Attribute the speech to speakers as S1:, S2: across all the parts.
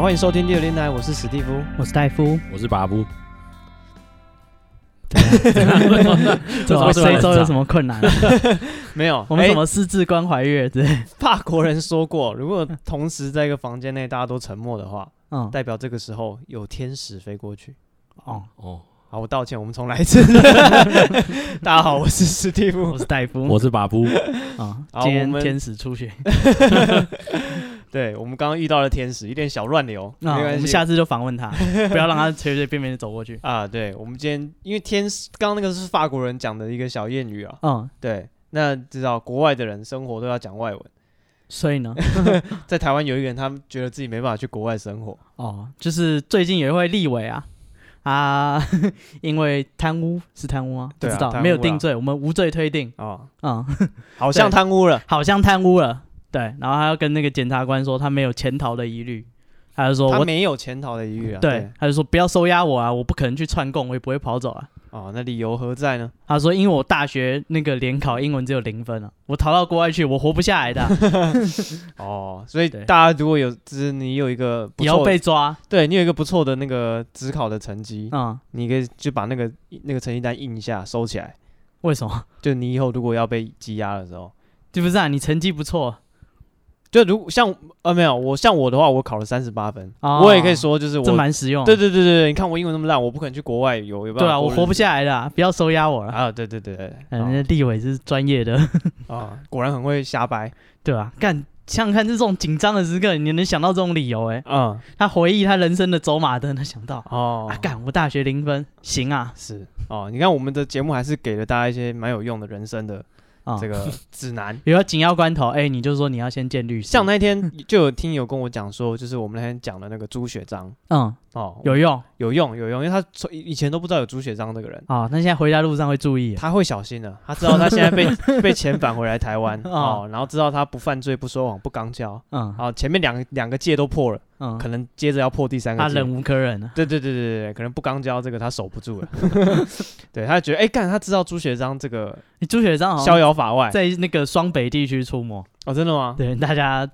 S1: 欢迎收听第六电台，我是史蒂夫。
S2: 我是 戴夫，
S3: 我是拔夫。
S2: 怎么非洲啊有什么困难？
S1: 没有，
S2: 我们
S1: 哎
S2: 怎么是至关怀月之类？
S1: 法国人说过，如果同时在一个房间内大家都沉默的话，
S2: 嗯，
S1: 代表这个时候有天使飞过去。
S2: 哦，
S3: 哦，
S1: 好，我道歉，我们重来 一次。大家好，我是史蒂
S2: 我
S1: 夫。
S2: 是戴夫，
S3: 我是拔夫。
S1: 嗯
S2: 啊，
S1: 好
S2: 今天
S1: 我们
S2: 天使出血，
S1: 对我们刚刚遇到了天使，有点小乱流，
S2: 那
S1: 没
S2: 啊嗯我
S1: 关
S2: 们
S1: 系。
S2: 下次就访问他，不要让他随随便便的走过去。
S1: 啊，对，我们今天因为天使，刚刚那个是法国人讲的一个小谚语啊。
S2: 嗯，
S1: 对，那知道国外的人生活都要讲外文，
S2: 所以呢，
S1: 在台湾有一个人，他们觉得自己没办法去国外生活，
S2: 哦，就是最近有一位立委啊。啊， 因为贪污是贪污吗？不
S1: 对啊
S2: 知道，
S1: 贪污啊
S2: 没有定罪，我们无罪推定。
S1: 啊，
S2: 嗯，
S1: 好像
S2: 对
S1: 贪污了。
S2: 好像贪污了，对。然后他要跟那个检察官说他没有潜逃的疑虑，他就说
S1: 他
S2: 哦我
S1: 没有潜逃的疑虑啊。
S2: 对，他就说不要收押我啊，我不可能去串供，我也不会跑走啊。
S1: 哦，那理由何在呢？
S2: 他说：“因为我大学那个联考英文只有零分啊，我逃到国外去，我活不 下来的啊、
S1: 哦，所以
S2: 对
S1: 大家如果有，就是你有一个不
S2: 也要
S1: 错，
S2: 被抓。
S1: 对你有一个不错的那个职考的成绩，
S2: 嗯，
S1: 你可以就把那个那个成绩单印一下，收起来。
S2: 为什么？
S1: 就你以后如果要被羁押的时候，
S2: 就不是啊，你成绩不错，
S1: 就如像呃没有我像我的话，我考了三十八分，
S2: 哦
S1: 我也可以说就是我哦
S2: 这蛮实用。
S1: 对对对对对，你看我英文那么烂，我不可能去国外有有办法
S2: 对啊，我活不
S1: 下
S2: 下来的啊、不要收押我了。
S1: 啊，对对对对，
S2: 嗯，那立委是专业的，
S1: 哦啊，果然很会瞎掰
S2: 对吧、啊？干，想想看，这种紧张的时刻，你能想到这种理由、欸？
S1: 啊
S2: 他回忆他人生的走马灯，他想到、
S1: 哦
S2: 啊，干，我大学零分，行啊，
S1: 是哦，你看我们的节目还是给了大家一些蛮有用的人生的
S2: 啊、
S1: 这 个指南。
S2: 比如说紧要关头，哎、你就说你要先见律师，
S1: 像那天
S2: 嗯
S1: 就有听友跟我讲说，就是我们那天讲的那个朱雪章
S2: 嗯，
S1: 哦，
S2: 有用
S1: 有用有用，因为他从以以前都不知道有朱雪章这个人，
S2: 啊。那现在回家路上会注意、啊，
S1: 他会小心的，他知道他现在 被被遣返回来台湾
S2: 哦
S1: 哦，然后知道他不犯罪、不说谎、不刚交，
S2: 嗯
S1: 啊，前面两两个戒都破了，
S2: 嗯，
S1: 可能接着要破第三个
S2: 他
S1: 戒。
S2: 忍无可忍啊了、
S1: 对对对对对，可能不刚交这个他守不 住了，对他觉得哎干、他知道朱学章这个
S2: 你朱雪章好
S1: 逍
S2: 像
S1: 遥法外
S2: 哦在那个双北地区出没，
S1: 哦，真的吗？
S2: 对大家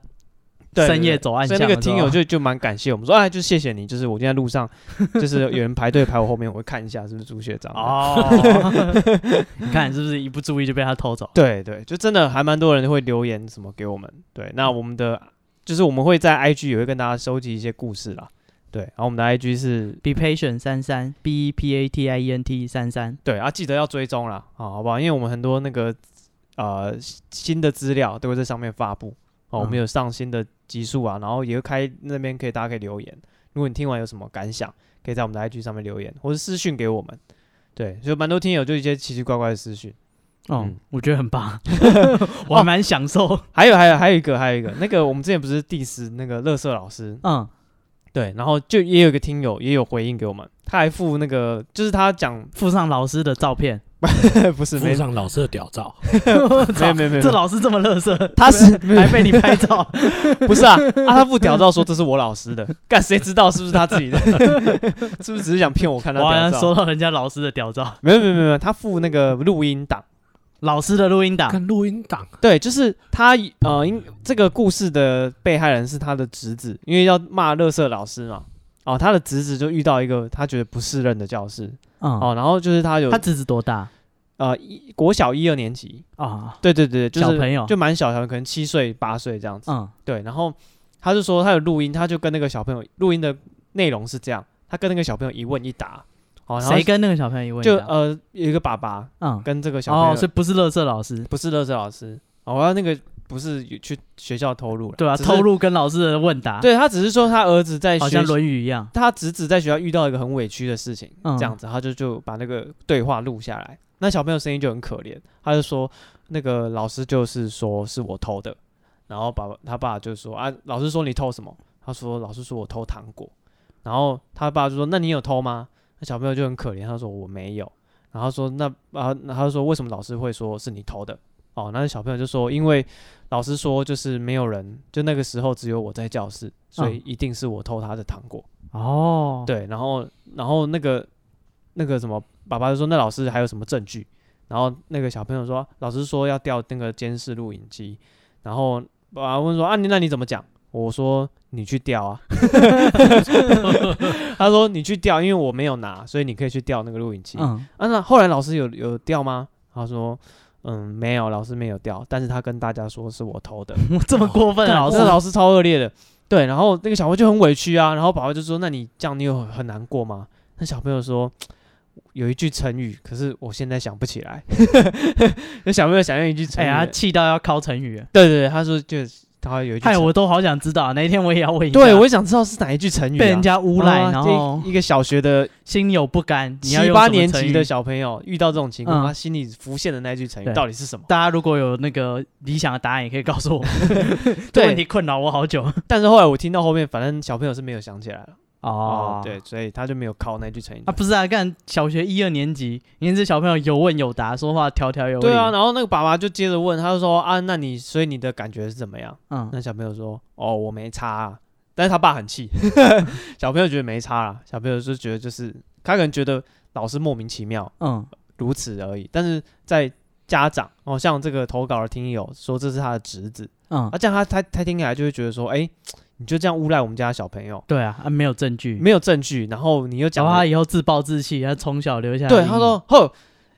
S1: 对
S2: 深夜走暗
S1: 所
S2: 巷
S1: 以
S2: 的
S1: 那
S2: 时候，
S1: 个听友就就蛮感谢我们说，哎，就谢谢你，就是我今天在路 上，就是有人排队排我后面，我会看一下是不是朱学长。哦，
S2: 哦， 你看是不是一不注意就被他 偷走？
S1: 对对，就真的还蛮多人会留言什么给我们。对，那我们的就是我们会在 IG 也会跟大家收集一些故事啦。对，然后我们的 IG 是
S2: Be patient 三三 B E P A T I E N T 三三，
S1: 对啊，记得要追踪啦，啊，好不好？因为我们很多那个呃新的资料都会在上面发布哦，我们
S2: 嗯
S1: 有上新的集数啊，然后也会开那边可以大家可以留言，如果你听完有什么感想，可以在我们的 IG 上面留言或者私讯给我们。对，所以蛮多听友就一些奇奇怪怪的私讯。
S2: 哦，
S1: 嗯哦
S2: 我觉得 很棒，我还蛮享受，
S1: 还有还有还有一个还有一个，那个我们之前不是 diss 那个乐色老师，
S2: 嗯，
S1: 对，然后就也有一个听友也有回应给我们，他还附那个就是他讲
S2: 附上老师的照片，
S1: 不是
S3: 附
S1: 没
S3: 上老师的屌照，
S1: 嗯没有没有没有
S2: 这老师这么 乐色，
S1: 他是
S2: 还被你拍照，
S1: 不是啊，啊他不屌照说这是我老师的，干谁知道是不是他自己的？ 是不是只是想骗我看 他
S2: 我好
S1: 屌
S2: 像
S1: 照？
S2: 收到人家老师的屌照，
S1: 没有没有没有没有，他附那个录音档，
S2: 老师的录音档，
S3: 看录音档，
S1: 对，就是他呃，因这个故事的被害人是他的侄子，因为要骂乐色老师嘛。哦，他的侄子就遇到一个他觉得不适任的教室
S2: 嗯，
S1: 哦，然后就是他有
S2: 他侄子多大
S1: 呃一国小一二年级，
S2: 啊？
S1: 对对对，就是
S2: 小朋友
S1: 就蛮小小的，可能七岁八岁这样子。
S2: 嗯
S1: 对，然后他就说他有录音，他就跟那个小朋友录音的内容是这样，他跟那个小朋友一问一答，哦，然后
S2: 谁跟那个小朋友一问一
S1: 就
S2: 答？
S1: 呃有一个爸爸
S2: 嗯，
S1: 跟这个小朋
S2: 哦，
S1: 友、
S2: 所以不是乐色老师，
S1: 不是乐色老师，哦，然后那个不是有去学校偷录了，
S2: 对啊，
S1: 只是
S2: 透，露跟老师的问答，，
S1: 对他只是说他儿子在
S2: 好
S1: 学
S2: 像《论语》一样。
S1: 他侄子在学校遇到一个很委屈的事情，
S2: 嗯
S1: 这样子，他就就把那个对话录下来。那小朋友声音就很可怜，他就说那个老师就是说是我偷的，然后爸爸他爸就说啊，老师说你偷什么？他说老师说我偷糖果，然后他爸就说那你有偷吗？那小朋友就很可怜，他说我没有，然后他说那啊，那他就说为什么老师会说是你偷的？哦，那小朋友就说因为老师说就是没有人，就那个时候只有我在教室，所以一定是我偷他的糖果。
S2: 哦，，
S1: 对，然后然后那个那个什么，爸爸就说那老师还有什么证据？然后那个小朋友说，老师说要调那个监视录影机。然后爸爸问说啊，你那你怎么讲？我说你去调啊。 他说你去调，因为我没有拿，所以你可以去调那个录影机。
S2: 嗯，
S1: 啊，那后来老师有有调吗？他说，嗯，没有，老师没有调，但是他跟大家说是我偷的。
S2: 我 这么过分
S1: 但
S2: 啊，
S1: 哦老师
S2: 哇
S1: 老师超恶劣的，对，然后那个小朋友就很委屈啊，然后爸爸就说，那你这样你有很很难过吗？那小朋友说。有一句成语，可是我现在想不起来。 那小朋友想用一句成
S2: 哎
S1: 语，
S2: 呀，气到要敲成 语了，
S1: 对对对，他说就是他有一句成语，
S2: 害我都好想知道，哪一天我也要问一下。
S1: 对我也想知道是哪一句成语、啊，
S2: 被人家诬赖，
S1: 啊
S2: 然
S1: 这
S2: 后
S1: 一个小学的
S2: 心有不甘。你要
S1: 七
S2: 用
S1: 八
S2: 什么
S1: 年
S2: 成
S1: 级
S2: 语
S1: 的小朋友遇到这种情况，
S2: 嗯
S1: 他心里浮现的那句成语
S2: 对
S1: 到底是什么？
S2: 大家如果有那个理想的答案，也可以告诉我。 这
S1: 对
S2: 问题困扰我好久。
S1: 但是后来我听到后面，反正小朋友是没有想起来了
S2: 哦，
S1: 对，所以他就没有考那句成语。
S2: 啊，不是啊，干小学一二年级，你看这小朋友有问有答，说话条条有理。
S1: 对啊，，然后那个爸爸就接着问，他就说啊，那你所以你的感觉是怎么样？
S2: 嗯，
S1: 那小朋友说哦，我没差、啊，但是他爸很气， 小朋友觉得没差啦，小朋友就觉得就是他可能觉得老师莫名其妙，
S2: 嗯，
S1: 如此而已。但是在家长哦，像这个投稿的听友说这是他的侄子，
S2: 嗯
S1: 啊，，这样他他他听起来就会觉得说，哎、你就这样诬赖我们家小朋友，
S2: 对啊，啊，没有证据。
S1: 没有证据，然后你又
S2: 讲
S1: 讲了，
S2: 他以后自暴自弃，他从小留下的
S1: 对，
S2: 阴影
S1: 他说，吼，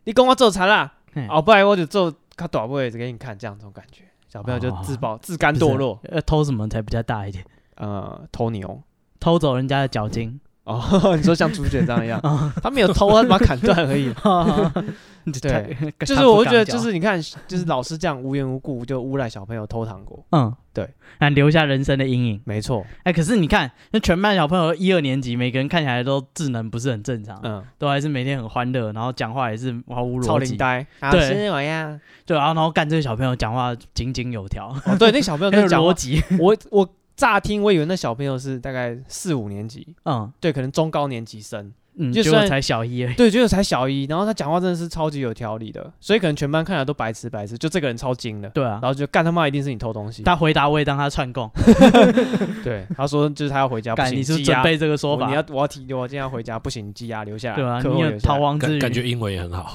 S1: 你跟我做贼啦
S2: 嘿，
S1: 哦，不然我就做他短位给你看，这样这种感觉，小朋友
S2: 哦
S1: 就自暴、自甘堕落，
S2: 要呃偷什么才比较大一点，
S1: 呃，偷牛。
S2: 偷走人家的脚筋。 哦
S1: 哦，你说像朱卷这样一 样，他没有偷，他把它砍断而已。对，就是我会觉得，就是你看，就是老师这样无缘无故就诬赖小朋友偷糖果，
S2: 嗯，
S1: 对，
S2: 那留下人生的阴影。
S1: 没错，
S2: 哎，可是你看，那全班小朋友一二年级，每个人看起来都智能不是很正常，啊
S1: 嗯，
S2: 都还是每天很欢乐，然后讲话也是毫无
S1: 超
S2: 逻
S1: 龄
S2: 辑。
S1: 呆，好
S2: 对
S1: 吃我呀。
S2: 对啊，然后干这个小朋友讲话井井有条，
S1: 哦，对， 那小 朋友
S2: 很有
S1: 在讲话
S2: 逻辑。
S1: 我我乍听我以为那小朋友是大概四五年级，
S2: 嗯
S1: 对，可能中高年级生，
S2: 嗯，
S1: 就
S2: 结果
S1: 算
S2: 才小一而 已。
S1: 对，就是才小一，然后他讲话真的是超级有条理的，所以可能全班看起来都白痴白痴，就这个人超精的，
S2: 对啊
S1: 然，后就干他妈一定是你偷东西，
S2: 他回答我也当他串供，
S1: 对，他说就是他要回家，不
S2: 干
S1: 行，
S2: 你是不
S1: 积
S2: 是准
S1: 压
S2: 备这个说
S1: 我
S2: 法
S1: 你要，我要提，我今天要回家，不行，积压留下来，
S2: 对啊，
S1: 课
S2: 你
S1: 后
S2: 有
S1: 留下
S2: 逃
S1: 来，
S2: 亡之
S3: 感
S2: 余，
S3: 感觉英文也 很好，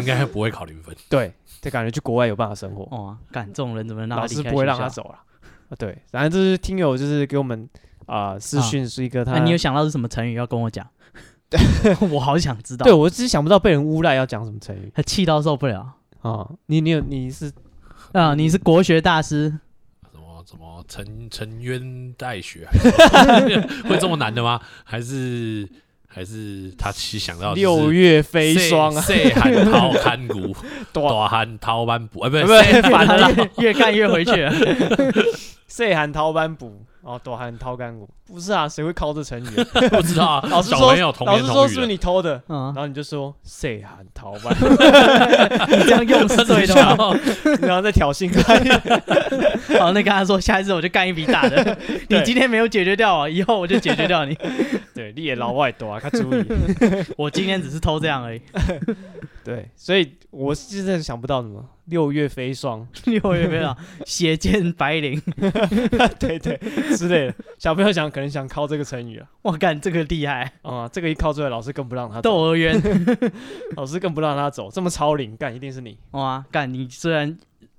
S3: 应该不会考零分。
S1: 对，这感觉去国外有办法生活，
S2: 哦，干这种人怎么让他
S1: 老
S2: 离
S1: 师
S2: 开
S1: 不会
S2: 学
S1: 让他走
S2: 校？
S1: 了，啊，对，反正就是听友就是给我们啊、私
S2: 啊
S1: 讯是一个他，
S2: 那你有想到是什么成语要跟 我讲？ 我好想知道，
S1: 对，我只是想不到被人诬赖要讲什么成语。
S2: 他气到受不了。
S1: 啊、你你有你是嗯
S2: 啊、你是国学大师，
S3: 什么什么沉沉冤待雪，还是什么啊 会这么难的吗？还是还是他其实想到
S1: 六月飞
S3: 谁
S1: 霜啊，
S3: 谁喊掏 堪骨，
S1: 多
S3: 大喊掏班补，哎，不是
S1: 不是
S3: 谁
S1: 反
S3: 喊
S1: 了，
S2: 越看越回去了。
S1: 岁寒桃班补，哦，多寒掏干骨，不是啊，谁会考这成语啊？
S3: 不知道啊，
S1: 老师
S3: 小
S1: 说
S3: 朋友，童
S1: 老
S3: 言
S1: 师说
S3: 童语
S1: 是不是
S3: 的，
S1: 你偷的？
S2: 嗯
S1: 然，后你就说岁寒桃班，
S2: 你这样用是对的吗？
S1: 然后再挑衅他，
S2: 好，那跟他说，下一次我就干一笔大的。你
S1: 对
S2: 今天没有解决掉啊，以后我就解决 掉你。
S1: 对，你也老外多啊，他注意。
S2: 我今天只是偷这样而已。
S1: 对，所以我现在想不到什么六月飞霜，
S2: 六月份啊，血溅白绫，
S1: 对对之类的，小朋友想可能想考这个成语啊，
S2: 我干这个厉害，
S1: 啊、这个一考出来，老师更不让他走，
S2: 窦娥冤。
S1: 老师更不让他走，这么超龄干一定是你。
S2: 哇，干你虽然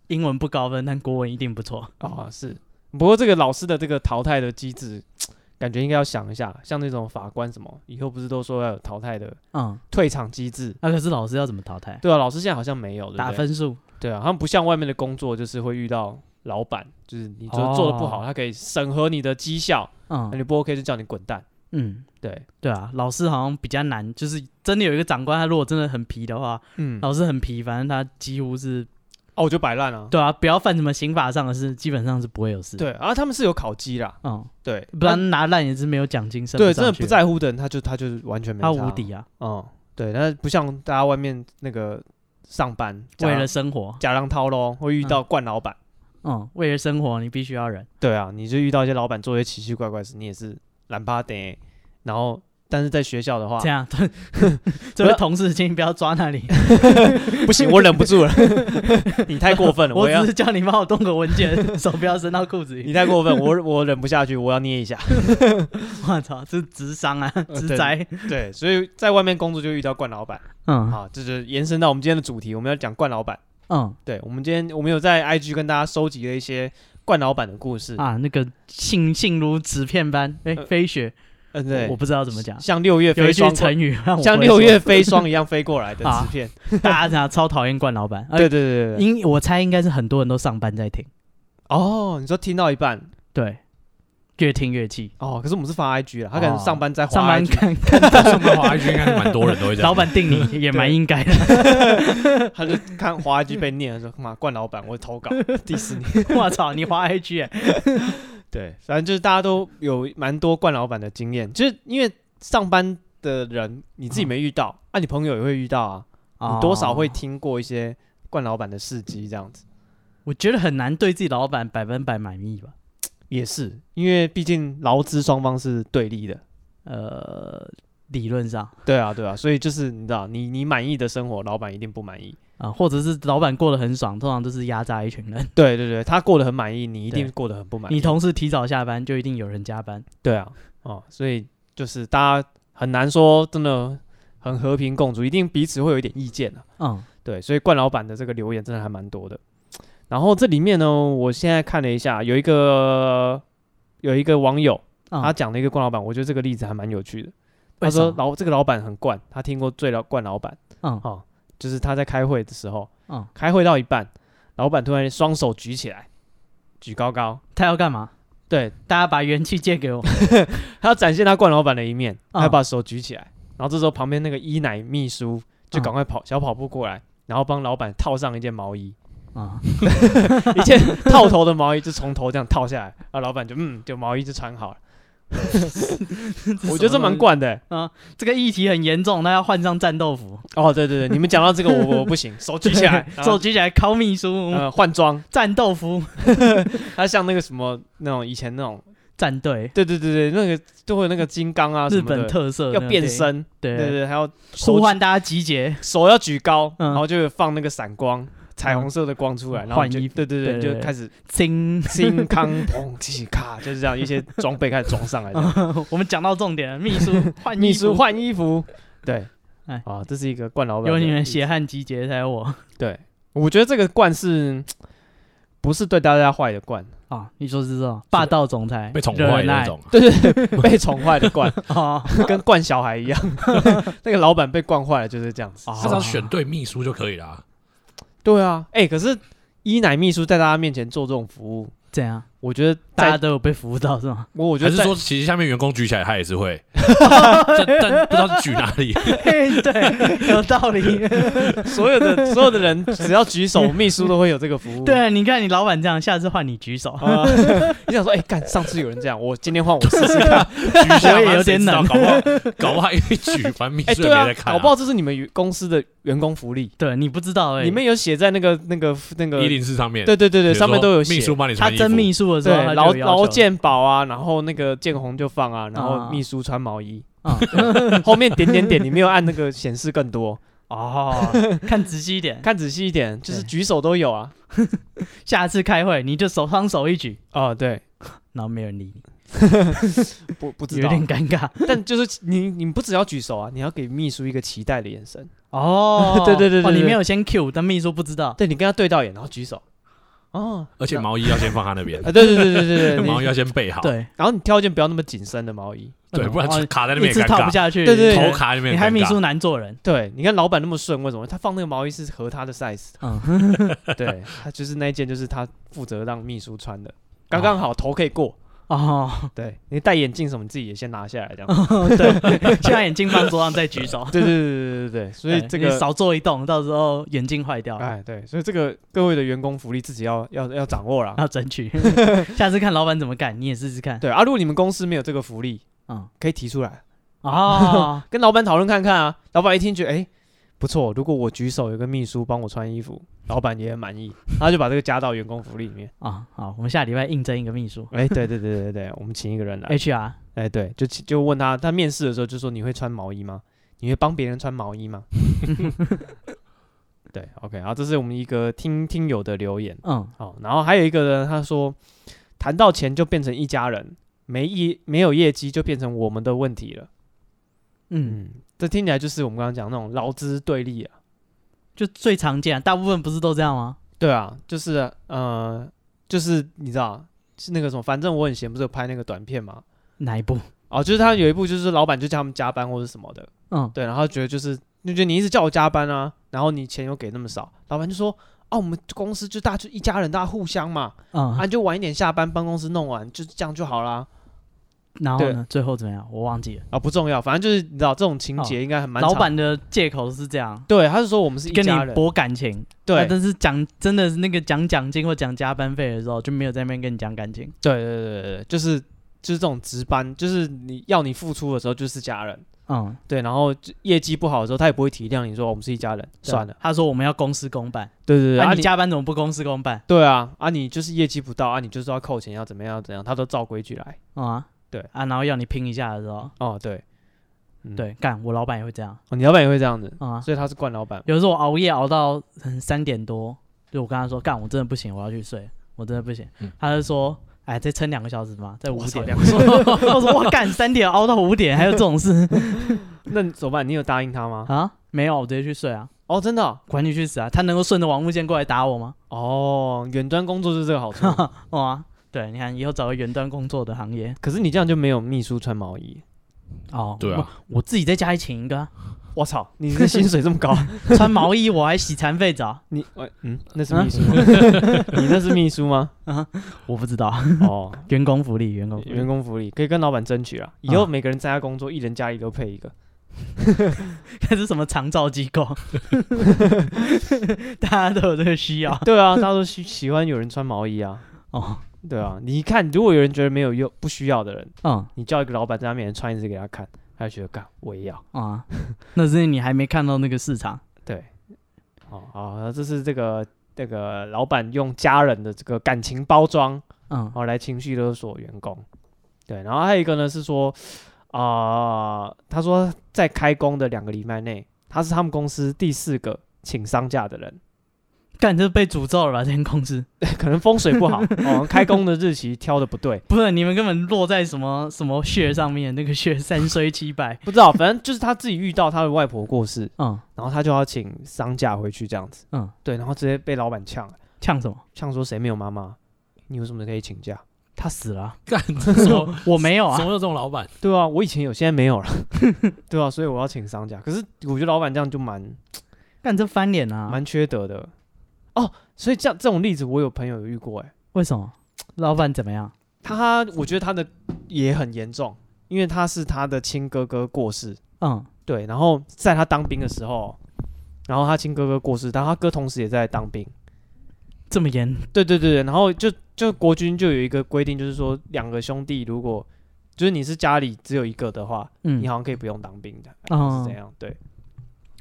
S2: 英文不高分，但国文一定不错。
S1: 啊、是。不过这个老师的这个淘汰的机制，感觉应该要想一下。像那种法官什么，以后不是都说要有淘汰的
S2: 嗯，
S1: 退场机制？
S2: 那、可是老师要怎么淘汰？
S1: 对啊，老师现在好像没有，对不
S2: 打
S1: 对？
S2: 分数。
S1: 对啊，他们不像外面的工作，就是会遇到老板，就是你做做的不好，
S2: 哦
S1: 他可以审核你的绩效，那
S2: 嗯
S1: 你不 OK 就叫你滚蛋。
S2: 嗯，
S1: 对，
S2: 对啊，老师好像比较难，就是真的有一个长官，他如果真的很皮的话，
S1: 嗯，哦，
S2: 老师很皮，反正他几乎是
S1: 我就摆烂了。
S2: 对啊，不要犯什么刑法上的事，基本上是不会有事。，
S1: 对，啊，他们是有考绩啦，
S2: 嗯，
S1: 对，啊
S2: 不然拿烂也是没有奖金，升
S1: 对真
S2: 上
S1: 的
S2: 去
S1: 不，在乎的人，他就他就是完全没
S2: 他
S1: 差
S2: 无敌啊，
S1: 嗯，对，但是不像大家外面那个上班
S2: 为了
S1: 假
S2: 生活，
S1: 假浪涛咯，会遇到惯老板。
S2: 嗯，为了生活你必须要忍，
S1: 对啊，你就遇到一些老板做一些奇奇怪怪的事，你也是懒趴得，然后但是在学校的话
S2: 这，样， 这位同事，请你不要抓那里，
S1: 不行，我忍不 住了，你太过分了，
S2: 我
S1: 我要
S2: 只是叫你帮我动个文件， 手不要伸到裤子里。
S1: 你太过分，我我忍不下去，我要捏一 下。
S2: 我操，这是智商啊，
S1: 呃
S2: 直灾，
S1: 对，所以在外面工作就遇到惯老板，
S2: 嗯
S1: 好，这就是延伸到我们今天的主题，我们要讲惯老板。
S2: 嗯
S1: 对，我们今天我们有在 IG 跟大家收集了一些冠老板的故事，
S2: 啊，那个信信如纸片般，哎、
S1: 呃
S2: 飞雪，
S1: 嗯，对
S2: 我，不知道怎么讲，
S1: 像六月
S2: 有
S1: 飞
S2: 一句
S1: 霜过，
S2: 成语让我
S1: 像
S2: 不会
S1: 六
S2: 说
S1: 月飞霜一样飞过来的
S2: 啊
S1: 纸片，
S2: 大家超讨厌冠老板，而
S1: 对对对对对，
S2: 应我猜应该是很多人都上班在听，
S1: 哦，你说听到一半，
S2: 对，越听越气，
S1: 哦，可是我们是发 IG 了，他可能
S2: 哦
S1: 上班在滑
S2: 上班
S1: IG
S2: 看
S3: 上班滑 IG 应该是蛮多人都会这样。
S2: 老板定你也蛮应该的，
S1: 他就看滑 IG 被念，说妈冠老板，我投 稿迪士尼。
S2: 我操，你滑 IG，哎
S1: 对，反正就是大家都有蛮多冠老板的经验，就是因为上班的人你自己没遇到，啊，你朋友也会遇到啊， 你多少会
S2: 哦
S1: 听过一些冠老板的事迹这样子。
S2: 我觉得很难对自己老板百分百满意吧。
S1: 也是，因为毕竟劳资双方是对立的。
S2: 呃，理论上啊、
S1: 对啊，对啊，所以就是你知道，你你满意的生活，老板一定不满意。
S2: 啊或者是老板过得很爽，通常都是压榨一群人。
S1: 对对对，他过得很满意，你一定
S2: 对
S1: 过得很不满意。
S2: 你同事提早下班，就一定有人加班。
S1: 对啊，哦，所以就是大家很难说真的很和平共处，一定彼此会有一点意见啊。
S2: 嗯，
S1: 对，所以冠老板的这个留言真的还蛮多的。然后这里面呢，我现在看了一下，有一个有一个网友
S2: 嗯
S1: 他讲了一个冠老板，我觉得这个例子还蛮有趣的。他
S2: 为什
S1: 说
S2: 么
S1: 老这个老板很惯，他听过最老冠老板
S2: 嗯
S1: 哦，就是他在开会的时候，
S2: 嗯，
S1: 开会到一半，老板突然双手举起来，举高高，
S2: 他要干嘛？
S1: 对
S2: 大家把元气借给我。
S1: 他要展现他冠老板的一面，
S2: 嗯
S1: 他把手举起来，然后这时候旁边那个一奶秘书
S2: 啊
S1: 就赶快跑、小跑步过来，然后帮老板套上一件毛衣，
S2: 啊、
S1: 一件套头的毛衣就从头这样套下来，然后老板就嗯，就毛衣就穿好了。我觉得这蛮惯的、
S2: 这个议题很严重，他要换上战斗服，
S1: 哦，对对对，你们讲到这个我我不 行，手举起来，然
S2: 手
S1: 后
S2: 举起来靠秘书、
S1: 呃换装，
S2: 战斗服
S1: 他像那个什么那种以前那种，
S2: 战队，
S1: 对对对对，那个就会有那个金刚啊
S2: 日
S1: 什么
S2: 本
S1: 的，
S2: 特色
S1: 要
S2: 那种
S1: 变
S2: 电影，
S1: 身，
S2: 对
S1: 对对对，还要手
S2: 呼
S1: 举
S2: 唤大家集结，
S1: 手要举高，
S2: 嗯
S1: 然后就有放那个闪光，彩虹色的光出来，然后
S2: 换
S1: 你就
S2: 衣服
S1: 对对对，
S2: 对
S1: 你
S2: 对
S1: 就开始
S2: 叮，
S1: 金康砰起咔，就是这样一些装备开始装上来 这样。
S2: 我们讲到重点了，秘 书换衣
S1: 秘书
S2: 服，
S1: 换衣服，对，
S2: 哎
S1: 啊，这是一个冠老板
S2: 有
S1: 的例子，
S2: 你们啊血汗集结才有 我
S1: 对，我觉得这个冠是不是对大家坏的 冠，
S2: 啊！你说是这种霸道总裁
S3: 被宠
S2: 忍
S3: 坏的那
S2: 耐
S3: 种，
S1: 对对对，被宠坏的冠，
S2: 哦，
S1: 跟惯小孩一样， 那个老板被惯坏了就是这样
S2: 哦
S1: 子。
S3: 他只要选对秘书就可以了。啊
S1: 对啊，哎，可是一奶秘书在大家面前做这种服务，
S2: 怎样？
S1: 我觉得
S2: 大家
S1: 在
S2: 都有被服务到是 吗？
S1: 我我觉
S3: 还
S1: 得
S3: 是
S1: 在
S3: 说，其实下面员工举起来他也 是会，但但不知道是举哪里。
S2: 嘿对， 有道 理。
S1: 所有 的所有的人只要举手，秘书都会有这个服务。
S2: 对，啊你看你老板这样，下次换你举手。
S1: 啊， 你想说，哎、干，上次有人这样，我今天换我试试看。
S3: 举一下
S2: 我也
S3: 嘛
S2: 有点
S3: 谁知道
S2: 冷
S3: 搞不好搞不好一举，反正秘
S1: 哎、
S3: 书也
S1: 对
S3: 没
S1: 啊
S3: 在，看、
S1: 搞不好这是你们员公司的员工福利，
S2: 对你不知道哎、
S1: 里面有写在那个那个那个，
S3: 一零四上面，
S1: 对对对对，
S3: 比如说
S1: 上面都有
S3: 秘
S1: 写
S3: 书。帮你
S2: 他
S3: 穿衣服，
S2: 真秘书的时候，
S1: 对，
S2: 他
S1: 劳
S2: 就有要
S1: 劳
S2: 求。
S1: 健保啊，然后那个建红就放啊，然后
S2: 啊
S1: 秘书穿毛衣，
S2: 啊
S1: 后面点点点，你没有按那个显示更多，
S2: 哦， 看仔细一点，
S1: 看仔细一点，就是
S2: 对
S1: 举手都有啊。
S2: 下次开会你就手双手一举，
S1: 哦，对，
S2: 然后没人理
S1: 不不
S2: 你，
S1: 知
S2: 有
S1: 道，
S2: 点尴尬。
S1: 但就是你你不只要举手啊，你要给秘书一个期待的眼神。
S2: 哦
S1: 对对对对
S2: 哦，
S1: 对
S2: 你没有先 Q，但秘书不知道。
S1: 对你跟他对到眼，然后举手。哦，
S3: 而且毛衣要先放他那 边，
S1: 啊，对对对对对对，你
S3: 毛衣要先备好，
S2: 对，
S1: 然后你挑一件不要那么紧身的毛衣。
S3: 对，不然
S2: 哦
S3: 卡在那
S2: 一
S3: 边
S2: 直
S3: 也尴
S2: 套不
S3: 尬，
S2: 下去，
S1: 对对
S3: 头卡在那边
S2: 你
S3: 也
S2: 还
S3: 尴
S2: 秘书
S3: 尬。
S2: 难做人。
S1: 对，你看老板那么顺，为什么他放那个毛衣是合他的 size？
S2: 嗯，
S1: 对，他就是那一件，就是他负责让秘书穿的，刚刚好头可以过。
S2: 哦，
S1: 对你戴眼镜什么，自己也先拿下来这样。。
S2: 对，现在眼镜放桌上再举手
S1: 对对对对对对对， 所以
S2: 对
S1: 这
S2: 哎你
S1: 个。
S2: 少做一动，到时候眼镜坏掉了，
S1: 哎，对，所以这个各位的员工福利自己要要要掌握啦。
S2: 要争取。下次看老板怎么干，你也试 试看。
S1: 对啊，如果你们公司没有这个福利，
S2: 嗯，
S1: 可以提出来，
S2: 哦，
S1: 跟老板讨论看看啊。老板一听觉得，哎、不错，如果我举手有个秘书帮我穿衣服，老板也很满意，他就把这个加到员工福利里面。
S2: 啊，好，我们下礼拜应征一个秘书
S1: 哎、对对对对对，我们请一个 人来，哎、
S2: ，HR。
S1: 对，就请就问他，他面试的时候就说你会穿毛衣吗？你会帮别人穿毛衣吗？对，OK，好，这是我们一个听听友的留言。
S2: 嗯，
S1: 好，然后还有一个呢，他说谈到钱就变成一家人，没业没有业绩就变成我们的问题了。
S2: 嗯，
S1: 嗯，这听起来就是我们刚刚讲那种劳资对立啊。
S2: 就最常见，大部分不是都这样吗？
S1: 对啊，就是呃，就是你知道是那个什么，反正我很闲，不是有拍那个短片吗？
S2: 哪一部？
S1: 哦，就是他有一部就是老板就叫他们加班或者什么的，
S2: 嗯，
S1: 对，然后觉得就是就觉得你一直叫我加班啊，然后你钱又给那么少，老板就说。啊，我们公司就大家就一家人，大家互相嘛，
S2: 嗯，
S1: 啊，你就晚一点下班，帮公司弄完，就这样就好啦。
S2: 然后呢？最后怎么样？我忘记了。
S1: 啊，不重要，反正就是你知道这种情节应该很蛮常。
S2: 哦老板的借口是这样，
S1: 对，他是说我们是一
S2: 跟
S1: 家
S2: 你
S1: 人，
S2: 博感情。
S1: 对
S2: 啊但是讲真的是那个讲奖金或讲加班费的时候，就没有在那边跟你讲感情。
S1: 对对对对对，就是就是这种值班，就是你要你付出的时候就是家人，
S2: 嗯，
S1: 对，然后就业绩不好的时候他也不会体谅你说哦我们是一家人，
S2: 对啊
S1: 算了，
S2: 他说我们要公事公办，
S1: 对对对，
S2: 那、
S1: 啊
S2: 你加班怎么不公事公办？
S1: 对啊啊你就是业绩不到啊，你就是要扣钱要怎么样要怎样，他都照规矩来，
S2: 嗯啊，
S1: 对
S2: 啊，然后要你拼一下的时候，
S1: 哦对，嗯
S2: 对，干我老板也会这样。
S1: 哦你老板也会这样子，
S2: 嗯啊，
S1: 所以他是惯老板，
S2: 有时候我熬夜熬到嗯三点多，就我跟他说干我真的不行，我要去睡，我真的不行。
S3: 嗯
S2: 他就说。哎，再撑两个小时嘛，再五
S1: 我操
S2: 点。
S1: 两
S2: 我说 我说哇，干三点熬到五点，还有这种事
S1: 那你怎么办？你有答应他吗？
S2: 啊？没有，我直接去睡啊，
S1: 哦真的哦
S2: 管你去死啊！他能够顺着王木剑过来打我吗？
S1: 哦，远端工作就是这个好处，
S2: 哦啊，对，你看以后找个远端工作的行业
S1: 可是你这样就没有秘书穿毛衣，
S2: 哦。
S3: 对 啊，
S2: 我，我自己在家里请一个啊、
S1: 我操，你的薪水这么 高，
S2: 穿毛衣，我还洗残废澡，
S1: 你呃嗯那
S2: 啊
S1: 是秘书吗？ 你那是秘书吗？
S2: 我不知道
S1: 哦。
S2: 员工福利，员工福利
S1: 员工福利可以跟老板争取啊！以后
S2: 啊
S1: 每个人在家工作，一人家里都配一个。
S2: 这是什么长照机构？ 大家都有这个需要
S1: 对啊，大家都喜喜欢有人穿毛衣啊。
S2: 哦。
S1: 对啊，你一看，如果有人觉得没有用、不需要的人，
S2: 嗯
S1: 你叫一个老板在他面前穿一次给他看，他就觉得干我也要。
S2: 啊， 那是你还没看到那个市场
S1: 对，哦好，那这是这个这个老板用家人的这个感情包装，
S2: 嗯
S1: 然后来情绪勒索员工。对，然后还有一个呢是说，啊、他说在开工的两个礼拜内，他是他们公司第四个请丧假的人。
S2: 干这被诅咒了吧？这间公司，
S1: 可能风水不好，哦，开工的日期挑的不对，
S2: 不是你们根本落在什么什么穴上面，那个穴三衰七败。
S1: 不知道，反正就是他自己遇到他的外婆过世，
S2: 嗯
S1: 然后他就要请丧假回去这样子，
S2: 嗯，
S1: 对，然后直接被老板呛了，
S2: 呛什么？
S1: 呛说谁没有妈妈，你为什么可以请假？
S2: 他死了啊、
S3: 干什么？
S2: 我没有啊。
S3: 怎么有这种老板？
S1: 对啊，我以前有，现在没 有了，对啊，所以我要请丧假。可是我觉得老板这样就蛮
S2: 干这翻脸啊！
S1: 蛮缺德的，哦，所以这样这种例子我有朋友有遇过、欸，哎，
S2: 为什么？老板怎么样？
S1: 他我觉得他的也很严重，因为他是他的亲哥哥过世，
S2: 嗯
S1: 对，然后在他当兵的时候，然后他亲哥哥过世，但他哥同时也在当兵。，
S2: 这么严，
S1: 对对对对，然后就就国军就有一个规定，就是说两个兄弟如果就是你是家里只有一个的话，
S2: 嗯
S1: 你，好像可以不用当兵的，
S2: 哦
S1: 还是怎样？对，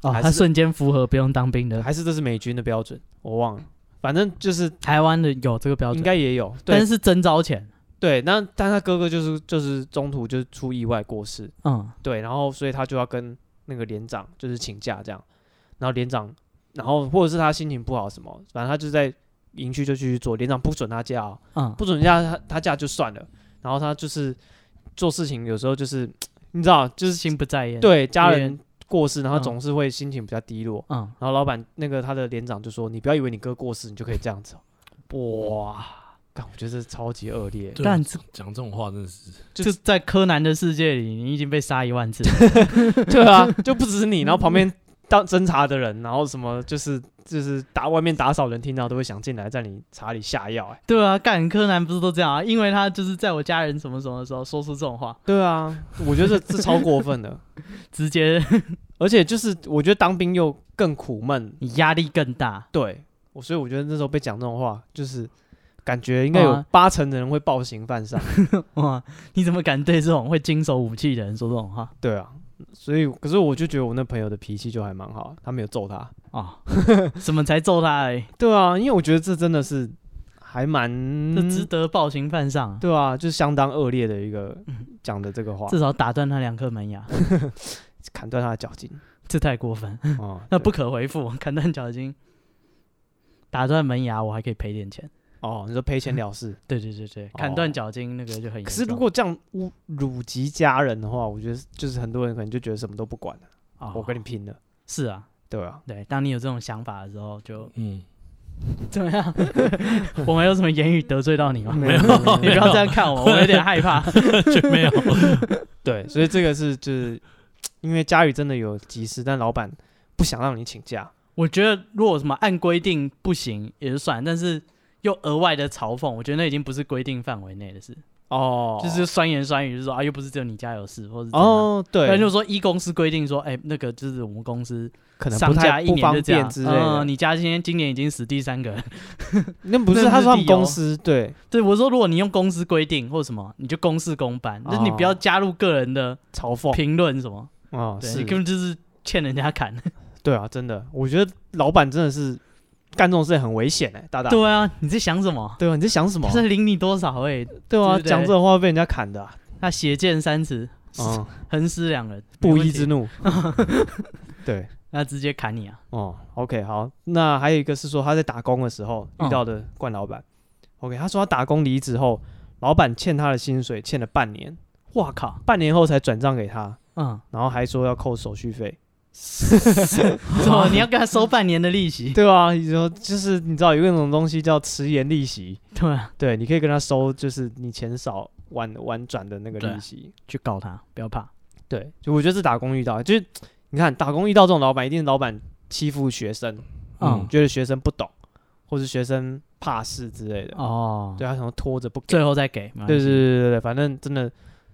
S2: 哦，
S1: 还
S2: 他
S1: 是
S2: 瞬间符合不用当兵的。
S1: 还是这是美军的标准，我忘了，反正就是
S2: 台湾的有这个标
S1: 应
S2: 准，
S1: 该也有。
S2: 但
S1: 对
S2: 是征招前，
S1: 对，那但他哥哥就是就是中途就是出意外过世，
S2: 嗯
S1: 对，然后所以他就要跟那个连长就是请假这样，然后连长，然后或者是他心情不好什么，反正他就在营区就去做，连长不准他假、哦，
S2: 嗯
S1: 不准假他他假就算了，然后他就是做事情有时候就是你知道就是
S2: 心不在焉。，
S1: 对家
S2: 有
S1: 人过世，然后
S2: 嗯
S1: 总是会心情比较低落。
S2: 嗯，
S1: 然后老板那个他的连长就说：“你不要以为你哥过世，你就可以这样子、哦。”哇，干，我觉得这超级恶劣。
S3: 对
S2: 但这
S3: 讲这种话真的是
S2: 这在柯南的世界里，你已经被杀一万次 了。
S1: 对啊，就不止你，然后旁边当侦查的人，然后什么就是就是打外面打扫人听到都会想进来在你茶里下药、哎，
S2: 对啊，干柯南不是都这样啊？因为他就是在我家人什么什么的时候说出这种话，
S1: 对啊，我觉得这这超过分的，
S2: 直接
S1: 而且就是我觉得当兵又更苦闷，
S2: 你压力更大。
S1: 对我，所以我觉得那时候被讲这种话，就是感觉应该有
S2: 啊
S1: 八成的人会暴行犯上，
S2: 哇，你怎么敢对这种会经手武器的人说这种话
S1: 对啊，所以可是我就觉得我那朋友的脾气就还蛮好，他没有揍他，
S2: 啊？ 什么才揍他而已？
S1: 对啊，因为我觉得这真的是还蛮
S2: 这值得暴行犯上啊！
S1: 对啊，就是相当恶劣的一个
S2: 嗯
S1: 讲的这个话，
S2: 至少打断他两颗门牙，
S1: 砍断他的脚筋。
S2: 这太过分。
S1: 哦，
S2: 那
S1: 对
S2: 不可回复，砍断脚筋，打断门牙，我还可以赔点钱。
S1: 哦，你说赔钱了事。
S2: 对对对对，砍断
S1: 哦
S2: 脚筋那个就很严重。
S1: 可是如果这样侮辱及家人的话，我觉得就是很多人可能就觉得什么都不管了，
S2: 啊
S1: 我跟你拼了，
S2: 是啊，
S1: 对啊，
S2: 对，当你有这种想法的时候，就
S3: 嗯，
S2: 怎么样？ 我没有什么言语得罪到你吗？
S1: 没有
S2: 你不要这样 看我，我有点害怕。
S3: 绝 没有。
S2: 嗯
S1: 对，所以这个是就是因为佳宇真的有急事，但老板不想让你请假，
S2: 我觉得如果什么按规定不行也就算，但是又额外的嘲讽，我觉得那已经不是规定范围内的事，
S1: 哦
S2: 就是酸言酸语，就是说啊，又不是只有你家有事，或者是怎样。
S1: 哦，
S2: 那
S1: 对
S2: 就，说一公司规定说，哎、那个就是我们公司
S1: 可能
S2: 上
S1: 不
S2: 架
S1: 太
S2: 一
S1: 不
S2: 年
S1: 方
S2: 就这
S1: 便
S2: 样
S1: 之类
S2: 嗯
S1: 的。
S2: 你家今天今年已经死第三个人，
S1: 那不是，
S2: 那
S1: 哦
S2: 是
S1: 他说他们
S2: 理由
S1: 公司对
S2: 对我说，如果你用公司规定或什么，你就公事公办，就是你不
S1: 哦
S2: 要加入个人的
S1: 嘲讽
S2: 评论什么，
S1: 啊，
S2: 对你
S1: 哦是
S2: 根本就是欠人家砍。
S1: 对啊，真的，我觉得老板真的是干这种事情很危险哎，大大。
S2: 对啊，你在想什么？
S1: 对啊，你在想什么
S2: 他？才领你多少哎、
S1: 对啊，
S2: 对对
S1: 讲这种话会被人家砍的啊，
S2: 他血溅三尺，
S1: 嗯，
S2: 横尸两人，
S1: 不
S2: 没问
S1: 义
S2: 题
S1: 之 怒。对，
S2: 那直接砍你啊！
S1: 哦，OK，好，那还有一个是说他在打工的时候遇到的冠老板。OK，他说他打工离职后，老板欠他的薪水欠了半年，
S2: 哇靠，
S1: 半年后才转账给他，
S2: 嗯，
S1: 然后还说要扣手续费。
S2: 怎啊么你要跟他收半年的利息？
S1: 对啊，你说就是你知道有那种东西叫迟延利息，
S2: 对啊，
S1: 对，你可以跟他收，就是你钱少晚晚转的那个
S2: 对啊
S1: 利息。
S2: 去告他，不要怕。
S1: 对，就我觉得是打工遇到，就是你看打工遇到这种老板，一定是老板欺负学生，
S2: 嗯
S3: 嗯，
S1: 觉得学生不懂，或是学生怕事之类的，
S2: 哦，
S1: 对他可能拖着不给。
S2: 最后再给，没关
S1: 对对
S2: 系
S1: 对，对对，反正真的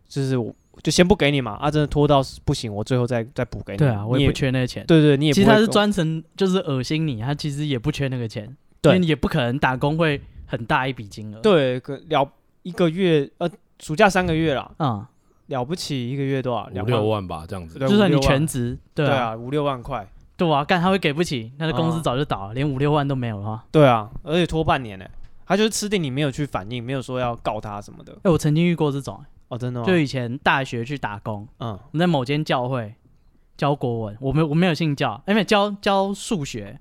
S1: 就是我就先不给你嘛，啊，真的拖到不行，我最后再再补给你。
S2: 对啊，我
S1: 你
S2: 也
S1: 也
S2: 不。缺那个钱。
S1: 对对，你也
S2: 其实
S1: 不会
S2: 他是
S1: 跟
S2: 专程就是恶心你，他其实也不缺那个钱，
S1: 对
S2: 因为你也不可能打工会很大一笔金额。，
S1: 对可了一个月呃暑假三个月啦，
S2: 嗯，
S1: 了不起一个月多少？两
S3: 五六万吧，这样子
S1: 对。
S2: 就算你
S1: 五六万
S2: 全职，对
S1: 对
S2: 啊，
S1: 啊，五六万块。
S2: 对啊，干他会给不起，他的公司
S1: 嗯
S2: 早就倒了，连五六万都没有的话。
S1: 对啊，而且拖半年呢、他就是吃定你没有去反应，没有说要告他什么的。
S2: 哎，我曾经遇过这种，
S1: 哦，真的吗？
S2: 就以前大学去打工，
S1: 嗯
S2: 我们在某间教会教国文，我没我没有信教，哎，没有教教数学，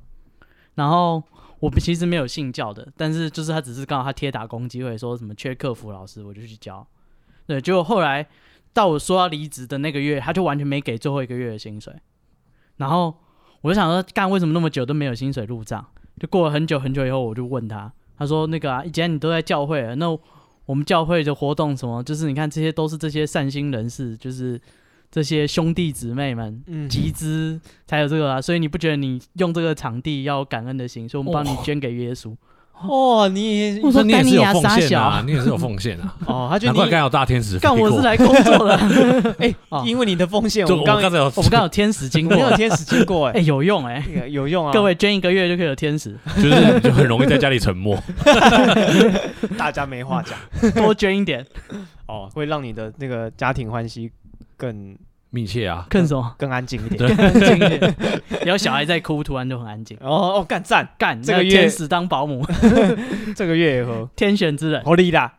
S2: 然后我们其实没有信教的，但是就是他只是刚好他贴打工机会说什么缺客服老师，我就去教，对，结果后来到我说要离职的那个月，他就完全没给最后一个月的薪水，然后我就想说，干为什么那么久都没有薪水入账？就过了很久很久以后，我就问他，他说那个啊，既然你都在教会了，那我们教会的活动什么，就是你看这些都是这些善心人士，就是这些兄弟姊妹们
S1: 嗯，
S2: 集资才有这个啊，所以你不觉得你用这个场地要感恩的心，所以我们帮你捐给 耶稣。
S1: 哦，你
S2: 我说
S3: 那
S2: 干
S3: 你也是
S2: 你
S3: 有
S2: 啊
S3: 奉
S2: 傻
S3: 献
S2: 小
S3: 啊，你也是有奉献 啊，
S1: 哦，他觉
S3: 难
S1: 得
S3: 怪
S1: 你
S3: 刚有大天使飞
S2: 干、
S3: 过。
S2: 我是来工作的，
S1: 哎、
S2: 哦
S1: 因为你的风险，
S3: 就
S1: 我
S3: 我
S1: 们刚
S3: 刚才有
S2: 我们刚好有天使经过
S1: 没，有天使经过
S2: 哎、
S1: 哎、
S2: 有用哎、
S1: 有有用啊！
S2: 各位捐一个月就可以有 天使，
S3: 就是你就很容易在家里沉默。
S1: 大家没话讲
S2: 多捐一点，
S1: 哦，会让你的那个家庭欢喜更
S3: 密切啊，
S2: 看 什么？
S1: 更安静一点。
S3: 对
S2: 安静一点，然后小孩在哭，突然就很安静。
S1: 哦哦，干赞，
S2: 干，
S1: 这个
S2: 那
S1: 月
S2: 天使当保姆，
S1: 这个月也喝，
S2: 天选之人。
S1: 好利啦。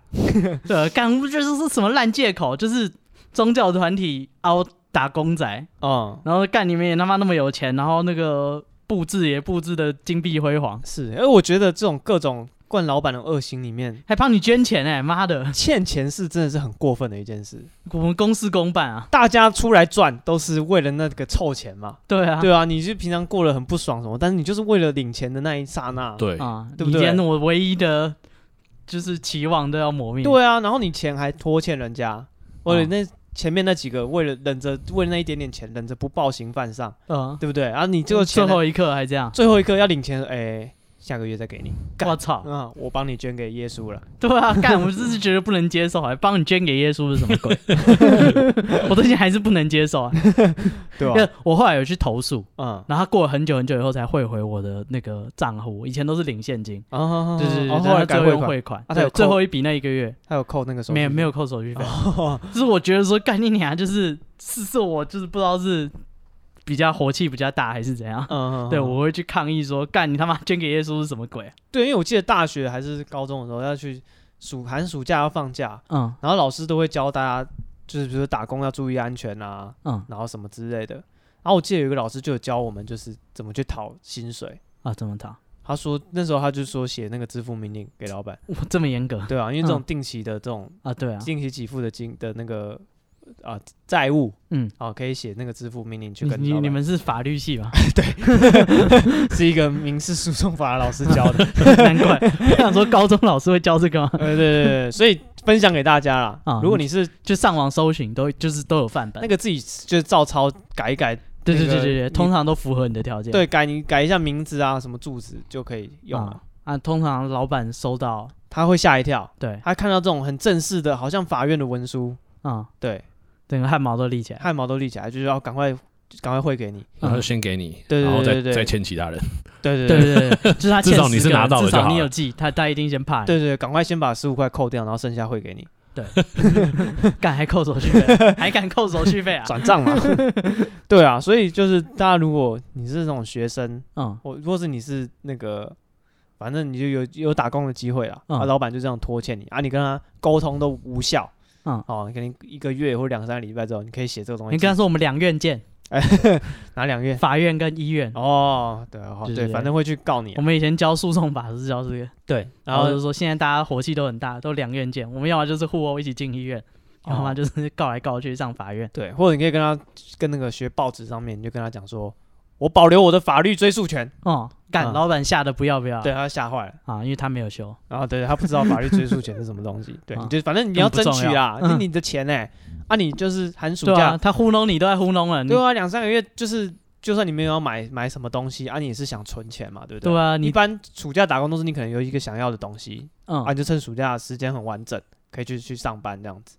S2: 对，干不就是是什么烂借口？就是宗教团体凹打工仔，
S1: 嗯，
S2: 然后干你们也他妈那么有钱，然后那个布置也布置的金碧辉煌，
S1: 是，哎，我觉得这种各种惯老板的恶行里面，
S2: 还帮你捐钱哎、妈的，
S1: 欠钱是真的是很过分的一件事。
S2: 我们公事公办啊，
S1: 大家出来赚都是为了那个臭钱嘛，
S2: 对啊，
S1: 对啊，你就平常过得很不爽什么，但是你就是为了领钱的那一刹那，
S3: 对，
S2: 啊，
S1: 对
S2: 你
S1: 不对
S2: 今天我唯一的就是期望都要磨灭，
S1: 对啊，然后你钱还拖欠人家，为了
S2: 嗯
S1: 那前面那几个为了忍着为了那一点点钱忍着不报刑犯上，
S2: 嗯，
S1: 对不对？然后你这个
S2: 最
S1: 钱呢
S2: 后一刻还这样，
S1: 最后一个要领钱，哎、下个月再给你，干
S2: 我操，
S1: 嗯，我帮你捐给耶稣了，
S2: 对啊，干，我真是觉得不能接受，还帮你捐给耶稣是什么鬼？ 我到现在还是不能接受啊，
S1: 对啊吧、
S2: 因为我后来有去投诉，
S1: 嗯。
S2: 然后他过了很久很久以后才汇回我的那个账户，以前都是领现金。
S1: 啊，
S2: 对对对，
S1: 哦
S2: 但
S1: 后来
S2: 他
S1: 改
S2: 最后
S1: 汇款，啊
S2: 用汇款，
S1: 他
S2: 对
S1: 有
S2: 最
S1: 扣
S2: 后一笔那一个月
S1: 他有扣那个手续
S2: 没有
S1: 费
S2: 没有扣手续费，
S1: 哦，
S2: 就是我觉得说干你娘，就是是是我就是不知道是比较火气比较大还是怎样，
S1: 嗯，嗯
S2: 对
S1: 嗯
S2: 我会去抗议说干你他妈捐给耶稣是什么鬼？啊
S1: 对，因为我记得大学还是高中的时候要去暑寒暑假要放假，
S2: 嗯
S1: 然后老师都会教大家，就是比如说打工要注意安全啊，
S2: 嗯
S1: 然后什么之类的。然后我记得有一个老师就有教我们，就是怎么去讨薪水。
S2: 啊怎么打？
S1: 他说那时候他就说写那个支付命令给老板，
S2: 我这么严格
S1: 对啊，因为这种
S2: 嗯
S1: 定期的这种
S2: 啊？对啊，
S1: 定期给付的金的那个啊债务，
S2: 嗯，
S1: 哦，可以写那个支付命令去
S2: 你
S1: 跟
S2: 你
S1: 老
S2: 你
S1: 板
S2: 们是法律系吧？
S1: 是一个民事诉讼法的老师教 的，
S2: 难怪我想说高中老师会教这个吗？
S1: 呃，对对对，所以分享给大家啦。
S2: 啊
S1: 如果你是
S2: 就上网搜寻都就是都有范本
S1: 那。个自己就是照抄改一改，
S2: 对
S1: 那
S2: 对对
S1: 个
S2: 对对，
S1: 你
S2: 通常都符合你的条件。
S1: 对，改你改一下名字啊，什么住址就可以用了
S2: 啊。啊，通常老板收到
S1: 他会吓一跳，
S2: 对
S1: 他看到这种很正式的，好像法院的文书，
S2: 啊，
S1: 对，
S2: 整个汗毛都立起来。
S1: 汗毛都立起来，就是要赶快赶快汇给你。
S3: 然后先给你，
S1: 对对
S3: 然后再
S1: 对对对
S3: 再欠其他人。
S1: 对对
S2: 对
S1: 对
S2: 对对，就是他欠
S3: 至少你是
S2: 10个
S3: 拿到的
S2: 至
S3: 就
S2: 少
S3: 好
S2: 你
S3: 了
S2: 有记，他他一定先怕你，
S1: 对对，赶快先把十五块扣掉，然后剩下汇给你，
S2: 敢还扣手续费，啊还敢扣手续 费啊？
S1: 转账嘛。对啊，所以就是大家，如果你是那种学生，
S2: 嗯，
S1: 或或是你是那个，反正你就有有打工的机会啦，
S2: 嗯
S1: 啊，老板就这样拖欠你啊，你跟他沟通都无效，
S2: 嗯
S1: 哦，你可能一个月或两三个礼拜之后，你可以写这个东西，
S2: 你跟他说我们两院见，
S1: 哪两个月？
S2: 法院跟医院。
S1: 哦，对哦，
S2: 对对
S1: 对，
S2: 对
S1: 反正会去告你
S2: 我
S1: 啊，
S2: 们以前教诉讼法是教这个，
S1: 对，然
S2: 嗯然后
S1: 后
S2: 就说现在大家火气都很大，都两院见，我们要么就是互殴一起进医院，要么
S1: 哦
S2: 就是告来告去上法院。
S1: 对，或者你可以跟他跟那个学报纸上面，你就跟他讲说，我保留我的法律追诉权，
S2: 哦，干
S1: 啊
S2: 老板吓得不要不要，
S1: 对他吓坏了，
S2: 啊，因为他没有修，
S1: 然后对他不知道法律追诉权是什么东西，对，
S2: 啊
S1: 你就反正你要
S2: 根本
S1: 争
S2: 不
S1: 取
S2: 重要
S1: 啦，
S2: 嗯
S1: 那你的钱呢？啊，你就是寒暑
S2: 对
S1: 假
S2: 啊，他糊弄你都在糊弄了，你
S1: 对啊，两三个月就是，就算你没有要买买什么东西啊，你也是想存钱嘛，对不对？
S2: 对啊，
S1: 一
S2: 你
S1: 般暑假打工都是你可能有一个想要的东西、
S2: 嗯
S1: 啊，，你就趁暑假时间很完整，可以去去上班这样子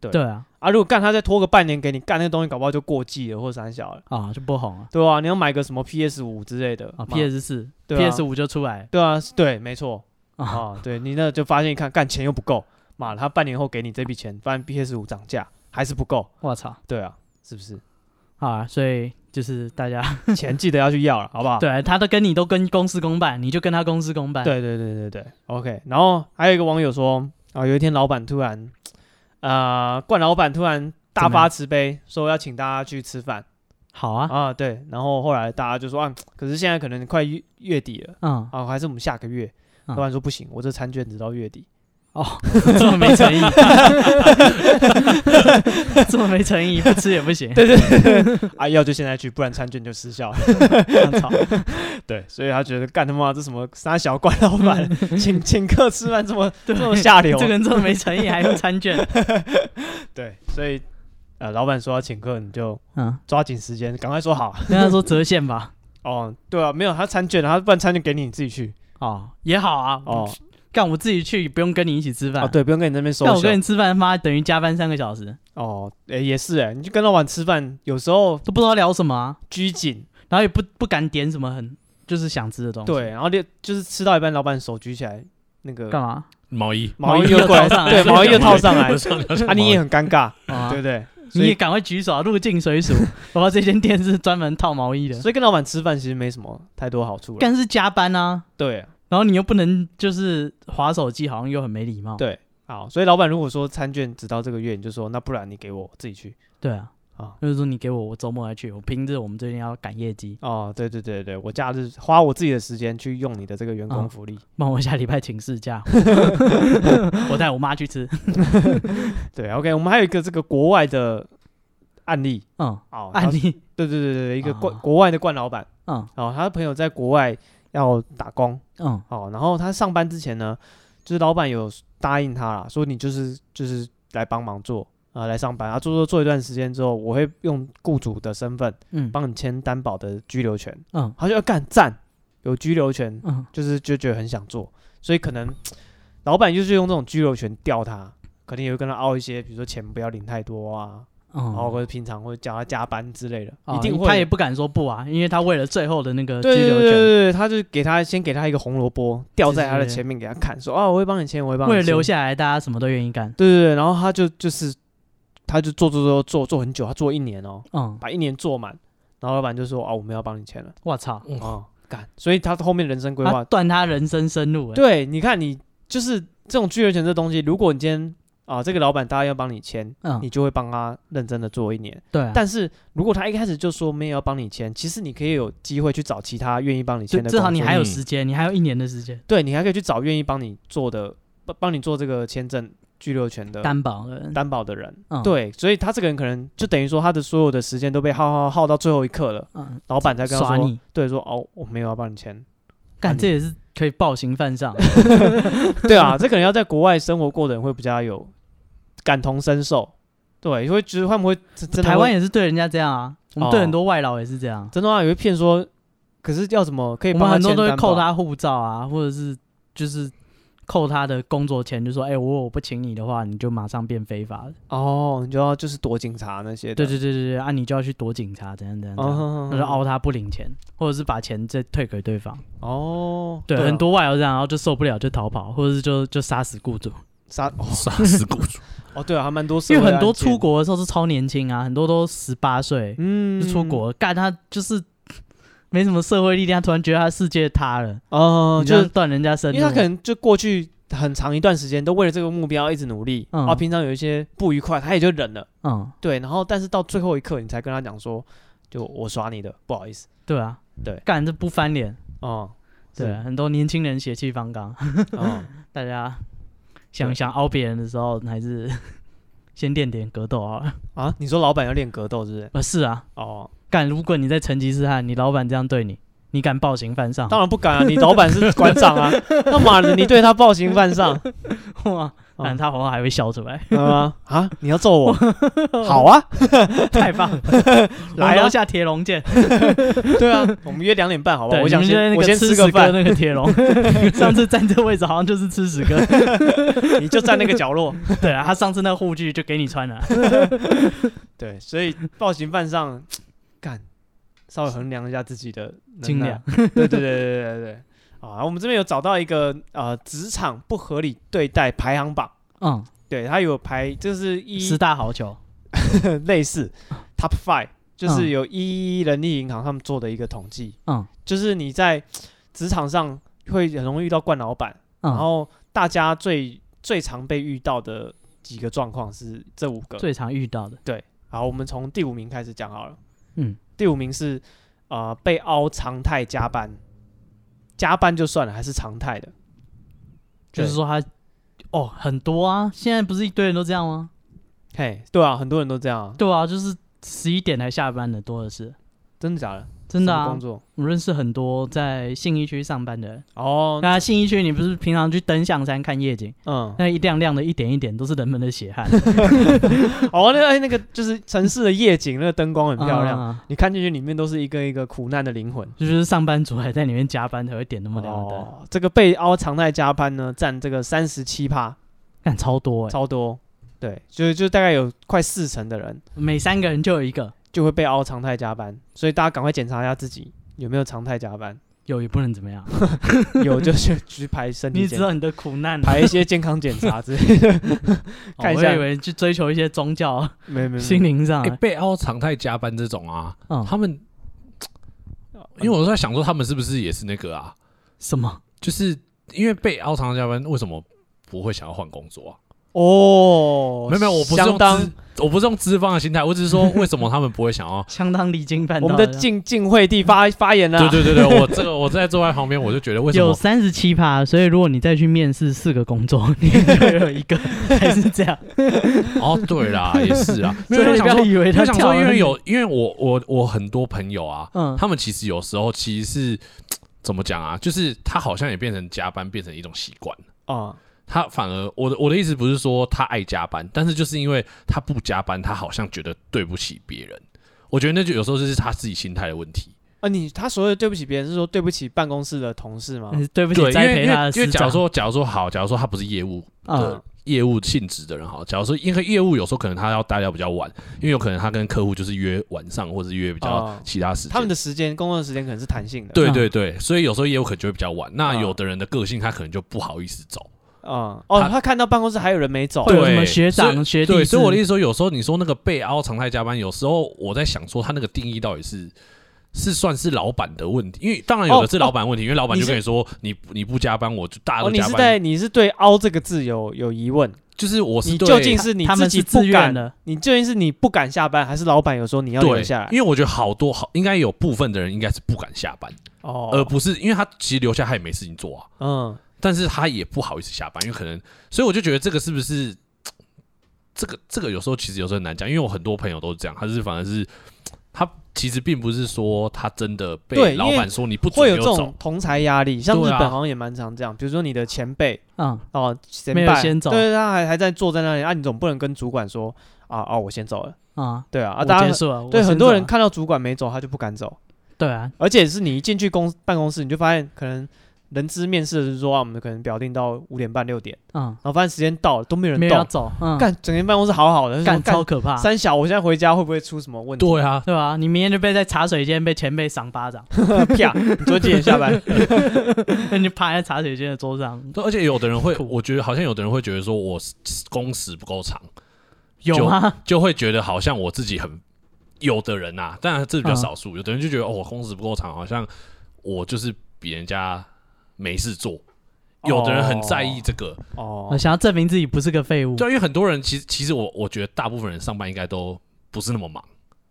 S2: 对啊，
S1: 啊。如果干他再拖个半年给你干那个东西，搞不好就过季了或者三小了，
S2: 啊就不红了
S1: 对啊，你要买个什么 PS 五之类的
S2: 啊
S1: 嘛
S2: ，PS 四、
S1: 对啊
S2: PS 五就出来了
S1: 对啊，是对，没错
S2: 啊，
S1: 啊，对你那就发现一看干钱又不够，妈的，他半年后给你这笔钱，发现 PS 五涨价还是不够，
S2: 我操
S1: 对啊，是不 是？
S2: 啊，所以就是大家？
S1: 钱记得要去要了，好不好
S2: 对他都跟你都跟公司公办，你就跟他公司公办，
S1: 对对对对对，OK。然后还有一个网友说，啊，有一天老板突然，呃，冠老板突然大
S2: 怎么样
S1: 发慈悲，说要请大家去吃饭
S2: 好啊，
S1: 啊，对。然后后来大家就说，啊，可是现在可能快月月底了
S2: 嗯，
S1: 啊，还是我们下个月。老
S2: 嗯
S1: 板说不行，我这餐券只到月底。
S2: 哦，这么没诚意，这么没诚意，不吃也 不行，对，
S1: 啊，要就现在去，不然餐券就失效了。
S2: 操，
S1: 对，所以他觉得干他妈这什么傻小冠老 板，请请客吃饭这么这么下流。
S2: 这个人这么没诚意，还用 餐券，
S1: 对，所以呃，老板说要请客，你就
S2: 嗯，
S1: 抓紧时间，赶快说好。
S2: 跟他说折现吧，
S1: 哦，对啊，没有他餐券啊，他不然餐券给你，你自己去。
S2: 哦，也好啊，
S1: 哦，
S2: 干我自己去，不用跟你一起吃饭
S1: 啊，，对，不用跟你那边收
S2: 干我跟
S1: 钱。
S2: 你吃饭，妈等于加班三个小时，
S1: 哦，诶，也是诶，你就跟老板吃饭，有时候
S2: 都不知道聊什么啊，
S1: 拘谨，
S2: 然后也不不敢点什么很就是想吃的东西，
S1: 对，，然后就就是吃到一半，老板手举起来，那个
S2: 干嘛？
S3: 毛衣
S1: 毛衣
S2: 毛衣
S1: 又
S2: 又
S1: 过来，
S2: 套上来
S1: 对，毛衣又套上 来
S3: 我，上来
S1: 啊，你也很尴尬，
S2: 啊
S1: 对不对？所
S2: 你也
S1: 以
S2: 赶快举手啊！入境 随俗，我们这间店是专门套毛衣的，
S1: 所以跟老板吃饭其实没什么太多好处了。
S2: 但是加班啊，
S1: 对
S2: 然后你又不能就是划手机，好像又很没礼貌。
S1: 对，好，所以老板如果说餐券只到这个月，你就说那不然你给我自己去。
S2: 对啊，
S1: 啊
S2: 就是说你给我，我周末来去，我平日我们最近要赶业绩，
S1: 哦，对对对对，我假日花我自己的时间去用你的这个员
S2: 啊
S1: 工福利，
S2: 帮我下礼拜请 事假，我带我妈去吃。
S1: 对，OK，我们还有一个这个国外的案例
S2: 嗯，
S1: 哦，他
S2: 案例，
S1: 对对对对，一个冠、
S2: 啊
S1: 国外的冠老板
S2: 嗯
S1: 哦，他的朋友在国外要打工
S2: 嗯
S1: 哦，然后他上班之前呢，就是老板有答应他啦，说你就是就是来帮忙做啊、来上班啊，做做做一段时间之后，我会用雇主的身份
S2: 嗯
S1: 帮你签担保的居留权，
S2: 嗯
S1: 他就要干赞有居留权，
S2: 嗯，
S1: 就是就觉得很想做，所以可能老板就是用这种居留权吊他，肯定也会跟他凹一些，比如说钱不要领太多啊，
S2: 嗯
S1: 然后或者平常会叫他加班之类的，
S2: 哦
S1: 一定会。
S2: 他也不敢说不啊，因为他为了最后的那个居
S1: 对对对
S2: 留
S1: 对
S2: 权，
S1: 对，他就是给他先给他一个红萝卜，吊在他的前面给他看，说啊我会帮你签，我会帮你
S2: 为了
S1: 签
S2: 留。下来，大家什么都愿意干。
S1: 对对对，然后他就就是他就做做做做做很久，他做一年哦，
S2: 嗯，
S1: 把一年做满，然后老板就说啊我们要帮你签了
S2: 我操，
S1: 哦，干，所以他后面人生规划
S2: 他断他人生生路。欸，
S1: 对，你看你就是这种居留权这东西，如果你今天啊、这个老板答应要帮你签，
S2: 嗯
S1: 你，就会帮他认真的做一年。
S2: 对啊，
S1: 但是如果他一开始就说没有要帮你签，其实你可以有机会去找其他愿意帮你
S2: 就
S1: 签的
S2: 至
S1: 公司，
S2: 少你还有
S3: 嗯
S2: 时间，你还有一年的时间。
S1: 对你还可以去找愿意帮你做的，帮帮你做这个签证啊居留权的
S2: 担保的人，
S1: 担保的人。
S2: 嗯，
S1: 对，所以他这个人可能就等于说他的所有的时间都被耗耗耗到最后一刻了，
S2: 嗯，
S1: 老板才跟他
S2: 耍
S1: 说，
S2: 你，
S1: 对，说哦，我没有要帮你签。
S2: 干
S1: 你
S2: 这也是可以报刑犯上，啊
S1: 对啊，这可能要在国外生活过的人会比较有感同身受，对，会觉得他们会真真的
S2: 台湾
S1: 会
S2: 也是对人家这样啊，我们
S1: 哦
S2: 对很多外劳也是这样，啊
S1: 真的话也会骗说，可是要怎么可以
S2: 我
S1: 帮
S2: 们
S1: 他
S2: 很多
S1: 签
S2: 都会
S1: 担
S2: 扣
S1: 保
S2: 他护照啊，或者是就是扣他的工作钱，就说哎、我如果我不请你的话，你就马上变非法了。
S1: 哦，你就要就是躲警察那些的，
S2: 对对嗯对对对，啊，你就要去躲警察，怎样怎样怎
S1: 哦，
S2: 样。
S1: 哼哼
S2: 那
S1: 哼
S2: 就凹他不领钱，或者是把钱再退给对方。
S1: 哦，
S2: 对，
S1: 啊
S2: 很多外劳这样，然后就受不了就逃跑，或者是就就杀死雇主。
S1: 杀哦
S3: 杀死雇主，
S1: 哦，对啊，还蛮多社
S2: 因
S1: 会
S2: 为
S1: 案件，
S2: 很多出国的时候是超年轻啊，很多都十八岁
S1: 嗯
S2: 就出国了，干他就是没什么社会历练，他突然觉得他世界塌了，
S1: 哦，
S2: 你
S1: 就
S2: 就是断人家生
S1: 因
S2: 路。
S1: 为他可能就过去很长一段时间都为了这个目标一直努力，
S2: 嗯
S1: 啊，平常有一些不愉快，他也就忍了，
S2: 嗯，
S1: 对，然后但是到最后一刻你才跟他讲说，就我耍你的，不好意思，
S2: 对啊，
S1: 对
S2: 干这不翻脸，
S1: 哦，是
S2: 对啊，，很多年轻人血气方刚，
S1: 哦，
S2: 大家想
S1: 对
S2: 想凹别人的时候，还是 先练点格斗好了。
S1: 啊，你说老板要练格斗是不是？
S2: 呃，是啊，
S1: 哦，
S2: 干，如果你在成吉思汗，你老板这样对你，你敢报刑犯上？
S1: 当然不敢啊，你老板是馆长 啊，那妈的，你对他暴行犯上，
S2: 哇，
S1: 哦
S2: 但他好像还会笑出 来，
S1: 嗯啊啊，你要揍 我，好啊，
S2: 太棒了！
S1: 来
S2: 我们
S1: 啊
S2: 楼，下铁笼见，
S1: 对啊，我们约两点半好吧？
S2: 对，
S1: 我想
S2: 你们就在
S1: 先
S2: 那
S1: 我
S2: 个
S1: 先
S2: 吃
S1: 吃
S2: 屎
S1: 个
S2: 哥
S1: 饭，
S2: 那个 铁笼， 上次站这位置好像就是吃屎哥，
S1: 你就站那个角 落。
S2: 对啊，他上次那个护具就给你穿了，
S1: 对，所以暴行犯上，干，稍微衡量一下自己的能
S2: 尽
S1: 耐
S2: 量。
S1: 对对对对对对。啊，我们这边有找到一个呃职场不合理对待排行榜，
S2: 嗯，
S1: 对，它有排就是一
S2: 十大好球，
S1: 类似 Top Five，就是
S2: 嗯
S1: 有一一人力银行他们做的一个统计，
S2: 嗯
S1: 就是你在职场上会很容易遇到惯老板，然
S2: 嗯，
S1: 后大家最最常被遇到的几个状况是这五个。
S2: 最常遇到的，
S1: 好，我们从第五名开始讲好了。
S2: 嗯，
S1: 第五名是呃被凹常态加班，加班就算了，还是常态的。
S2: 就是说他哦很多啊，现在不是一堆人都这样吗？
S1: 嘿，对啊，很多人都这样啊，
S2: 对啊，就是十一点才下班的多的是，
S1: 真的假的？
S2: 真的
S1: 什么
S2: 啊
S1: 工，作
S2: 我认识很多在信义区上班的人。
S1: 哦，
S2: 那信义区，你不是平常去登象山看夜景，
S1: 嗯，
S2: 那一亮亮的一点一点都是人们的血 汗，
S1: 哦，那哎那个就是城市的夜景，那个灯光很漂亮，
S2: 啊
S1: 你看进去里面都是一个一个苦难的灵魂。
S2: 就是上班族还在里面加班才会点那么亮的灯，
S1: 哦，这个被凹常态加班呢，占这个三十七趴，
S2: 干、超多哎、
S1: 超多。对，就就大概有快四成的人
S2: 每三个人就有一个，
S1: 就会被凹常态加班，所以大家赶快检查一下自己有没有常态加班，
S2: 有也不能怎么样，
S1: 有就去去排身体
S2: 你
S1: 检
S2: 知，道你的苦难啊、
S1: 排一些健康检查之类的，
S2: 哦
S1: 看一
S2: 我
S1: 下嗯
S2: 以为去追求一些宗教、
S1: 没有没有没有
S2: 心灵上
S3: 哎、
S2: 的，
S3: 被凹常态加班这种啊，
S2: 嗯，
S3: 他们，因为我在想说他们是不是也是那个啊，
S2: 什么？。
S3: 就是因为被凹常态加班，为什么不会想要换工作啊？
S1: 哦，
S3: 没有没有，我不是
S1: 相
S3: 用
S1: 当
S3: 资，我不是用资方的心态，我只是说为什么他们不会想要
S2: 相当离经叛道
S1: 我
S2: 样。
S1: 们的进进会地发发言了、啊
S3: 对对对对，我这个我在坐在旁边，我就觉得为 什
S2: 有
S3: 么
S2: 三十七趴，所以如果你再去面试四个工 作，你就有一个，还是这样。
S3: 哦对啦，也是啊，没
S2: 所
S3: 有
S2: 以
S3: 就
S2: 你不
S3: 想
S2: 要
S3: 说，
S2: 以为
S3: 就
S2: 他
S3: 想
S2: 跳
S3: 说，
S2: 了
S3: 因为
S2: 很
S3: 有因为我我我很多朋友啊，
S2: 嗯
S3: 他们其实有时候其实是怎么讲啊，就是他好像也变成加班变成一种习惯。
S1: 啊、
S3: 他反而，我的我的意思不是说他爱加班，但是就是因为他不加班，他好像觉得对不起别人。我觉得那就有时候就是他自己心态的问题。
S1: 啊！你他所谓的对不起别人，是说对不起办公室的同事吗？
S2: 嗯对不起
S3: 对，，因
S2: 栽
S3: 为
S2: 培
S3: 因
S2: 他的
S3: 为因为
S2: 师
S3: 假
S2: 长
S3: 如。说假如说好，假如说他不是业务的、
S1: 呃
S2: 嗯
S3: 业务性质的人好，假如说因为业务有时候可能他要待到比较晚，因为有可能他跟客户就是约晚上或者约比较
S1: 哦
S3: 其他时间、
S1: 他们的时间工作时间可能是弹性的。
S3: 对
S2: 嗯
S3: 对对，所以有时候业务可能就会比较晚。那
S1: 嗯
S3: 有的人的个性他可能就不好意思走，
S1: 啊、哦，
S3: 他
S1: 他看到办公室还有人没走，
S2: 会有什么
S3: 对
S2: 学
S3: 所以
S2: 长学弟
S3: 对，所以我的
S2: 制
S3: 意思说，有时候你说那个被凹常态加班，有时候我在想说，他那个定义到底是是算是老板的问题？因为当然有的是老板问题，因为老板
S1: 哦你
S3: 就是跟你说，你你不加班，我就大家
S1: 哦，
S3: 都
S1: 你
S3: 加
S1: 是
S3: 班。
S1: 在你是对“凹”这个字有有疑问？
S3: 就是我是
S1: 你
S3: 对
S1: 究竟是你
S2: 他
S1: 自
S2: 们
S1: 己
S2: 是
S1: 不
S2: 自愿
S1: 敢
S2: 的，
S1: 你究竟是你不敢下班，还是老板有说你要留
S3: 对
S1: 下来？
S3: 因为我觉得好多好应该有部分的人应该是不敢下班，
S1: 哦，
S3: 而不是因为他其实留下他也没事情做啊，
S1: 嗯，
S3: 但是他也不好意思下班，因为可能，所以我就觉得这个是不是这个这个有时候其实有时候很难讲，因为我很多朋友都是这样，他是反而是他其实并不是说他真的
S1: 对
S3: 被
S1: 因
S3: 老
S1: 为
S3: 板说你不准
S1: 会有
S3: 给
S1: 这
S3: 我
S1: 种
S3: 走，
S1: 同才压力，像日
S2: 对啊
S1: 本好像也蛮常这样，比如说你的前辈
S2: 嗯，
S1: 哦，前
S2: 没
S1: 辈
S2: 有先走
S1: 对，他还还在坐在那里啊，你总不能跟主管说啊啊，我先走了，
S2: 啊，
S1: 对啊，啊，
S2: 我
S1: 大
S2: 结
S1: 家
S2: 束了。我
S1: 对
S2: 先
S1: 很多
S2: 走啊
S1: 人
S2: 了
S1: 看到主管没走，他就不敢走，
S2: 对啊，
S1: 而且是你一进去公办公室，你就发现可能人资面试的是说啊，我们可能表定到五点半六点，
S2: 嗯，
S1: 然后发现时间到了都没有
S2: 没
S1: 人
S2: 有要
S1: 动，
S2: 走，嗯，
S1: 干整间办公室好好的，
S2: 干
S1: 干
S2: 超可怕，
S1: 三小，我现在回家会不会出什么问题？
S3: 对啊，
S2: 对啊，你明天就被在茶水间被前辈赏巴 掌，
S1: 啪，你昨天几点下班？
S2: 你趴在茶水间的桌上，
S3: 对，而且有的人会，我觉得好像有的人会觉得说我工时不够长，
S2: 有吗？
S3: 就会觉得好像我自己很有的人啊，当然这比较少
S1: 嗯
S3: 数，有的人就觉得哦，我工时不够长，好像我就是比人家没事做。有的人很在意这个，
S1: 哦
S2: 我，想要证明自己不是个废物，
S3: 对，因为很多人其实其实我我觉得大部分人上班应该都不是那么忙，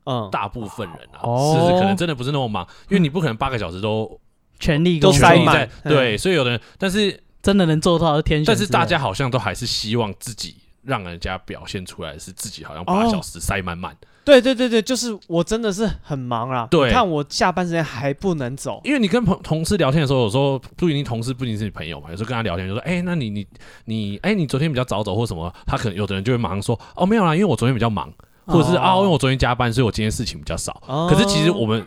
S1: 嗯，
S3: 大部分人啊，
S2: 哦
S3: 是可能真的不是那么忙，因为你不可能八个小时都
S2: 全力
S1: 都
S2: 工作
S1: 塞
S3: 全力
S1: 满
S3: 在
S1: 嗯
S3: 对，所以有的人，但是
S2: 真的能做到的天选
S3: 但
S2: 之
S3: 是
S2: 人。
S3: 大家好像都还是希望自己让人家表现出来是自己好像八
S1: 哦
S3: 小时塞满满，
S1: 对对对对，就是我真的是很忙啦。
S3: 对
S1: 你看我下班时间还不能走，
S3: 因为你跟朋同事聊天的时候，有时候不一定同事不一定是你朋友嘛，有时候跟他聊天就说，哎、那你你你，哎、你昨天比较早走或什么，他可能有的人就会马上说，哦，没有啦，因为我昨天比较忙，或者是、
S1: 哦
S3: 啊，因为我昨天加班，所以我今天事情比较少。
S1: 哦嗯
S3: 可是其实我们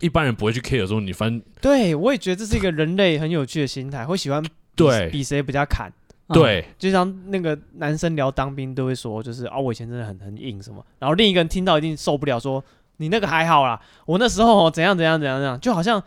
S3: 一般人不会去 care 说你翻
S1: 对我也觉得这是一个人类很有趣的心态，会喜欢比
S3: 对
S1: 比谁比较砍。
S2: 嗯，
S3: 对，
S1: 就像那个男生聊当兵都会说，就是啊，我以前真的很很硬什么，然后另一个人听到一定受不了说。你那个还好啦，我那时候哦怎样怎样怎样怎样，就好像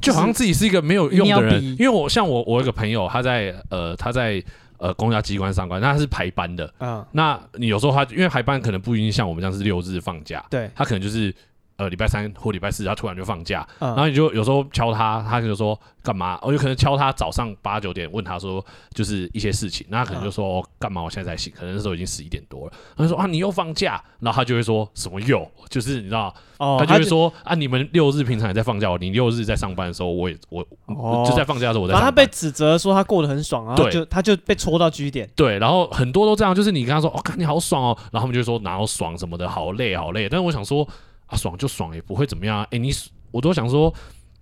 S3: 就好像自己是一个没有
S2: 一
S3: 用的
S2: 定要
S3: 人
S2: 比，
S3: 因为我像我我有一个朋友，他在呃他在呃公家机关上班，那他是排班的，
S1: 嗯，
S3: 那你有时候他因为排班可能不一定像我们这样是六日放假，
S1: 对，
S3: 他可能就是呃礼拜三或礼拜四他突然就放假，然
S1: 嗯，
S3: 后你就有时候敲他，他就说干嘛？我有可能敲他早上八九点，问他说就是一些事情，那他可能就说哦干、嘛？我现在才醒，可能那时候已经十一点多了。他就说啊，你又放假？然后他就会说什么又？就是你知道，
S1: 哦，
S3: 他就会说啊，你们六日平常也在放假，你六日在上班的时候，我也我、
S1: 哦
S3: 就在放假的时候我在
S1: 然
S3: 上
S1: 后他
S3: 班。
S1: 被指责说他过得很爽，然后
S3: 对
S1: 就他就被戳到据点，
S3: 对，然后很多都这样，就是你跟他说哦，看你好爽哦，然后他们就说哪有爽什么的，好累好累。但是我想说啊，爽就爽，也不会怎么样、啊。哎，你我都想说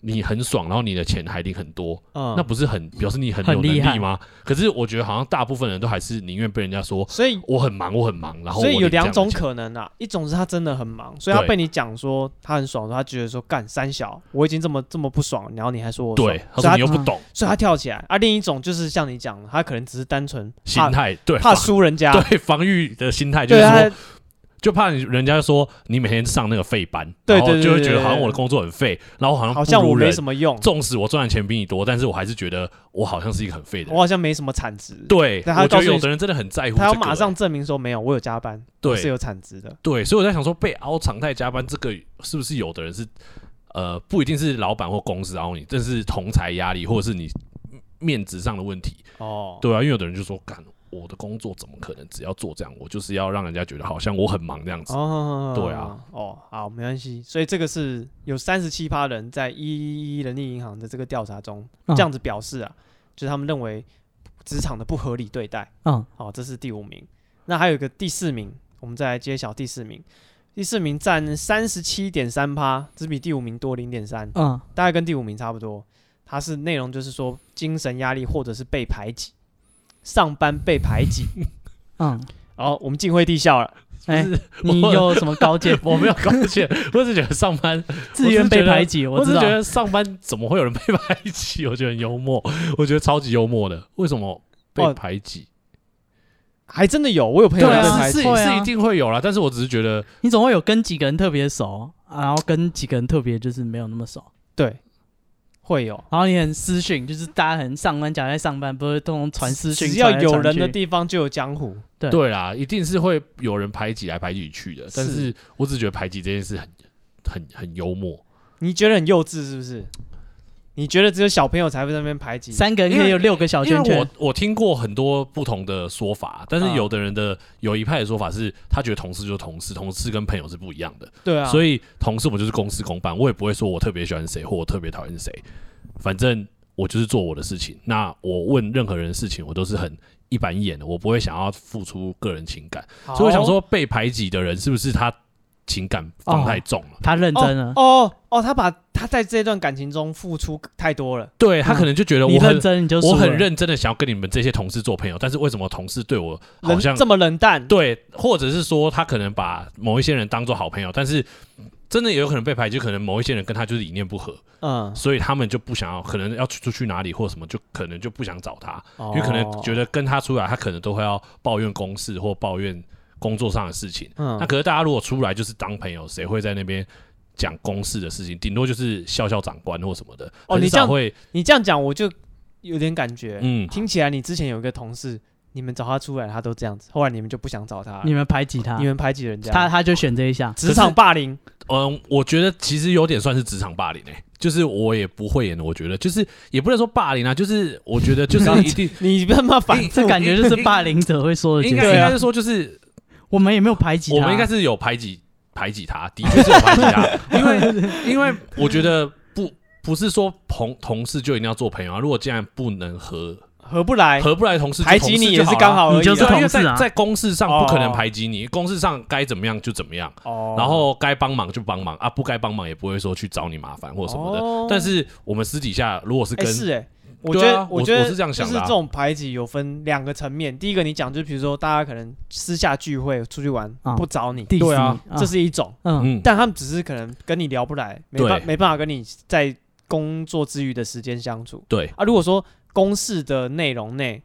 S3: 你很爽，然后你的钱还领很多，
S1: 嗯，
S3: 那不是很表示你很
S2: 很
S3: 有能
S2: 厉害
S3: 力吗？可是我觉得好像大部分人都还是宁愿被人家说
S1: 所以
S3: 我很忙，我很忙，然后
S1: 所以
S3: 我
S1: 有
S3: 领这样
S1: 两
S3: 的
S1: 种
S3: 钱
S1: 可能啊，一种是他真的很忙，所以他
S3: 对
S1: 被你讲说他很爽的时候，他觉得说干三小，我已经这么这么不爽，然后你还说我爽
S3: 对，他
S1: 所以
S3: 说
S1: 他
S3: 你又不
S2: 嗯
S3: 懂
S1: 所以他跳起来啊。另一种就是像你讲的，他可能只是单纯
S3: 心
S1: 怕
S3: 态，对
S1: 怕
S3: 防
S1: 输人家，
S3: 对防御的心态，就
S1: 对
S3: 是
S1: 他
S3: 说就怕你人家说你每天上那个废班，
S1: 对
S3: 然后
S1: 对对
S3: 就会
S1: 对
S3: 觉
S1: 对
S3: 得好像
S1: 对
S3: 我的工作很废，然后好像
S1: 好像
S3: 不如
S1: 我没
S3: 人
S1: 什么用，
S3: 纵使我赚的钱比你多，但是我还是觉得我好像是一个很废的
S1: 我
S3: 人。
S1: 好像没什么产值。
S3: 对，
S1: 但他
S3: 我觉
S1: 告
S3: 得
S1: 诉你
S3: 有的人真的很在乎、这
S1: 他要
S3: 个
S1: 马
S3: 欸
S1: 上证明说没有，我有加班，我是
S3: 对
S1: 有产值的。
S3: 对，所以我在想说，被凹常态加班这个是不是有的人是呃不一定是老板或公司凹你，这是同财压力或者是你面子上的问题，
S1: 哦，
S3: 对啊，因为有的人就说，干我的工作怎么可能只要做这样，我就是要让人家觉得好像我很忙这样子。
S1: 哦，
S3: 对啊，
S1: 哦，好，没关系。所以这个是有三十七趴人在一一人力银行的这个调查中
S2: 嗯
S1: 这样子表示啊，就是他们认为职场的不合理对待。
S2: 嗯，
S1: 好、这是第五名。那还有一个第四名，我们再来揭晓第四名。第四名占三十七点三趴，只比第五名多零点三，
S2: 嗯
S1: 大概跟第五名差不多。它是内容就是说精神压力或者是被排挤，上班被排 挤。
S2: 嗯，
S1: 然后我们进会地校了，
S2: 哎、
S3: 我
S2: 你有什么高见？
S3: 我没有 高兴， 我只是觉得上班，
S2: 自愿被排挤，
S3: 我
S2: 我知
S3: 只是
S2: 道
S3: 觉。得上班怎么会有人被排挤？ 我觉得很幽默，我觉得超级幽默的。为什么被
S1: 哦
S3: 排挤？
S1: 还真的有，我有朋友
S3: 对
S1: 被
S3: 啊，
S1: 排
S3: 是
S1: 挤。
S3: 是
S2: 会啊
S3: 是一定会有啦，但是我只是觉得
S2: 你总会有跟几个人特别熟，啊然后跟几个人特别就是没有那么熟，
S1: 对，会有。
S2: 然后你很私讯，就是大家很上班，假如在上班，不是都能传私讯，
S1: 只要
S2: 传来传
S1: 有人的
S2: 去
S1: 地方就有江湖。
S2: 对
S3: 对啦，一定是会有人排挤来排挤去的。但
S1: 是
S3: 是我只觉得排挤这件事很很很幽默，
S1: 你觉得很幼稚是不是？你觉得只有小朋友才会在那边排挤？
S2: 三个人可以有六个小
S3: 因
S2: 哦圈圈
S3: 为
S2: 嗯
S3: 我，我听过很多不同的说法，但是有的人的有一派的说法是，他觉得同事就是同事，同事跟朋友是不一样的，
S1: 对啊，
S3: 所
S1: 以
S3: 以同事我就是公事公办，我也不会说我特别喜欢谁或我特别讨厌谁，反正我就是做我的事情，那我问任何人的事情，我都是很。一板一眼的，我不会想要付出个人情感，
S1: 哦
S3: 所以我想说，被排挤的人是不是他情感放太重了？
S2: 他认
S1: 哦
S2: 真了，啊
S1: 哦哦，他把他在这段感情中付出太多了，
S3: 对他可能就觉得
S2: 你
S3: 哦我很
S2: 认真你就输
S3: 我很
S2: 了，
S3: 认真的想要跟你们这些同事做朋友，但是为什么同事对我好
S1: 人
S3: 像
S1: 这么冷淡，
S3: 对，或者是说他可能把某一些人当做好朋友，但是真的也有可能被排挤，可能某一些人跟他就是理念不合，
S1: 嗯，
S3: 所以他们就不想要，可能要去出去哪里或什么，就可能就不想找他，
S1: 因
S3: 因为可能觉得跟他出来，他可能都会要抱怨公事或抱怨工作上的事情。
S1: 嗯
S3: 那可是大家如果出来就是当朋友，谁会在那边讲公事的事情？顶多就是笑笑长官或什么的，
S1: 哦
S3: 很
S1: 你这样
S3: 少会
S1: 你这样讲，我就有点感觉，
S3: 嗯。
S1: 听起来你之前有一个同事，你们找他出来，他都这样子，后来你们就不想找他了，
S2: 你们排挤他
S1: 你，们排挤人家，
S2: 他他就选这一项，
S1: 职场霸凌，
S3: 嗯，我觉得其实有点算是职场霸凌诶、就是我也不会演，我觉得就是也不能说霸凌啊，就是我觉得就是 一定
S1: 你他妈反
S2: 这感觉就是霸凌者会说的
S3: 应
S2: 解
S3: 该应该
S2: 释。
S3: 是说就是
S2: 我们也没有排挤他，
S3: 我们应该是有排挤排挤他，的确是有排挤 他，因为因为我觉得不不是说同同事就一定要做朋友啊，如果既然不能合
S1: 合不来，
S3: 合不来，同事就
S1: 排
S3: 同
S1: 挤
S3: 事
S1: 你
S3: 就
S1: 也是刚
S3: 好
S1: 好而
S3: 啦。
S1: 已啊，
S2: 你就是
S3: 对啊，因
S2: 同
S3: 为
S2: 事
S3: 在
S2: 啊
S3: 在公事上不可能
S1: 哦
S3: 排挤你，公事上该怎么样就怎么样，
S1: 哦，
S3: 然后该帮忙就帮忙啊，不该帮忙也不会说去找你麻烦或什么的。
S1: 哦
S3: 但是我们私底下如果是
S1: 哎
S3: 跟、
S1: 是哎。我觉
S3: 对
S1: 得，
S3: 啊我
S1: 觉得
S3: 我是这样想的
S1: 就
S3: 啊
S1: 是这种排挤有分两个层面。第一个，你讲就是，比如说大家可能私下聚会、出去玩
S2: 啊
S1: 不找你，
S2: diss
S3: 对啊
S2: 你
S1: 这是一种。
S2: 嗯
S3: 嗯，
S1: 但他们只是可能跟你聊不来，没办
S3: 对
S1: 没办法跟你在工作之余的时间相处
S3: 对
S1: 啊。如果说公事的内容内，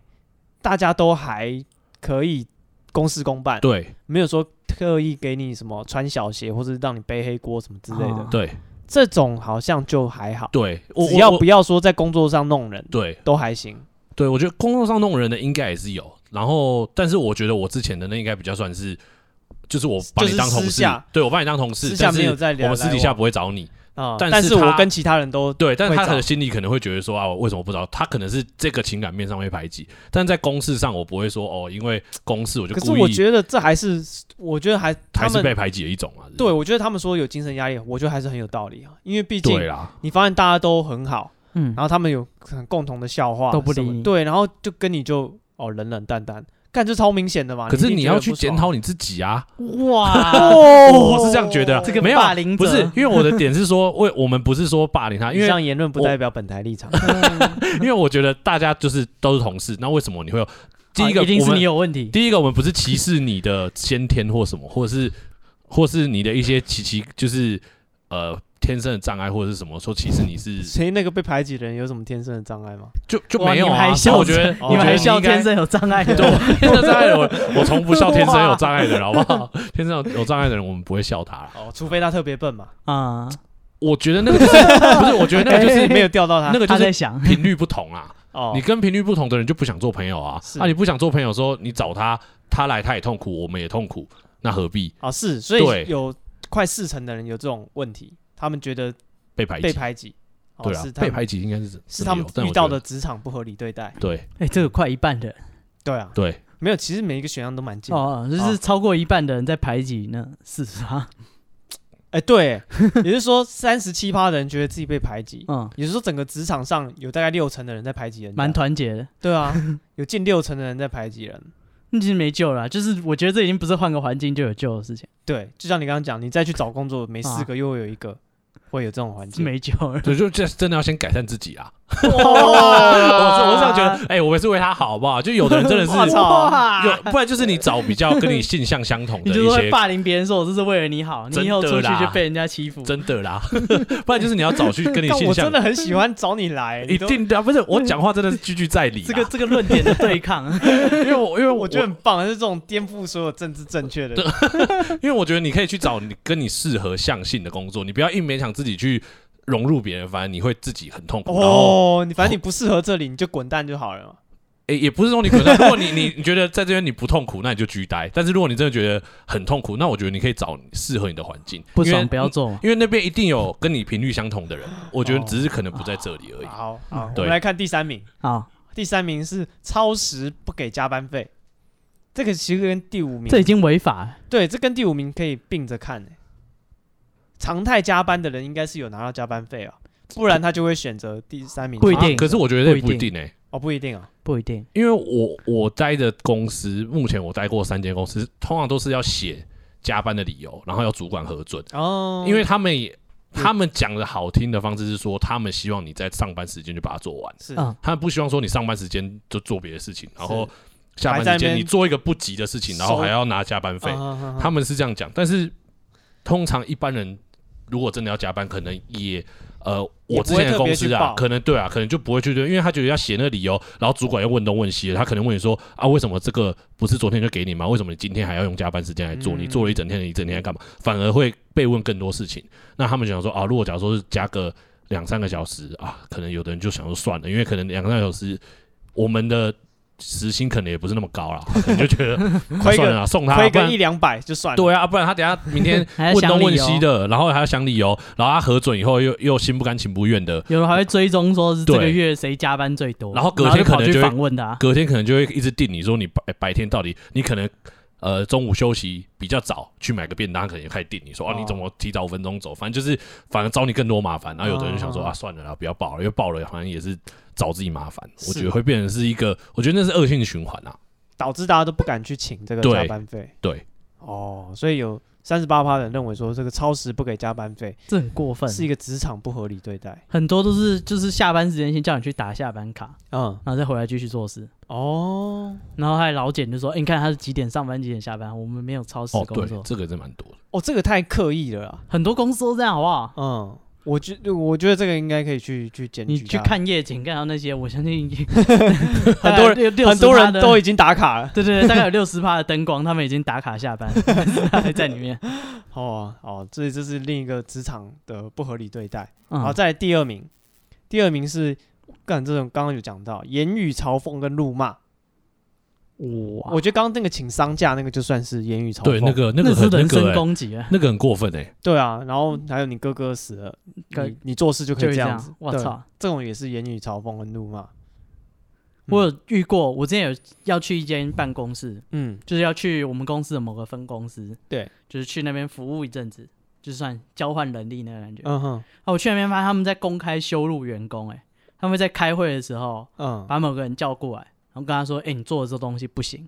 S1: 大家都还可以公事公办，
S3: 对
S1: 没有说特意给你什么穿小鞋或者让你背黑锅什么之类的，
S2: 啊
S3: 对
S1: 这种好像就还好，
S3: 对，我
S1: 只要
S3: 我
S1: 不要说在工作上弄人，
S3: 对
S1: 都还行。
S3: 对，我觉得工作上弄人的应该也是有，然后但是我觉得我之前的那应该比较算是，就是我把
S1: 就是
S3: 你当同
S1: 私
S3: 事
S1: 下，
S3: 对我把你当同
S1: 私
S3: 事，
S1: 下
S3: 但
S1: 没有
S3: 是
S1: 在聊
S3: 我们私底
S1: 来
S3: 下
S1: 往
S3: 不会找你。
S1: 啊、
S3: 但
S1: 但
S3: 是
S1: 我
S3: 他
S1: 跟其他人都
S3: 对，但是他
S1: 会找
S3: 的心里可能会觉得说啊，我为什么不找？他可能是这个情感面上会排挤，但在公事上我不会说哦，因为公事我就
S1: 可是
S3: 故
S1: 我
S3: 意
S1: 觉得这还是，我觉得还他
S3: 还是
S1: 们
S3: 被排挤的一种嘛。啊是不
S1: 对
S3: 是
S1: 我觉得他们说有精神压力，我觉得还是很有道理啊，因为毕竟
S3: 对啦，
S1: 你发现大家都很好，
S2: 嗯
S1: 然，后他们有很共同的笑话，
S2: 都不理
S1: 什么
S2: 你
S1: 对，然后就跟你就哦冷冷淡淡，干这超明显的嘛。
S3: 可是
S1: 一定
S3: 你
S1: 觉得
S3: 要
S1: 不
S3: 去检
S1: 爽，
S3: 讨你自己啊。
S2: 嗯哇，
S1: 哦
S3: 我是这样觉得啊，
S2: 这个
S3: 没有
S2: 霸凌者
S3: 不是，因为我的点是说，为我们不是说霸凌 他，因
S1: 以
S3: 为
S1: 上言论不
S3: 我
S1: 代表本台立场。
S3: 因为我觉得大家就是都是同事，那为什么你会有第一个
S2: 啊一定
S3: 我
S2: 是你
S3: 们
S2: 有问题，
S3: 第一个我们不是歧视你的先天或什么，或者是或是你的一些奇奇就是呃天生的障碍或者是什么，说歧视你是
S1: 所以那个被排挤的人有什么天生的障碍 吗？
S3: 就就
S2: 哇
S3: 没有
S2: 你们
S3: 啊，
S2: 还
S3: 所以
S2: 笑
S3: 我觉得
S1: 成
S3: 我
S2: 你
S3: 觉
S2: 们
S3: 得
S2: 还
S3: 你
S2: 笑
S3: 应该
S2: 天生有障碍的
S3: 对，我天生障碍的人，我我从 不笑天生有障碍的人，好不好？天生有障碍的人，我们不会笑他啦。
S1: 哦，除非他特别笨 嘛，
S2: 啊，
S3: 我觉得那个就是不是，我觉得那个就是
S1: 没有钓到他
S3: 哎那。个就
S2: 他在
S3: 是
S2: 想，
S3: 频率不同啊。
S1: 哦
S3: 你，跟频率不同的人就不想做朋友啊
S1: 是。
S3: 啊，你不想做朋友的时候，你找他，他来他也痛苦，我们也痛苦，那何必
S1: 哦是，所
S3: 对
S1: 以有快四成的人有这种问题，他们觉得
S3: 被排
S1: 被
S3: 挤？
S1: 排挤，哦
S3: 哎对啊
S1: 是，他
S3: 被
S1: 们
S3: 排挤应该是
S1: 是他们
S3: 真的有但
S1: 遇
S3: 我
S1: 到
S3: 觉
S1: 的
S3: 得
S1: 职场不合理对待。
S3: 对
S2: 哎，这个快一半 的人
S1: 对啊，
S3: 对
S1: 没有，其实每一个选项都蛮近的。
S2: 哦，就是超过一半的人在排挤那四十啊，
S1: 哎，对，也就是说三十七趴的人觉得自己被排挤，
S3: 啊
S2: 嗯，
S1: 也就是说，整个职场上有大概六成的人在排挤人家，
S2: 蛮团结的。
S1: 对啊，有近六成的人在排挤人。
S2: 那其实没救了啊、就是我觉得这已经不是换个环境就有救的事情，
S1: 对，就像你刚刚讲，你再去找工作，每四
S2: 啊
S1: 个又会有一个会有这种环
S2: 是
S1: 境。
S2: 没救了。
S3: 对，就这真的要先改善自己啊！我
S1: 哇
S3: 是我是这样觉得，哎，我也是为他好，好不好？就有的人真的是
S1: 我啊操
S3: 有，不然就是你找比较跟你性向相同的
S2: 你
S3: 一
S2: 就是会
S3: 些，
S2: 霸凌别人，说我这是为了你好，你以后出
S3: 真的
S2: 去
S3: 啦
S2: 就被人家欺负。
S3: 真的啦， 不然就是你要找去跟你
S1: 但
S3: 性
S1: 我
S3: 向
S1: 真的很喜欢找你 来，
S3: 一
S1: 你都
S3: 定的啊，不是我讲话真的是句句在 理啊，
S2: 这个这个论点的对 抗，
S3: 因为我因为我
S1: 我觉得很棒，是这种颠覆所有政治正确的。
S3: 因为我觉得你可以去找你跟你适合相性的工作，你不要硬勉强自己去融入别人，反正你会自己很痛苦。然后，
S1: 哦，你反正你不适合这里，你就滚蛋就好了嘛。
S3: 诶、也不是说你可能，如果你你你觉得在这边你不痛苦，那你就居待；但是如果你真的觉得很痛苦，那我觉得你可以找适合你的环境，
S2: 不
S3: 因为
S2: 爽不要。哦做嘛。
S3: 因为那边一定有跟你频率相同的人，我觉得只是可能不在这里而已。
S2: 啊
S1: 好，好，我
S3: 对
S1: 们来看第三名，
S2: 好，
S1: 第三名是超时不给加班费，这个其实跟第五名
S2: 这已经违法了。
S1: 对，这跟第五名可以并着看、欸。常态加班哦的人应该是有拿到加班费啊，不然他就会选择第三名。
S2: 不一定
S3: 啊可是我觉得这也不一定哎、
S1: 哦，不一定啊，
S2: 不一定。
S3: 因为我我待的公司，目前我待过三间公司，通常都是要写加班的理由，然后要主管核准，
S1: 哦，
S3: 因为他们也
S2: 嗯
S3: 他们讲的好听的方式是说，他们希望你在上班时间就把它做完，
S1: 是
S2: 嗯，
S3: 他们不希望说你上班时间就做别的事情，然后下
S1: 还
S3: 班
S1: 在
S3: 时
S1: 那边
S3: 间你做一个不急的事情，然后
S1: 收
S3: 还要拿加班费，
S1: 嗯
S3: 他们是这样讲，但是通常一般人如果真的要加班，可能也呃，
S1: 也
S3: 我
S1: 不会
S3: 之前
S1: 特别
S3: 的公
S1: 去
S3: 司
S1: 报
S3: 啊，可能对啊，可能就不会去对，因为他觉得要写那个理由，然后主管又问东问西的，他可能问你说啊，为什么这个不是昨天就给你吗？为什么你今天还要用加班时间来做？
S1: 嗯
S3: 你做了一整天，你一整天在干嘛？反而会被问更多事情。那他们想说啊，如果假如说是加个两三个小时啊，可能有的人就想说算了，因为可能两三个小时我们的。时薪可能也不是那么高了，可能就觉得啊
S1: 亏
S3: 算了
S1: 个
S3: 啦，送他
S1: 亏
S3: 不
S1: 个
S3: 然
S1: 一两百就算了，
S3: 对啊，不然他等下 明天
S2: 还要
S3: 问
S2: 想
S3: 东
S2: 理
S3: 问西
S2: 由
S3: 的，然后还要想理由，然后他核准以后又又心不甘情不愿的，
S2: 有人还会追踪说是这个
S3: 对
S2: 月谁加班最多，
S3: 然后隔天可能
S2: 跑去
S3: 就会
S2: 访问啊他。
S3: 隔天可能就会一直定你说你白白天到底你可能呃中午休息比较早去买个便当，他可能就开始定你说哦、
S1: 哦
S3: 你怎么提早五分钟走，反正就是反而找你更多麻烦。然后有的人就想说、
S1: 哦
S3: 啊算了啦，不要报了，因为报了好像也是找自己麻烦。我
S1: 是
S3: 觉得会变成是一个，我觉得那是恶性循环啊。
S1: 导致大家都不敢去请这个
S3: 对
S1: 加班费。
S3: 对，
S1: 哦，所以有三十八趴人认为说这个超时不给加班费
S2: 这很过分，
S1: 是一个职场不合理对待。
S2: 很多都是就是下班时间先叫你去打下班卡，
S1: 嗯，
S2: 然后再回来继续做事。
S1: 哦，
S2: 然后还有老简就说：“哎、你看他是几点上班，几点下班，我们没有超时
S3: 哦，
S2: 工
S3: 对
S2: 作。，
S3: 这个真蛮多的。
S1: 哦，这个太刻意了啦。
S2: 很多公司都这样，好不好？
S1: 嗯，我觉我觉得这个应该可以去去检举。
S2: 你去，看夜景，看到那些，我相信
S1: 很多人
S2: 人
S1: 很多人都已经打卡了。
S2: 对对对，大概有六十趴的灯光，他们已经打卡下班， 但是他还在里面。
S1: 哦哦，这这是另一个职场的不合理对待。
S2: 嗯，
S1: 好，再来第二名，第二名是干这种刚刚有讲到言语嘲讽跟辱骂。
S2: 哇，
S1: 我觉得刚刚那个请丧假那个就算是言语嘲讽，
S3: 对，那个那
S2: 那
S3: 个
S2: 是
S3: 很那
S2: 人身
S3: 个、欸、
S2: 攻击啊，
S3: 那个很过分哎、
S1: 对啊，然后还有你哥哥死了，
S2: 可
S1: 你你做事就可
S2: 就
S1: 以
S2: 是
S1: 这
S2: 这
S1: 样子
S2: 样。，我
S1: 对嗯
S2: 操！
S1: 这种也是言语嘲讽跟怒骂。
S2: 我有遇过，我之前有要去一间办公室，
S1: 嗯，
S2: 就是要去我们公司的某个分公司，
S1: 对，
S2: 就是去那边服务一阵子，就算交换人力那个感觉。
S1: 嗯哼，
S2: 啊，我去那边发现他们在公开羞辱员工、欸，哎，他们在开会的时候
S1: 嗯，
S2: 把某个人叫过来，然后跟他说，哎、你做的这东西不行，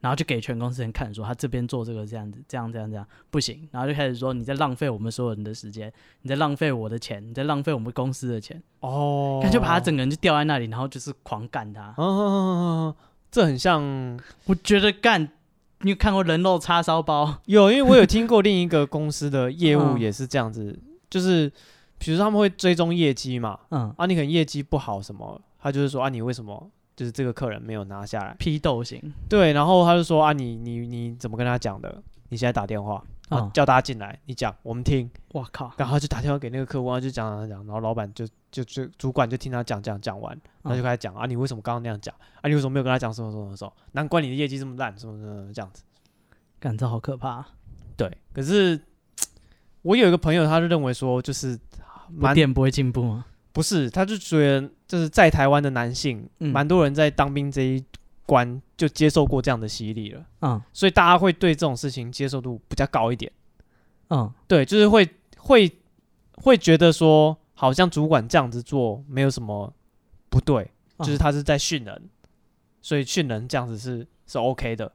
S2: 然后就给全公司人看说他这边做这个这样子，这样这样这样不行，然后就开始说你在浪费我们所有人的时间，你在浪费我的钱，你在浪费我们公司的钱，
S1: 哦，
S2: 他就把他整个人就吊在那里，然后就是狂干他。
S1: 嗯，嗯嗯嗯嗯这很像
S2: 我觉得干，你有看过人肉叉烧包？
S1: 有，因为我有听过另一个公司的业务
S2: 嗯
S1: 也是这样子，就是比如说他们会追踪业绩嘛，
S2: 嗯，
S1: 啊，你可能业绩不好什么，他就是说啊，你为什么就是这个客人没有拿下来？
S2: 批斗型，
S1: 对，然后他就说啊，你你你怎么跟他讲的？你现在打电话，啊
S2: 嗯
S1: 叫大家进来，你讲，我们听。
S2: 我靠，
S1: 然后他就打电话给那个客户，然后就讲讲讲，然后老板就就就主管就听他讲讲讲完，他就
S2: 嗯
S1: 开始讲啊，你为什么刚刚那样讲？啊，你为什么没有跟他讲什么什么什么？难怪你的业绩这么烂，什么什么什么这样子。
S2: 干这好可怕啊，
S1: 对，可是我有一个朋友，他就认为说，就是蛮
S2: 不电不会进步吗？
S1: 不是，他就觉得就是在台湾的男性，
S2: 嗯
S1: 蛮、多人在当兵这一关就接受过这样的洗礼了，
S2: 嗯
S1: 所以大家会对这种事情接受度比较高一点。
S2: 嗯，
S1: 对，就是会会会觉得说，好像主管这样子做没有什么不对，就是
S2: 嗯
S1: 他是在训人，所以训人这样子是是 OK 的。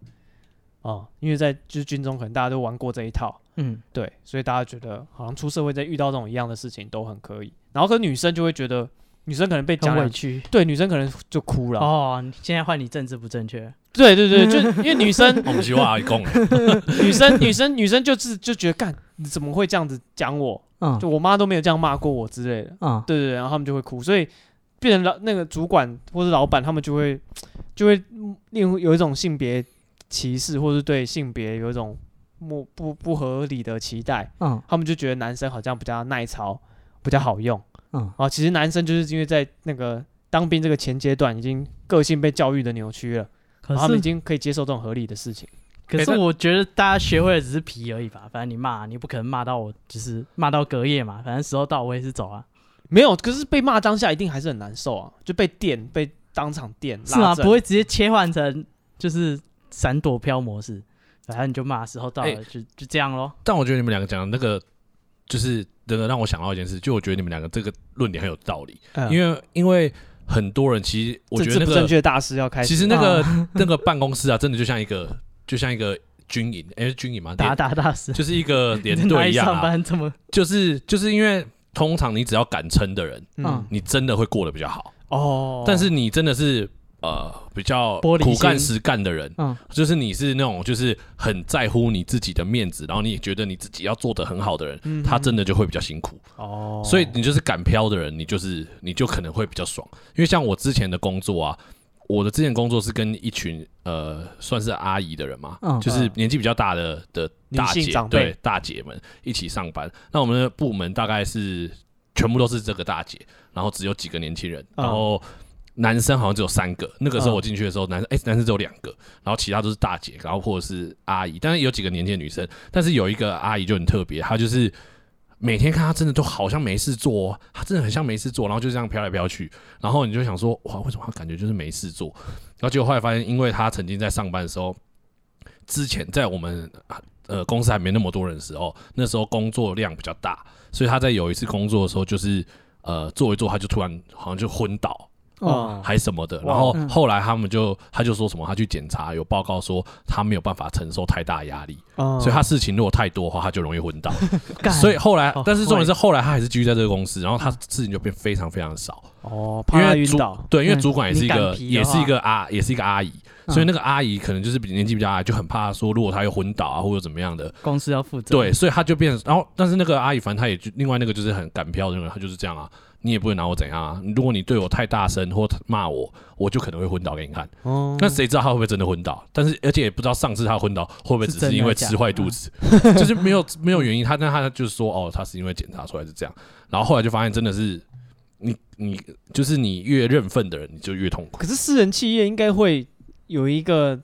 S1: 哦、因为在就是军中可能大家都玩过这一套，
S2: 嗯，
S1: 对，所以大家觉得好像出社会再遇到这种一样的事情都很可以。然后跟女生就会觉得，女生可能被讲
S2: 很
S1: 两
S2: 委屈。
S1: 对，女生可能就哭了。
S2: 哦，你现在换你政治不正确，
S1: 对对对，就因为女生
S3: 我们希望阿公、欸，
S1: 女生女生女生就是就觉得干你怎么会这样子讲我？
S2: 嗯
S1: 就我妈都没有这样骂过我之类的。
S2: 嗯，
S1: 对对对，然后他们就会哭，所以变成老那个主管或是老板，他们就会就会另有一种性别歧视，或是对性别有一种不不不合理的期待。
S2: 嗯
S1: 他们就觉得男生好像比较耐操，比较好用
S2: 嗯
S1: 啊。其实男生就是因为在那个当兵这个前阶段，已经个性被教育的扭曲了，
S2: 可
S1: 然后他们已
S2: 是
S1: 经可以接受这种合理的事情。
S2: 可是
S3: 哎但
S2: 我觉得大家学会的只是皮而已吧，反正你骂你不可能骂到我，就是骂到隔夜嘛，反正时候到我也是走啊，
S1: 没有，可是被骂当下一定还是很难受啊，就被电，被当场电，
S2: 是吗？
S1: 拉正
S2: 不会直接切换成就是闪躲飘模式，反正你就骂时候到了、
S3: 哎
S2: 就就这样咯。
S3: 但我觉得你们两个讲的那个，就是真的让我想到一件事，就我觉得你们两个这个论点很有道理，
S1: 嗯
S3: 因为因为很多人其实我
S1: 政
S3: 觉
S1: 治
S3: 得那
S1: 不正
S3: 个
S1: 确大师要开始。
S3: 其实那个、 那个办公室啊，真的就像一个就像一个军营，哎、是军营嘛，
S2: 打
S3: 连
S2: 打大师，
S3: 就是一个连
S2: 哪
S3: 队
S2: 里
S3: 一样
S2: 上
S3: 啊，
S2: 班这么
S3: 就是就是因为通常你只要敢撑的人，
S1: 嗯
S2: 嗯
S3: 你真的会过得比较好。
S1: 哦，
S3: 但是你真的是呃比较
S2: 玻璃
S3: 苦干
S2: 心
S3: 实干的人，
S2: 嗯
S3: 就是你是那种就是很在乎你自己的面子，然后你也觉得你自己要做得很好的人，
S1: 嗯
S3: 他真的就会比较辛苦。
S1: 哦，
S3: 所以你就是敢飘的人，你就是你就可能会比较爽。因为像我之前的工作啊，我的之前工作是跟一群呃算是阿姨的人嘛，
S2: 嗯
S3: 就是年纪比较大的的
S1: 女
S3: 大
S1: 性
S3: 姐
S1: 长辈
S3: 对大姐们一起上班。那我们的部门大概是全部都是这个大姐，然后只有几个年轻人，
S1: 嗯
S3: 然后。男生好像只有三个，那个时候
S1: 嗯
S3: 我进去的时候，男生哎、男生只有两个，然后其他都是大姐，然后或者是阿姨，但是有几个年轻的女生，但是有一个阿姨就很特别，她就是每天看她真的都好像没事做、哦，她真的很像没事做，然后就这样飘来飘去，然后你就想说，哇，为什么她感觉就是没事做？然后结果后来发现，因为她曾经在上班的时候，之前在我们呃公司还没那么多人的时候，那时候工作量比较大，所以她在有一次工作的时候，就是呃做一做，她就突然好像就昏倒，
S1: 哦
S3: 还什么的。
S1: 哇
S3: 然后
S2: 嗯
S3: 后来他们就他就说什么，他去检查有报告说他没有办法承受太大压力，
S1: 嗯
S3: 所以他事情如果太多的话，他就容易 昏倒。
S2: 哦干，
S3: 所以后来
S1: 好，
S3: 但是重点是后来他还是继续在这个公司，然后他事情就变非常非常少，
S1: 哦，
S3: 因
S1: 怕他
S3: 为
S1: 晕
S3: 主
S1: 倒，
S3: 对，因为
S2: 嗯
S3: 主管也是一
S1: 你敢
S3: 个
S1: 皮的
S3: 也
S1: 话
S3: 是一个阿也是一个阿姨，所以
S2: 嗯
S3: 那个阿姨可能就是比年纪比较大，就很怕说如果他又昏倒啊或者怎么样的，
S2: 公司要负责，
S3: 对，所以他就变成，然后但是那个阿姨，反正她也就另外那个就是很敢飘的那个人，她就是这样啊，你也不会拿我怎样啊。如果你对我太大声或骂我，我就可能会昏倒给你看。
S1: 哦，
S3: 那谁知道他会不会真的昏倒？但是而且也不知道上次他昏倒会不会只是因为吃坏 肚子，就是没有没有原因。他但他就是说哦，他是因为检查出来是这样，然后后来就发现真的是你你就是你越认份的人，你就越痛苦。
S1: 可是私人企业应该会有一个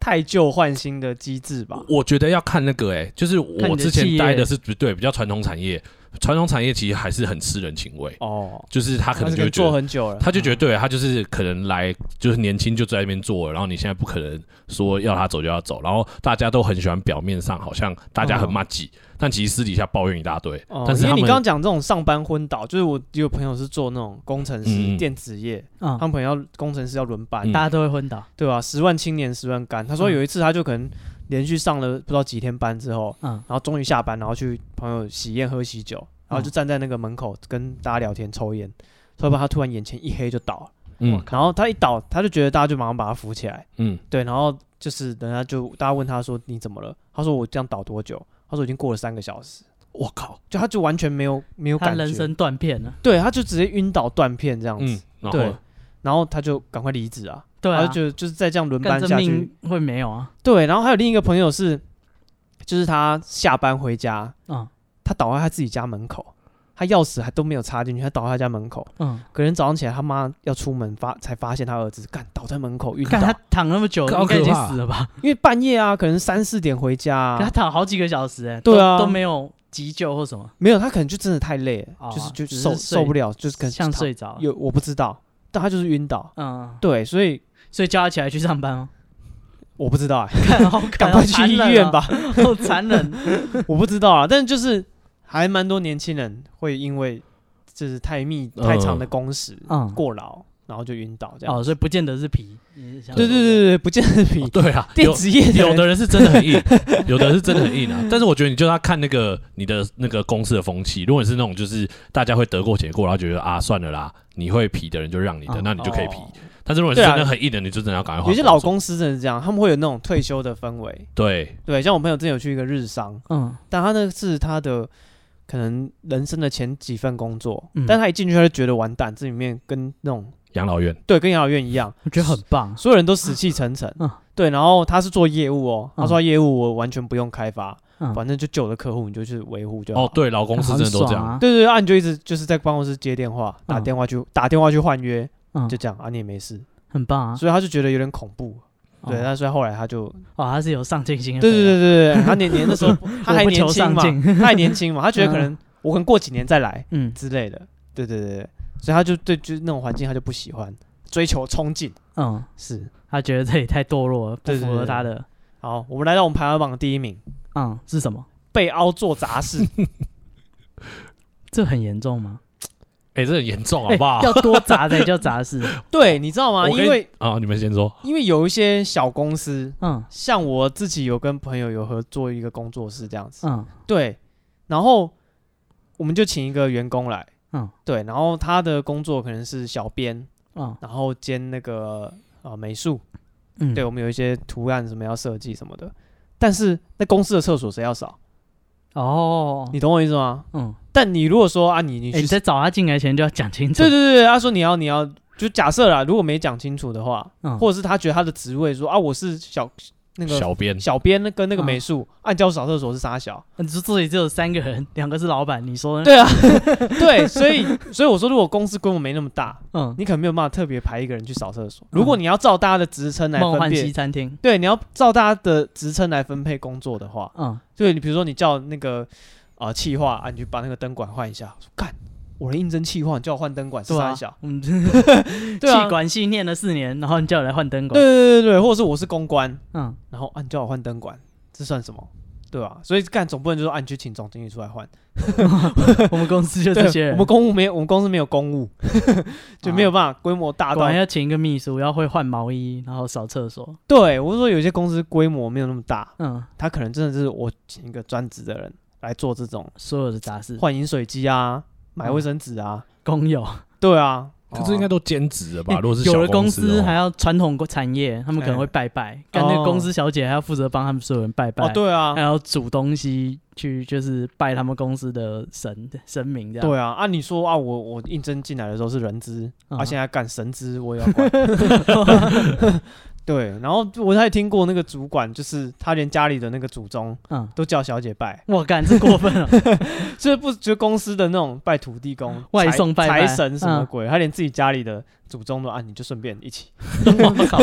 S1: 太旧换新的机制吧？
S3: 我觉得要看那个哎、就是
S2: 看你的
S3: 我之
S2: 企
S3: 前
S2: 业
S3: 待的是对比较传统产业，传统产业其实还是很吃人情味。
S1: 哦，
S3: 就是他可
S1: 他
S3: 能
S1: 是
S3: 就会觉
S1: 做
S3: 得，
S1: 很嗯久了，
S3: 他就觉得对他就是可能来就是年轻就在那边做了，然后你现在不可能说要他走就要走，然后大家都很喜欢表面上好像大家很骂鸡，
S1: 嗯
S3: 但其实私底下抱怨一大堆，
S1: 哦，
S3: 但
S1: 因
S3: 是
S1: 为
S3: 他
S1: 你
S3: 们
S1: 刚刚讲这种上班昏倒，就是我有朋友是做那种工程师、
S3: 嗯
S1: 电子业，
S2: 嗯
S1: 他，们可能要工程师要轮班，
S3: 嗯
S2: 大家都会昏倒，
S1: 对吧、十万青年十万干。他说
S2: 嗯
S1: 有一次他就可能连续上了不知道几天班之后，
S2: 嗯
S1: 然后终于下班，然后去朋友喜宴喝喜酒，然
S3: 嗯
S1: 后就站在那个门口跟大家聊天抽烟，突然他突然眼前一黑就倒了，
S3: 嗯
S1: 然后他一倒，他就觉得大家就马上把他扶起来，
S3: 嗯，
S1: 对，然后就是人家就大家问他说你怎么了？他说我这样倒多久？他说已经过了三个小时，
S3: 我靠，
S1: 就他就完全没有没有
S2: 他
S1: 感
S2: 人
S1: 觉，
S2: 生断片了，
S1: 对，他就直接晕倒断片这样
S3: 嗯
S1: 子，，
S3: 然
S1: 对
S3: 后，
S1: 然后他就赶快离职啊，
S2: 对啊
S1: 他就，觉得就是再这样轮
S2: 干
S1: 班
S2: 这
S1: 下去，
S2: 命会没有啊，
S1: 对，然后还有另一个朋友是，就是他下班回家，
S2: 嗯
S1: 他倒在他自己家门口，他钥匙还都没有插进去，他倒在他家门口，
S2: 嗯，
S1: 隔天早上起来他妈要出门发才发现他儿子干倒在门口晕倒
S2: 看，他躺那么久，
S3: 好
S2: 应该已
S3: 可
S2: 经
S3: 怕
S2: 死了吧？
S1: 因为半夜啊，可能三四点回家、
S2: 可他
S1: 啊，
S2: 躺好几个小时，哎，
S1: 对
S2: 都
S1: 啊
S2: 都没有急救或什么，
S1: 没有他可能就真的太累了，
S2: 哦
S1: 就是就
S2: 只是
S1: 受
S2: 睡
S1: 受不了，就是可能
S2: 像
S1: 躺
S2: 睡着了，
S1: 有我不知道，但他就是晕倒，
S2: 嗯，
S1: 对，所以
S2: 所以叫他起来去上班哦，
S1: 我不知道、哎，
S2: 看好
S1: 赶
S2: 赶
S1: 快去医院，吧，嗯
S2: 好残忍哦好残忍，
S1: 我不知道啊，但是就是还蛮多年轻人会因为就是太密
S3: 嗯
S1: 太长的工时、
S2: 嗯，
S1: 过劳，然后就晕倒这样。
S2: 哦，所以不见得是皮，你是想
S1: 对对对对，不见得比
S3: 哦对啊，
S1: 电
S3: 有
S1: 子业
S3: 有
S1: 的
S3: 的人是真 的很硬，有的人是真的很硬啊。但是我觉得你就要看那个你的那个公司的风气。如果你是那种就是大家会得过且过，然后觉得啊算了啦，你会皮的人就让你的，
S2: 哦
S3: 那你就可以皮。
S1: 哦
S3: 但是如果你
S1: 对
S3: 是
S1: 啊
S3: 真的很硬的，你就真的要赶快换
S1: 有
S3: 工作。
S1: 些老公司真的是这样，他们会有那种退休的氛围。
S3: 对，
S1: 对，像我朋友之前有去一个日商，
S2: 嗯，
S1: 但他那是他的可能人生的前几份工作，
S2: 嗯
S1: 但他一进去他就觉得完蛋，这里面跟那种
S3: 养老院，
S1: 对跟养老院一样，
S2: 我觉得很棒，
S1: 所有人都死气沉沉。
S2: 嗯
S1: 对，然后他是做业务哦，他说他业务我完全不用开发，
S2: 嗯
S1: 反正就旧的客户你就去维护就好。
S3: 哦，对，老公是真的都这
S2: 啊很爽
S3: 样。
S2: 啊，
S1: 对对对啊，你就一直就是在办公室接电话，打
S2: 嗯
S1: 电话去、打电话去换约，
S2: 嗯
S1: 就，这样啊，你也没事，
S2: 很棒啊，
S1: 所以他就觉得有点恐怖。对，
S2: 哦
S1: 但所以后来他就，
S2: 哦，他是有上进心的
S1: 对
S2: 朋友，
S1: 对对对对，他年年那 时候他还
S2: 我不
S1: 年
S2: 求
S1: 轻
S2: 上
S1: 嘛，
S2: 进
S1: 他还年轻嘛，他觉得可能我可能过几年再来
S2: 嗯
S1: 之类的，对对对对，所以他就对就是那种环境他就不喜欢，追求冲劲
S2: 嗯，
S1: 是。
S2: 他觉得这里太堕落了，不
S1: 对对
S2: 符合
S1: 对
S2: 他的，
S1: 好，我们来到我们排行榜第一名，
S2: 嗯，是什么？
S1: 被凹做杂事，
S2: 这很严重吗？
S3: 哎、这很严重好不好？
S2: 哎 要多杂的就杂事。
S1: 对，你知道吗？
S3: 我跟
S1: 因为
S3: 啊，你们先说。
S1: 因为有一些小公司，
S2: 嗯
S1: 像我自己有跟朋友有合作一个工作室这样子，
S2: 嗯
S1: 对，然后我们就请一个员工来，
S2: 嗯
S1: 对，然后他的工作可能是小编，
S2: 嗯
S1: 然后兼那个呃美术，
S2: 嗯，
S1: 对我们有一些图案什么要设计什么的，但是那公司的厕所谁要扫？
S2: 哦，
S1: 你懂我意思吗？
S2: 嗯，
S1: 但你如果说啊，你你
S2: 哎你
S1: 去，
S2: 在找他进来前就要讲清楚。
S1: 对对对，他说你要你要，就假设啦，如果没讲清楚的话，
S2: 嗯
S1: 或者是他觉得他的职位说啊，我是小那个
S3: 小编，
S1: 小编跟那个
S2: 嗯
S1: 美术，按教扫厕所是傻小，
S2: 你说这里只有三个人，两个是老板，你说呢？
S1: 对啊，对，所以所以我说，如果公司规模没那么大，
S2: 嗯，
S1: 你可能没有办法特别排一个人去扫厕所。如果你要照大家的职称来
S2: 梦
S1: 分
S2: 幻西
S1: 辨，
S2: 餐厅。
S1: 对，你要照大家的职称来分配工作的话，
S2: 嗯，
S1: 对你比如说你叫那个啊、呃、气化啊，你就把那个灯管换一下，说干。我来应征气化，你叫我换灯管是
S2: 对
S1: 傻
S2: 啊
S1: 小，，
S2: 嗯，
S1: 对啊
S2: 气，管系念了四年，然后你叫我来换灯
S1: 对
S2: 管。
S1: 对对对，或者是我是公关，
S2: 嗯，
S1: 然后按、你叫我换灯管，这算什么？对吧、所以干总不能就说按、你去请总经理出来换，
S2: 我们公司就
S1: 对
S2: 这些，人。
S1: 我们公务没有，我们公司没有公务， 就没有办法规模大到
S2: 果。然啊要请一个秘书，要会换毛衣，然后扫厕所。
S1: 对，我是说有些公司规模没有那么大，
S2: 嗯，
S1: 他可能真的是我请一个专职的人来做这种
S2: 所有的杂事，
S1: 换饮水机啊、买卫生纸啊，
S2: 工友。
S1: 对啊，
S3: 可是应该都兼职了吧？如果是
S2: 哎 有
S3: 小
S2: 的公
S3: 司
S2: 司
S3: 的
S2: 还
S3: 话，
S2: 要传统产业，他们可能会拜拜，干那
S1: 哦
S2: 个公司小姐还要负责帮他们所有人拜拜，
S1: 哦，对啊
S2: 还，要煮东西去就是拜他们公司的神神明这样。
S1: 对啊，按、你说啊，我我应征进来的时候是人资，
S2: 嗯
S1: 啊，现在干神资，我也要 管。对，然后我还听过那个主管，就是他连家里的那个祖宗
S2: 嗯，
S1: 都叫小姐拜，
S2: 我干这 过分了，
S1: 所以不就公司的那种拜土地公、
S2: 外
S1: 财
S2: 送拜
S1: 财
S2: 拜
S1: 神什么
S2: 嗯
S1: 鬼，他连自己家里的祖宗都啊，你就顺便一起。
S2: 我靠，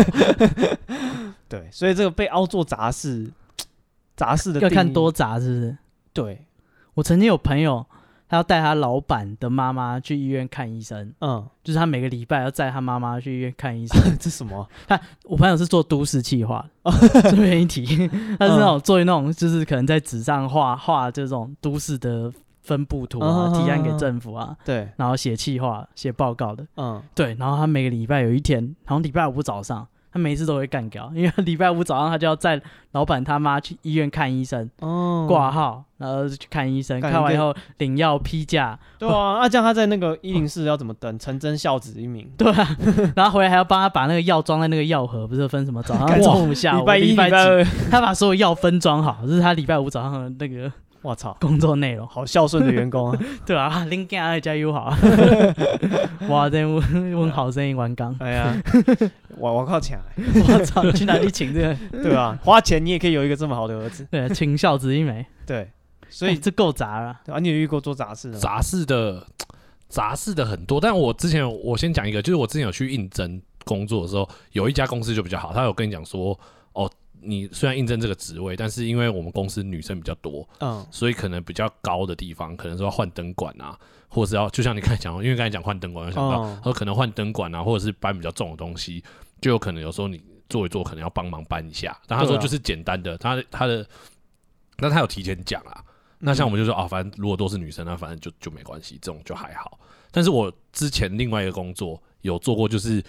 S1: 对，所以这个被凹做杂事，杂事的
S2: 要看
S1: 定义
S2: 多杂是不是？
S1: 对，
S2: 我曾经有朋友，他要带他老板的妈妈去医院看医生，
S1: 嗯，
S2: 就是他每个礼拜要载他妈妈去医院看医生。
S1: 这什么？
S2: 我朋友是做都市企划 的，顺便一提，
S1: 嗯
S2: 他是那种做那种就是可能在纸上画画这种都市的分布图啊，
S1: 嗯
S2: 提案给政府啊，
S1: 对，
S2: 然后写企划、写报告的。
S1: 嗯，
S2: 对，然后他每个礼拜有一天，好像礼拜五早上，他每一次都会干掉，因为礼拜五早上他就要载老板他妈去医院看医生，
S1: 哦，
S2: 挂号，然后去看医生，
S1: 干
S2: 看完
S1: 一
S2: 以
S1: 个
S2: 后领药批假，
S1: 对啊，那、这样他在那个一零四要怎么登？成真孝子一名，
S2: 对啊，然后回来还要帮他把那个药装在那个药盒，不是分什么早
S1: 干
S2: 上、 中午、下午、
S1: 礼拜一、
S2: 啊礼
S1: 礼
S2: 拜
S1: 拜
S2: 几
S1: 二，
S2: 他把所有药分装好，这是他礼拜五早上的那个
S1: 我操，
S2: 工作内容，
S1: 好孝顺的员工啊！
S2: 对啊，林干爱加油好，哇，这问问好声音玩 刚，
S1: 哎 呀，我我靠抢、欸，
S2: 我操，去哪里请这个？
S1: 对 啊，花钱你也可以有一个这么好的儿子，
S2: 对，请孝子一枚，
S1: 对，所
S2: 所以
S1: 以、
S2: 这够杂了。
S1: 对啊，你有遇过做杂事的吗？
S3: 哦杂事的杂事的很多，但我之前我先讲一个，就是我之前有去应征工作的时候，有一家公司就比较好，他有跟你讲说，哦，你虽然应征这个职位，但是因为我们公司女生比较多，
S1: 嗯，
S3: 所以可能比较高的地方，可能说要换灯管啊，或者是要就像你刚才讲，因为刚才讲换灯管，我想到，
S1: 哦
S3: 他说可能换灯管啊，或者是搬比较重的东西，就有可能有时候你做一做，可能要帮忙搬一下。但他说
S1: 对啊
S3: 就是简单的，他他的，那他有提前讲啊。那
S1: 嗯
S3: 像我们就说啊，反正如果都是女生，那反正就就没关系，这种就还好。但是我之前另外一个工作有做过，就是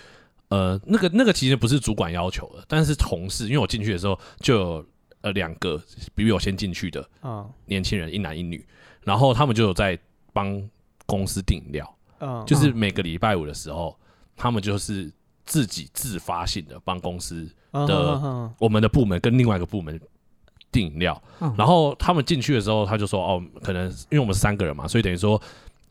S3: 呃，那个那个其实不是主管要求的，但是同事，因为我进去的时候就有呃两个比我先进去的，
S1: 嗯
S3: 年轻人，一男一女，然后他们就有在帮公司订饮料，
S1: 嗯，
S3: 就是每个礼拜五的时候，他们就是自己自发性的帮公司
S1: 嗯
S3: 的
S1: 嗯嗯
S3: 我们的部门跟另外一个部门订饮料，
S2: 嗯
S3: 然后他们进去的时候，他就说哦，可能因为我们三个人嘛，所以等于说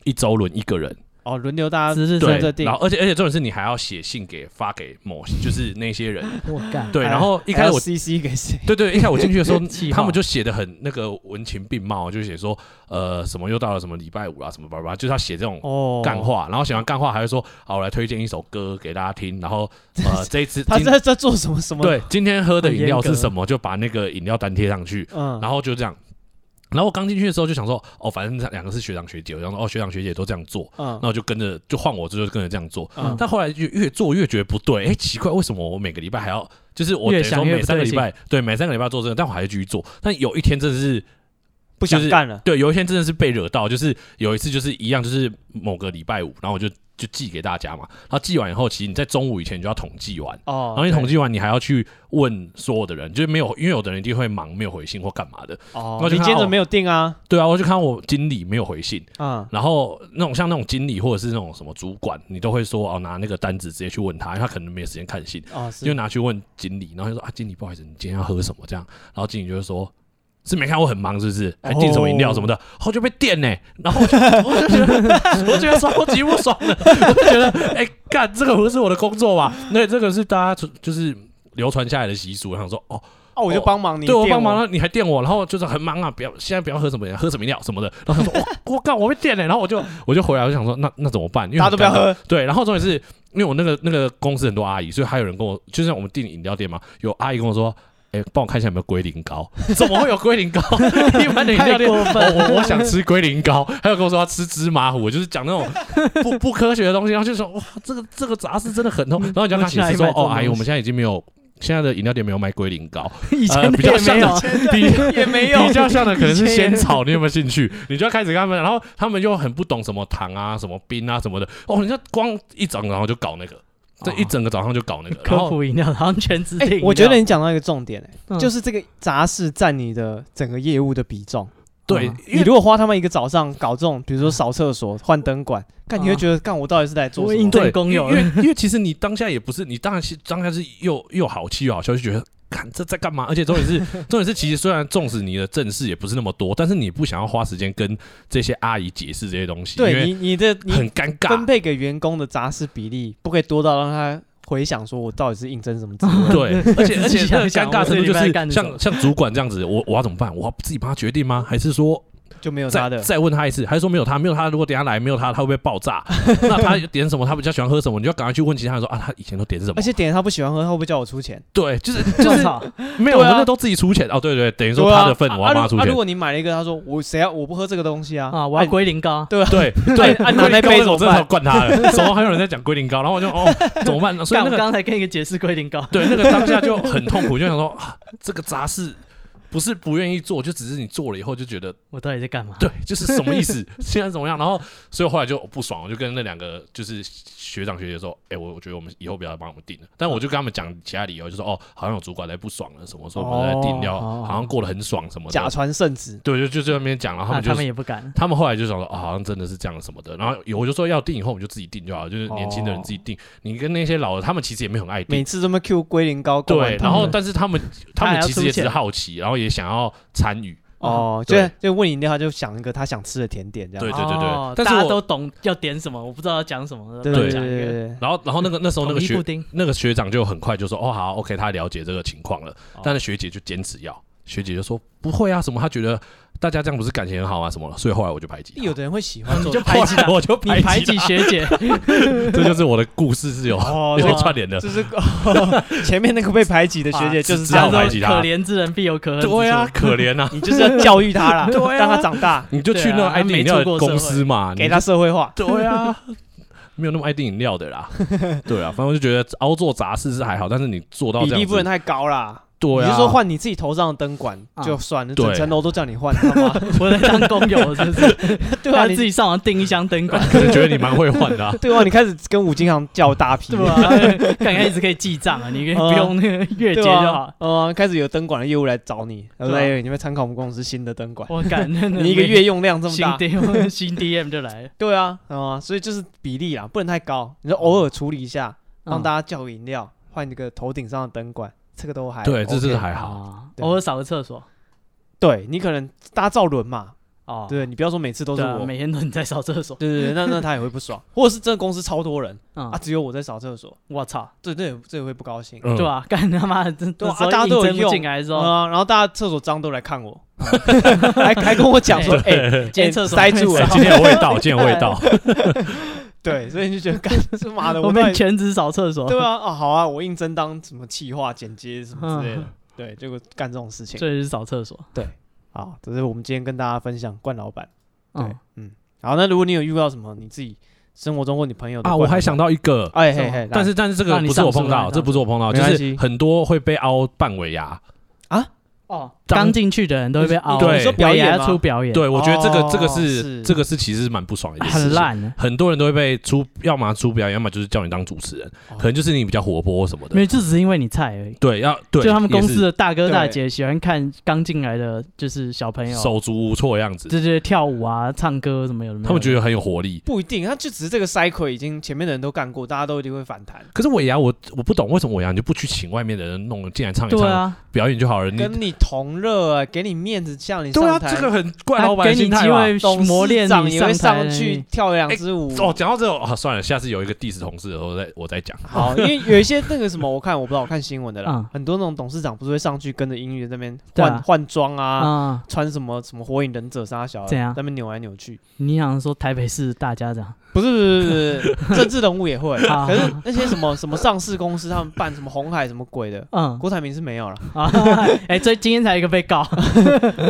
S3: 一周轮一个人，
S1: 哦，轮流大家
S2: 值日
S1: 对
S2: 生
S1: 这
S3: 对，
S1: 订
S3: 然后而且而且重点是你还要写信给发给某 就是那些人，
S2: 我干，
S3: 对，
S1: 哎呀
S3: 然后一开始我
S1: C C 给谁？
S3: 对对，一开始我进去 的时候
S2: 气，
S3: 他
S2: 话
S3: 们就写的很那个文情并茂，就写说呃什么又到了什么礼拜五啊，什么吧吧，就是要写这种
S1: 哦，
S3: 干话，然后写完干话还会说好，我来推荐一首歌给大家听，然后呃这一次
S1: 他
S3: 今
S1: 在在做什么什么？，
S3: 对今天喝的饮料
S2: 很严
S3: 是
S2: 格
S3: 什么，就把那个饮料单贴上去，
S1: 嗯，
S3: 然后就这样。然后我刚进去的时候就想说，哦，反正两个是学长学姐，我想说哦，学长学姐都这样做，
S1: 嗯
S3: 那我就跟着就换我，就跟着这样做。
S1: 嗯
S3: 但后来就越做越觉得不对，哎，奇怪，为什么我每个礼拜还要，就是我
S2: 越
S3: 等于说
S2: 想越
S3: 每
S2: 不
S3: 三个
S2: 对
S3: 礼
S2: 劲
S3: 拜，对，每三个礼拜做这个，但我还是继续做。但有一天真的是
S1: 不
S3: 就
S1: 想
S3: 是
S1: 干了，
S3: 对，有一天真的是被惹到，就是有一次就是一样，就是某个礼拜五，然后我就就寄给大家嘛。然后寄完以后，其实你在中午以前你就要统计完，
S1: 哦
S3: 然，后你统
S1: 对，
S3: 计完，你还要去问所有的人，就是没有，因为有的人一定会忙，没有回信或干嘛的。
S1: 哦
S3: 然，后
S1: 你
S3: 就看
S1: 接着
S3: 哦
S1: 没有定啊，
S3: 对啊，我就看我经理没有回信，
S1: 嗯，
S3: 然后那种像那种经理或者是那种什么主管，你都会说哦，拿那个单子直接去问他，因为他可能没有时间看信，
S1: 哦，，
S3: 就是拿去问经理，然后就说啊，经理不好意思，你今天要喝什么这样，然后经理就会说。是没看我很忙，是不
S1: 哦
S3: 是？还订什么饮料什么的，然后就被电呢、然后我就我就觉得，我觉得超级不爽的， 我就觉得，哎、干这个不是我的工作吧？那这个是大家就是流传下来的习俗。然后说，哦，
S1: 哦，我就帮忙你，
S3: 对我
S1: 电
S3: 帮忙，了，啊你还电我，然后就是很忙啊，不要现在不要喝什么饮料，喝什么饮料什么的。然后他说，我我干，我被电了、然后我就我就回来，我就想说，那那怎么办？因为
S1: 大家
S3: 很
S1: 都不要
S3: 尴尬。
S1: 喝，
S3: 对，然后重点是因为我那个那个公司很多阿姨，所以还有人跟我，就像我们订饮料店嘛，有阿姨跟我说。哎，帮我看一下有没有龟苓膏？ 怎么会有龟苓膏？ 一般的饮
S2: 太
S3: 料店，
S2: 过
S3: 我
S2: 分，
S3: 我我想吃龟苓膏，还有跟我说要吃芝麻糊，就是讲那种不不科学的东西，然后就说哇，这个这个杂事真的很痛。
S2: 嗯
S3: 然后你就要跟他解释说，哦，阿姨，我们现在已经没有现在的饮料店没有卖龟苓 膏，
S2: 以前
S3: 呃
S2: 的
S3: 比较
S2: 也
S3: 像
S2: 没有
S3: 的，比
S1: 也 没
S3: 比较像的可能是
S2: 以前
S3: 仙
S2: 也
S3: 草，你有没有兴趣？你就要开始跟他们，然后他们又很不懂什么糖啊、什么冰啊、什么的。哦，人家光一整然后就搞那个，这一整个早上就搞那个，然
S2: 科
S3: 后
S2: 普饮料，然后全指定饮料。
S1: 哎我觉得你讲到一个重点、欸，
S2: 嗯
S1: 就是这个杂事占你的整个业务的比重。
S3: 对
S2: 嗯，
S3: 因
S1: 你
S3: 为
S1: 如果花他们一个早上搞这种，比如说扫厕所、换灯管，
S3: 嗯
S1: 干你会
S2: 啊
S1: 觉得干我到底是在做
S2: 我
S1: 什
S2: 应
S1: 么？
S3: 对
S2: 对工友
S3: 因为因为因为其实你当下也不是，你当然是当下是又又好气又好笑，就觉得。看这在干嘛？而且重点是，重点是，其实虽然纵使你的正事也不是那么多，但是你不想要花时间跟这些阿姨解释这些东西，因
S1: 对
S3: 为
S1: 你你的你
S3: 很尴
S1: 分
S3: 尬。
S1: 配给员工的杂事比例不可以多到让他回想说我到底是应征什么职位。
S3: 对，而且而且那个尴尬程度就
S2: 我这礼拜干
S3: 是
S2: 的
S3: 像像主管这样子，我我要怎么办？我要自己帮他决定吗？还是说
S1: 就没有他
S3: 再
S1: 的。
S3: 再问他一次，还是说没有他，没有他，如果等下来没有他，他会不会爆炸？ 那他点什么？他比较喜欢喝什么？你就赶快去问其他人说啊，他以前都点什么
S1: 而？且点他不喜欢喝，他会不会叫我出钱？
S3: 对， 就是就是
S2: 嗯操，
S3: 没有，我
S1: 对啊
S3: 们那都自己出钱哦。对对，等于说
S1: 对啊
S3: 他的份我要
S1: 啊
S3: 帮
S1: 啊
S3: 他出
S1: 如啊
S3: 钱
S1: 如。果你买了一个，他说我谁要我不喝这个东西啊
S2: 啊，我要
S1: 啊
S2: 龟苓膏。
S3: 对对，
S1: 啊拿那杯怎
S3: 我真
S1: 么
S3: 的
S1: 办
S3: 要灌他 了。怎么还有人在讲龟苓膏？然后我就哦，怎么办？所以
S2: 干，
S3: 那
S2: 我
S3: 个
S2: 刚才跟一个解释龟苓膏。
S3: 对那个当下就很痛苦，就想说啊，这个杂事不是不愿意做，就只是你做了以后就觉得
S2: 我到底在干嘛？
S3: 对，就是什么 意思？现在怎么样？然后，所以后来就不爽，我就跟那两个就是学长学姐说：“哎、我我觉得我们以后不要帮我们订了。”但我就跟他们讲其他理由，就说：“哦，好像有主管来不爽了，什么说我们在订料，
S2: 哦
S3: 好像过得很爽什么
S1: 假
S3: 的。
S1: 传圣旨”，
S3: 对，就就在那边讲，然后他
S2: 啊，
S3: 们就
S2: 他
S3: 是、
S2: 们也不敢。
S3: 他们后来就想说，啊，好像真的是这样什么的。然后我就说要订以后我们就自己订就好了，就是年轻的人
S1: 哦
S3: 自己订。你跟那些老的，他们其实也没有很爱订
S1: 每，次这么 Q 龟苓膏，灌
S3: 对。
S1: 完
S3: 然
S1: 汤
S3: 后，但是他 们
S2: 嗯他
S3: 他
S2: 还
S3: 们
S2: 要
S3: 其实也
S2: 出
S3: 只
S2: 钱
S3: 是好奇，然后也想要参与。
S1: 哦，就
S3: 对
S1: 就问饮料，他就想一个他想吃的甜点这样。
S3: 对对对对
S2: 哦
S3: 但是
S2: 大家
S3: 我
S2: 都懂要点什么，我不知道要讲什么。
S1: 对
S2: 乱
S1: 对
S2: 讲
S1: 对
S2: 一
S1: 对
S2: 个
S1: 对，
S3: 然后，然后那个那时候那个
S2: 统一
S3: 学
S2: 布丁，
S3: 那个学长就很快就说：“哦，好，OK，他了解这个情况了。
S2: 哦
S3: 但是学姐就坚持要，学姐就说：“不会啊，什么？她觉得大家这样不是感情很好啊，什么了？”所以后来我就排挤她。
S1: 有的人会喜欢
S2: 你
S1: 做
S2: 就排挤他
S3: 后来我就
S2: 你
S3: 排
S2: 排
S3: 挤
S2: 挤
S3: 她，
S2: 学姐，
S3: 这就是我的故事是有
S1: 哦，
S3: 有
S1: 对
S2: 对
S3: 串联的。
S1: 就是 哦前面那个被排挤的学姐，就是这
S3: 只要
S1: 样
S2: 他
S3: 排
S2: 说
S1: 子，
S3: 挤他
S2: 可怜之人必有可恨之处。
S3: 对啊，可怜 啊！
S1: 你就是要教育她啦，
S3: 对啊
S1: 让她长大，
S3: 你就去那
S2: 对
S3: 种
S2: 啊
S3: 爱订饮料的公司嘛，
S1: 给
S3: 他
S1: 她社会化。
S3: 对啊，没有那么爱订饮料的啦。 对啊，反正我就觉得熬做杂事是还好，但是你做到
S1: 比
S3: 这
S1: 例
S3: 样
S1: 不能
S3: 子，
S1: 太高啦。
S3: 对
S1: 你
S3: 啊，
S1: 是说换你自己头上的灯管
S2: 啊
S1: 就算了，
S3: 对
S1: 整层楼都叫你换，他 妈
S2: 我在当工友，是不是？
S1: 对啊，
S2: 他
S1: 你
S2: 自己上网订一箱灯管，
S3: 可能觉得你蛮会换的啊。
S1: 对啊，你开始跟五金行叫大批，啊
S2: 对啊吧？看看一直可以记账啊，你 可以
S3: 哦
S2: 不用那个月结
S1: 对
S2: 就好
S3: 啊
S1: 吧。？嗯，开始有灯管的业务来找你，他说：“
S2: 对啊
S1: 哎，你们参考我们公司新的 灯管，
S2: 我感恩
S1: 你一个月用量这么
S2: 新
S1: 大，
S2: DM 新 DM 就 来了，
S1: 对啊，啊，所以就是比例啦，不能太高，你就偶尔处理一下，
S2: 嗯
S1: 让大家叫饮料，换这个头顶上的灯管，这个都还
S3: 对，
S1: 哎 OK
S3: 这是还
S2: 家
S3: 好。
S1: 对
S2: 哦偶尔扫个厕所
S1: 对你可能大家照轮嘛，
S2: 哦，
S1: 对你不要说每次都是
S2: 对啊，
S1: 我，
S2: 每天都你在扫厕所
S1: 对对对，那那他也会不爽，或者是这个公司超多人
S2: 啊
S1: 啊，，只有我在扫厕所，
S2: 我操，
S1: 对对，这也会不高兴。
S3: 嗯
S2: 对啊吧？ 干他妈的，这
S1: 对啊
S2: 这时候
S1: 大家都有
S2: 应征不
S1: 用
S2: 进来的时候，
S1: 啊、然后大家厕所脏都来看我，嗯还还跟我讲说，哎、
S2: 今天厕所
S1: 塞住
S2: 没
S1: 了
S3: 哎，
S2: 扫
S3: 今天有味道，今天有味道。
S1: 对，所以你就觉得， 干这妈的，
S2: 我
S1: 我到
S2: 们
S1: 底
S2: 全职扫厕所，
S1: 对啊，啊好啊，我应征当什么企划、剪接什
S2: 嗯
S1: 么之类的，对，结果干这种事情。
S2: 所以是扫厕所。
S1: 好，这是我们今天跟大家分享冠老板。对
S2: 嗯，
S1: 嗯，好，那如果你有遇到什么你自己生活中或你朋友的
S3: 啊，
S1: 惯
S3: 我
S1: 老
S3: 还
S1: 板
S3: 想，到一个，
S1: 哎
S2: 什
S1: 嘿
S2: 么
S1: 嘿，
S3: 但是但是这个
S2: 那你
S3: 不是我
S2: 上次
S3: 碰到，
S2: 来
S3: 这不是我碰到，
S1: 没
S3: 就
S1: 关
S3: 是
S1: 系
S3: 很多会被凹半尾牙，
S2: 哦，刚进去的人都会被凹，
S3: 对
S2: 你说
S1: 表演
S2: 尾牙
S1: 吗
S2: 出表演，
S3: 对，我觉得这个、这个
S1: 哦
S3: 是
S1: 是
S3: 这个是其实蛮不爽的一件事
S2: 很
S3: 情。
S2: 烂。
S3: 很多人都会被出，要么出表演，要么就是叫你当主持人，
S1: 哦
S3: 可能就是你比较活泼什么
S2: 没
S3: 的。
S2: 有，就只是因为你菜而已。
S3: 对，要对，
S2: 就他们公司
S3: 也
S2: 的大哥大姐喜欢看刚进来的，就是小朋
S3: 是
S2: 友，
S3: 手足无措的样子，
S2: 对对，跳舞啊、唱歌什么有的没有的。
S3: 他们觉得很有活力。
S1: 不一定，他就只是这个 cycle 已经前面的人都干过，大家都一定会反弹。
S3: 可是尾牙我我不懂为什么尾牙你就不去请外面的人弄进来唱一
S2: 对
S3: 唱
S2: 啊，
S3: 表演就好了？
S1: 嗯
S3: 你
S1: 跟你同乐、啊，给你面子，向你
S3: 对啊，
S1: 上台。
S3: 这个很怪
S2: 他
S3: 老板
S2: 给
S3: 的
S2: 你
S3: 心态
S2: 机
S3: 吧。
S2: 会
S1: 董
S2: 磨练
S1: 事长也会
S2: 你上台
S1: 上哎去跳两支舞。
S3: 哦，讲到这种啊，算了，下次有一个 diss 同事的时候再我再讲。
S1: 好， 因为有一些那个什么，我看我不知道，我看新闻的啦，
S2: 嗯
S1: 很多那种董事长不是会上去跟着音乐那边
S2: 对
S1: 换、
S2: 啊
S1: 换装啊啊，
S2: 啊！
S1: 穿什么什么火影忍者啥小的，
S2: 怎样
S1: 在那边扭来扭去。
S2: 你想说台北市大家长
S1: 不是不是不是不是，政治人物也会，
S2: 好
S1: 可是那些什么什么上市公司，他们办什么红海什么鬼的，
S2: 嗯
S1: 郭台铭是没有了。
S2: 啊，哎，这今天才有一个被告，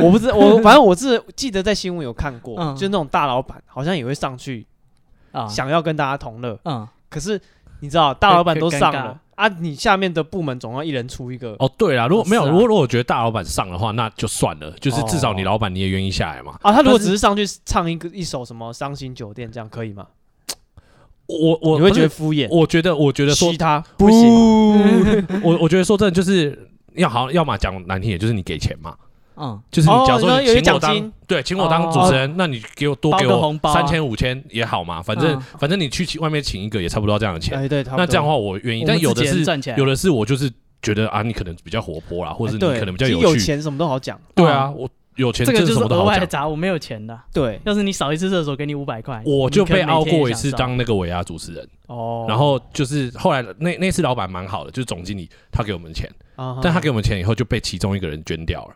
S1: 我不知我反正我是记得在新闻有看过，
S2: 嗯
S1: 就是那种大老板好像也会上去
S2: 啊，
S1: 想要跟大家同乐，
S2: 嗯，
S1: 可是你知道大老板都上
S2: 很尴尬
S1: 了啊，你下面的部门总要一人出一个。
S3: 哦，对啦，如果没有，
S2: 是啊
S3: 如果如果我觉得大老板上的话，那就算了，就是至少你
S1: 哦
S3: 老板你也愿意下来嘛。
S1: 啊，他如果
S2: 但是
S1: 只是上去唱一个一首什么《伤心酒店》这样可以吗？
S3: 我我
S1: 你会觉
S3: 不是
S1: 得敷衍？
S3: 我觉得，我觉得说
S1: 嘘他不行，
S3: 我我觉得说真的就是要好，要么讲难听点，就是你给钱嘛，
S2: 嗯，
S3: 就是你
S1: 哦
S3: 假如说
S1: 你说有
S3: 你
S1: 些
S3: 请我
S1: 奖
S3: 当
S1: 金
S3: 对，请我当
S2: 哦
S3: 主持人，那你给我多
S2: 包
S3: 给
S2: 个
S3: 我
S2: 红包啊
S3: 三千五千也好嘛，反正
S2: 嗯
S3: 反正你去请外面请一个也差不多要这样的钱，
S1: 哎对，差不多
S3: 那这样的话我愿意，
S2: 我
S3: 但
S2: 们
S3: 有
S2: 自
S3: 的
S2: 己人
S3: 是
S2: 赚钱，
S3: 有的是我就是觉得啊，你可能比较活泼啦，或
S1: 哎
S3: 者你
S1: 对
S3: 可能比较
S1: 其实有
S3: 趣，
S1: 钱什么都好讲，
S3: 对啊，我有钱
S2: 这个
S3: 真
S2: 就
S3: 的什
S2: 是
S3: 么
S2: 额
S3: 都好
S2: 外的
S3: 讲。
S2: 砸，我没有钱的。
S1: 对
S2: 要是你扫一次厕所给你五百块，
S3: 我就
S2: 你可能
S3: 被凹
S2: 每天
S3: 过
S2: 也
S3: 一
S2: 想
S3: 次
S2: 上
S3: 当那个尾牙主持人，
S1: 哦。
S3: 然后就是后来那那次老板蛮好的，就是总经理他给我们钱，
S2: 哦
S1: 啊哈，
S3: 但他给我们钱以后就被其中一个人捐掉了。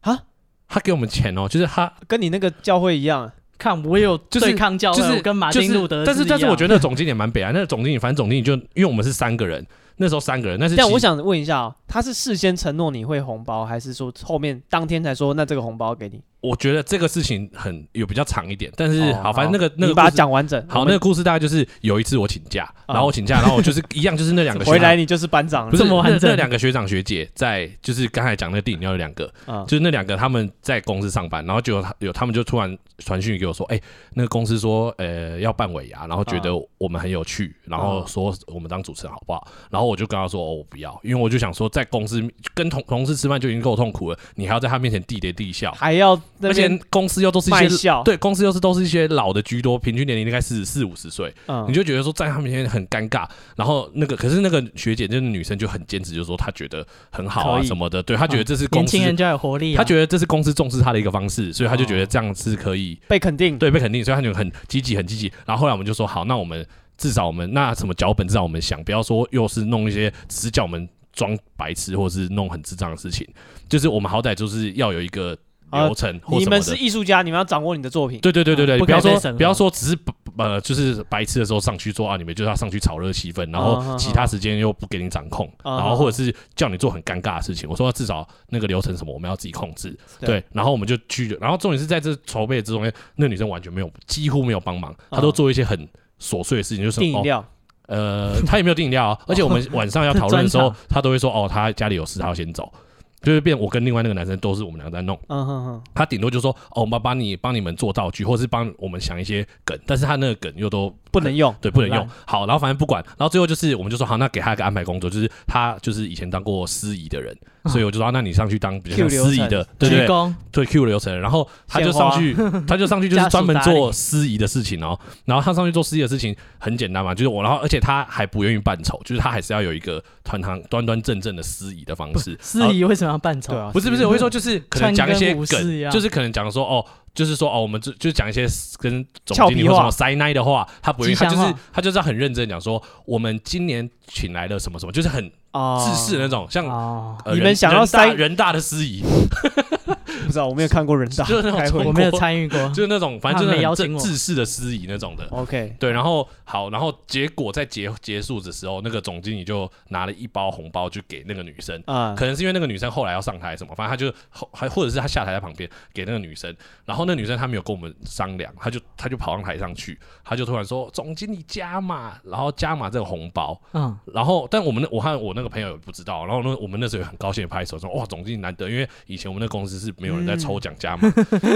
S1: 啊，
S3: 他给我们钱哦，就是他
S1: 跟你那个教会一样，
S2: 看我有
S3: 就是
S2: 对抗教会，
S3: 就是
S2: 我跟马丁路德
S3: 就是但是但是我觉
S2: 得
S3: 得那总经理也蛮北啊，那个总经理反正总经理就因为我们是三个人，那时候三个人，但是
S1: 但
S3: 其
S1: 我想问一下、哦，他是事先承诺你会红包，还是说后面当天才说那这个红包给你？
S3: 我觉得这个事情很有比较长一点，但是
S1: 哦
S3: 好，反正那个那个
S1: 你把
S3: 故
S1: 它
S3: 事
S1: 讲完整。
S3: 好，
S1: 我
S3: 那
S1: 们
S3: 个故事大概就是有一次我请假，然后我请假，然后我就是一样就是那两个 学
S1: 回来
S3: 长。
S1: 你就是班长了。
S3: 不是
S2: 这么完
S3: 那
S2: 整
S3: 那两个学长学姐在，就是刚才讲那个电影要有两个，
S1: 嗯
S3: 就是那两个他们在公司上班，然后就有他有他们就突然传讯给我说，哎、那个公司说呃要办尾牙，然后觉得
S1: 嗯
S3: 我们很有趣，然后说我们当主持人好不好？然后我就跟他说哦我不要，因为我就想说在公司跟同同事吃饭就已经够痛苦了，你还要在他面前地跌地笑。
S1: 还要那
S3: 而且
S1: 边
S3: 公司又都是一
S1: 卖
S3: 些
S1: 笑，
S3: 对公司又是都是一些老的居多，平均年龄大概四四五十岁，
S1: 嗯，
S3: 你就觉得说在他面前很尴尬，然后那个可是那个学姐就是女生就很坚持，就说她觉得很好啊
S1: 可以
S3: 什么的，对她觉得这是
S2: 年
S3: 公司
S2: 轻，人就要有活力、啊，
S3: 她觉得这是公司重视她的一个方式，所以她就觉得这样是可以
S1: 被肯定。
S3: 对被肯定，所以她就很积极很积极。然后后来我们就说好，那我们至少我们那什么脚本至少我们想，不要说又是弄一些只是叫我们装白痴或是弄很智障的事情，就是我们好歹就是要有一个
S1: 啊
S3: 流程或
S1: 你
S3: 什么
S1: 们
S3: 的。
S1: 是艺术家，你们要掌握你的作品。
S3: 对对对对对，
S2: 嗯不
S3: 不
S2: 可以
S3: 要
S2: 被
S3: 说
S2: 审核
S3: 不要说只是呃，就是白痴的时候上去做啊，你们就要上去炒热气氛，
S1: 嗯
S2: 啊
S3: 然
S1: 嗯
S3: 后
S1: 嗯
S3: 其他时间又不给你掌控，
S1: 嗯
S3: 然后
S1: 嗯
S3: 或者是叫你做很尴尬的事情。我说啊至少那个流程什么我们要自己控制，
S1: 对
S3: 对。然后我们就去，然后重点是在这筹备之中，那女生完全没有，几乎没有帮忙，
S2: 啊
S3: 她都做一些很琐碎的事情，就是
S1: 订饮
S3: 哦，
S1: 料，
S3: 呃，她也没有订饮 料、啊，而且我们晚上要讨论的时候
S2: 专，
S3: 她都会说哦，她家里有事，她要先走。就是变我跟另外那个男生都是我们两个在弄，
S1: 嗯哼哼，
S3: 他顶多就说哦，我们帮你帮你们做道具，或是帮我们想一些梗，但是他那个梗又都
S1: 不能用。
S3: 对不能
S2: 很
S3: 用。好，然后反正不管，然后最后就是我们就说好，那给他一个安排工作，就是他就是以前当过司仪的人，
S2: 嗯
S3: 所以我就说、啊那你上去当比较
S1: Q
S3: 像
S1: 流程
S3: 司仪的，对
S2: 鞠
S3: 对对
S2: 躬，
S3: 对 Q 流程，然后他就
S1: 献花
S3: 上 去，他就上去就是专门
S2: 家属打
S3: 做
S2: 理
S3: 司仪的事情哦，然后他上去做司仪的事情很简单嘛，就是我，然后而且他还不愿意扮丑，就是他还是要有一个堂堂端端正正的司仪的方式，
S2: 司仪为什么要扮丑？
S1: 对啊，
S3: 不是不是，我会 说就是可能讲一
S2: 穿
S3: 些
S2: 跟武士一
S3: 梗，
S2: 样
S3: 就是可能讲说哦，就是说哦，我们就就讲一些跟总
S1: 俏
S3: 经理
S1: 皮
S3: 或什
S1: 话
S3: 么塞奶的话，他不愿意，
S2: 吉
S3: 他
S2: 祥
S3: 就是
S2: 话
S3: 他就是很认真地讲说，我们今年请来了什么什么，就是很
S1: 啊，
S3: 自私的那种，像。
S2: 哦，
S3: 呃
S1: 你
S3: 人
S1: 们想要
S3: 人大
S1: 塞
S3: 人大的司仪，
S1: 不知道，我没有看过人大
S3: 就是那种，
S1: 开会
S2: 我没有参与过
S3: 啊就是那种反正
S2: 他
S3: 就
S2: 没
S3: 是
S2: 邀
S3: 很
S2: 请
S3: 正
S2: 我
S3: 制式的司仪那种的。
S1: OK，
S3: 对，然后好，然后结果在结结束的时候，那个总经理就拿了一包红包去给那个女生，
S1: 啊，
S3: 可能是因为那个女生后来要上台什么，反正他就后还或者是他下台在旁边给那个女生，然后那女生她没有跟我们商量，她就她就跑上台上去，她就突然说总经理加码，然后加码这个红包，
S2: 嗯，
S3: 然后但我们那我和我那个朋友也不知道，然后呢我们那时候也很高兴地拍手说哇总经理难得，因为以前我们那公司是没有人在抽奖加码，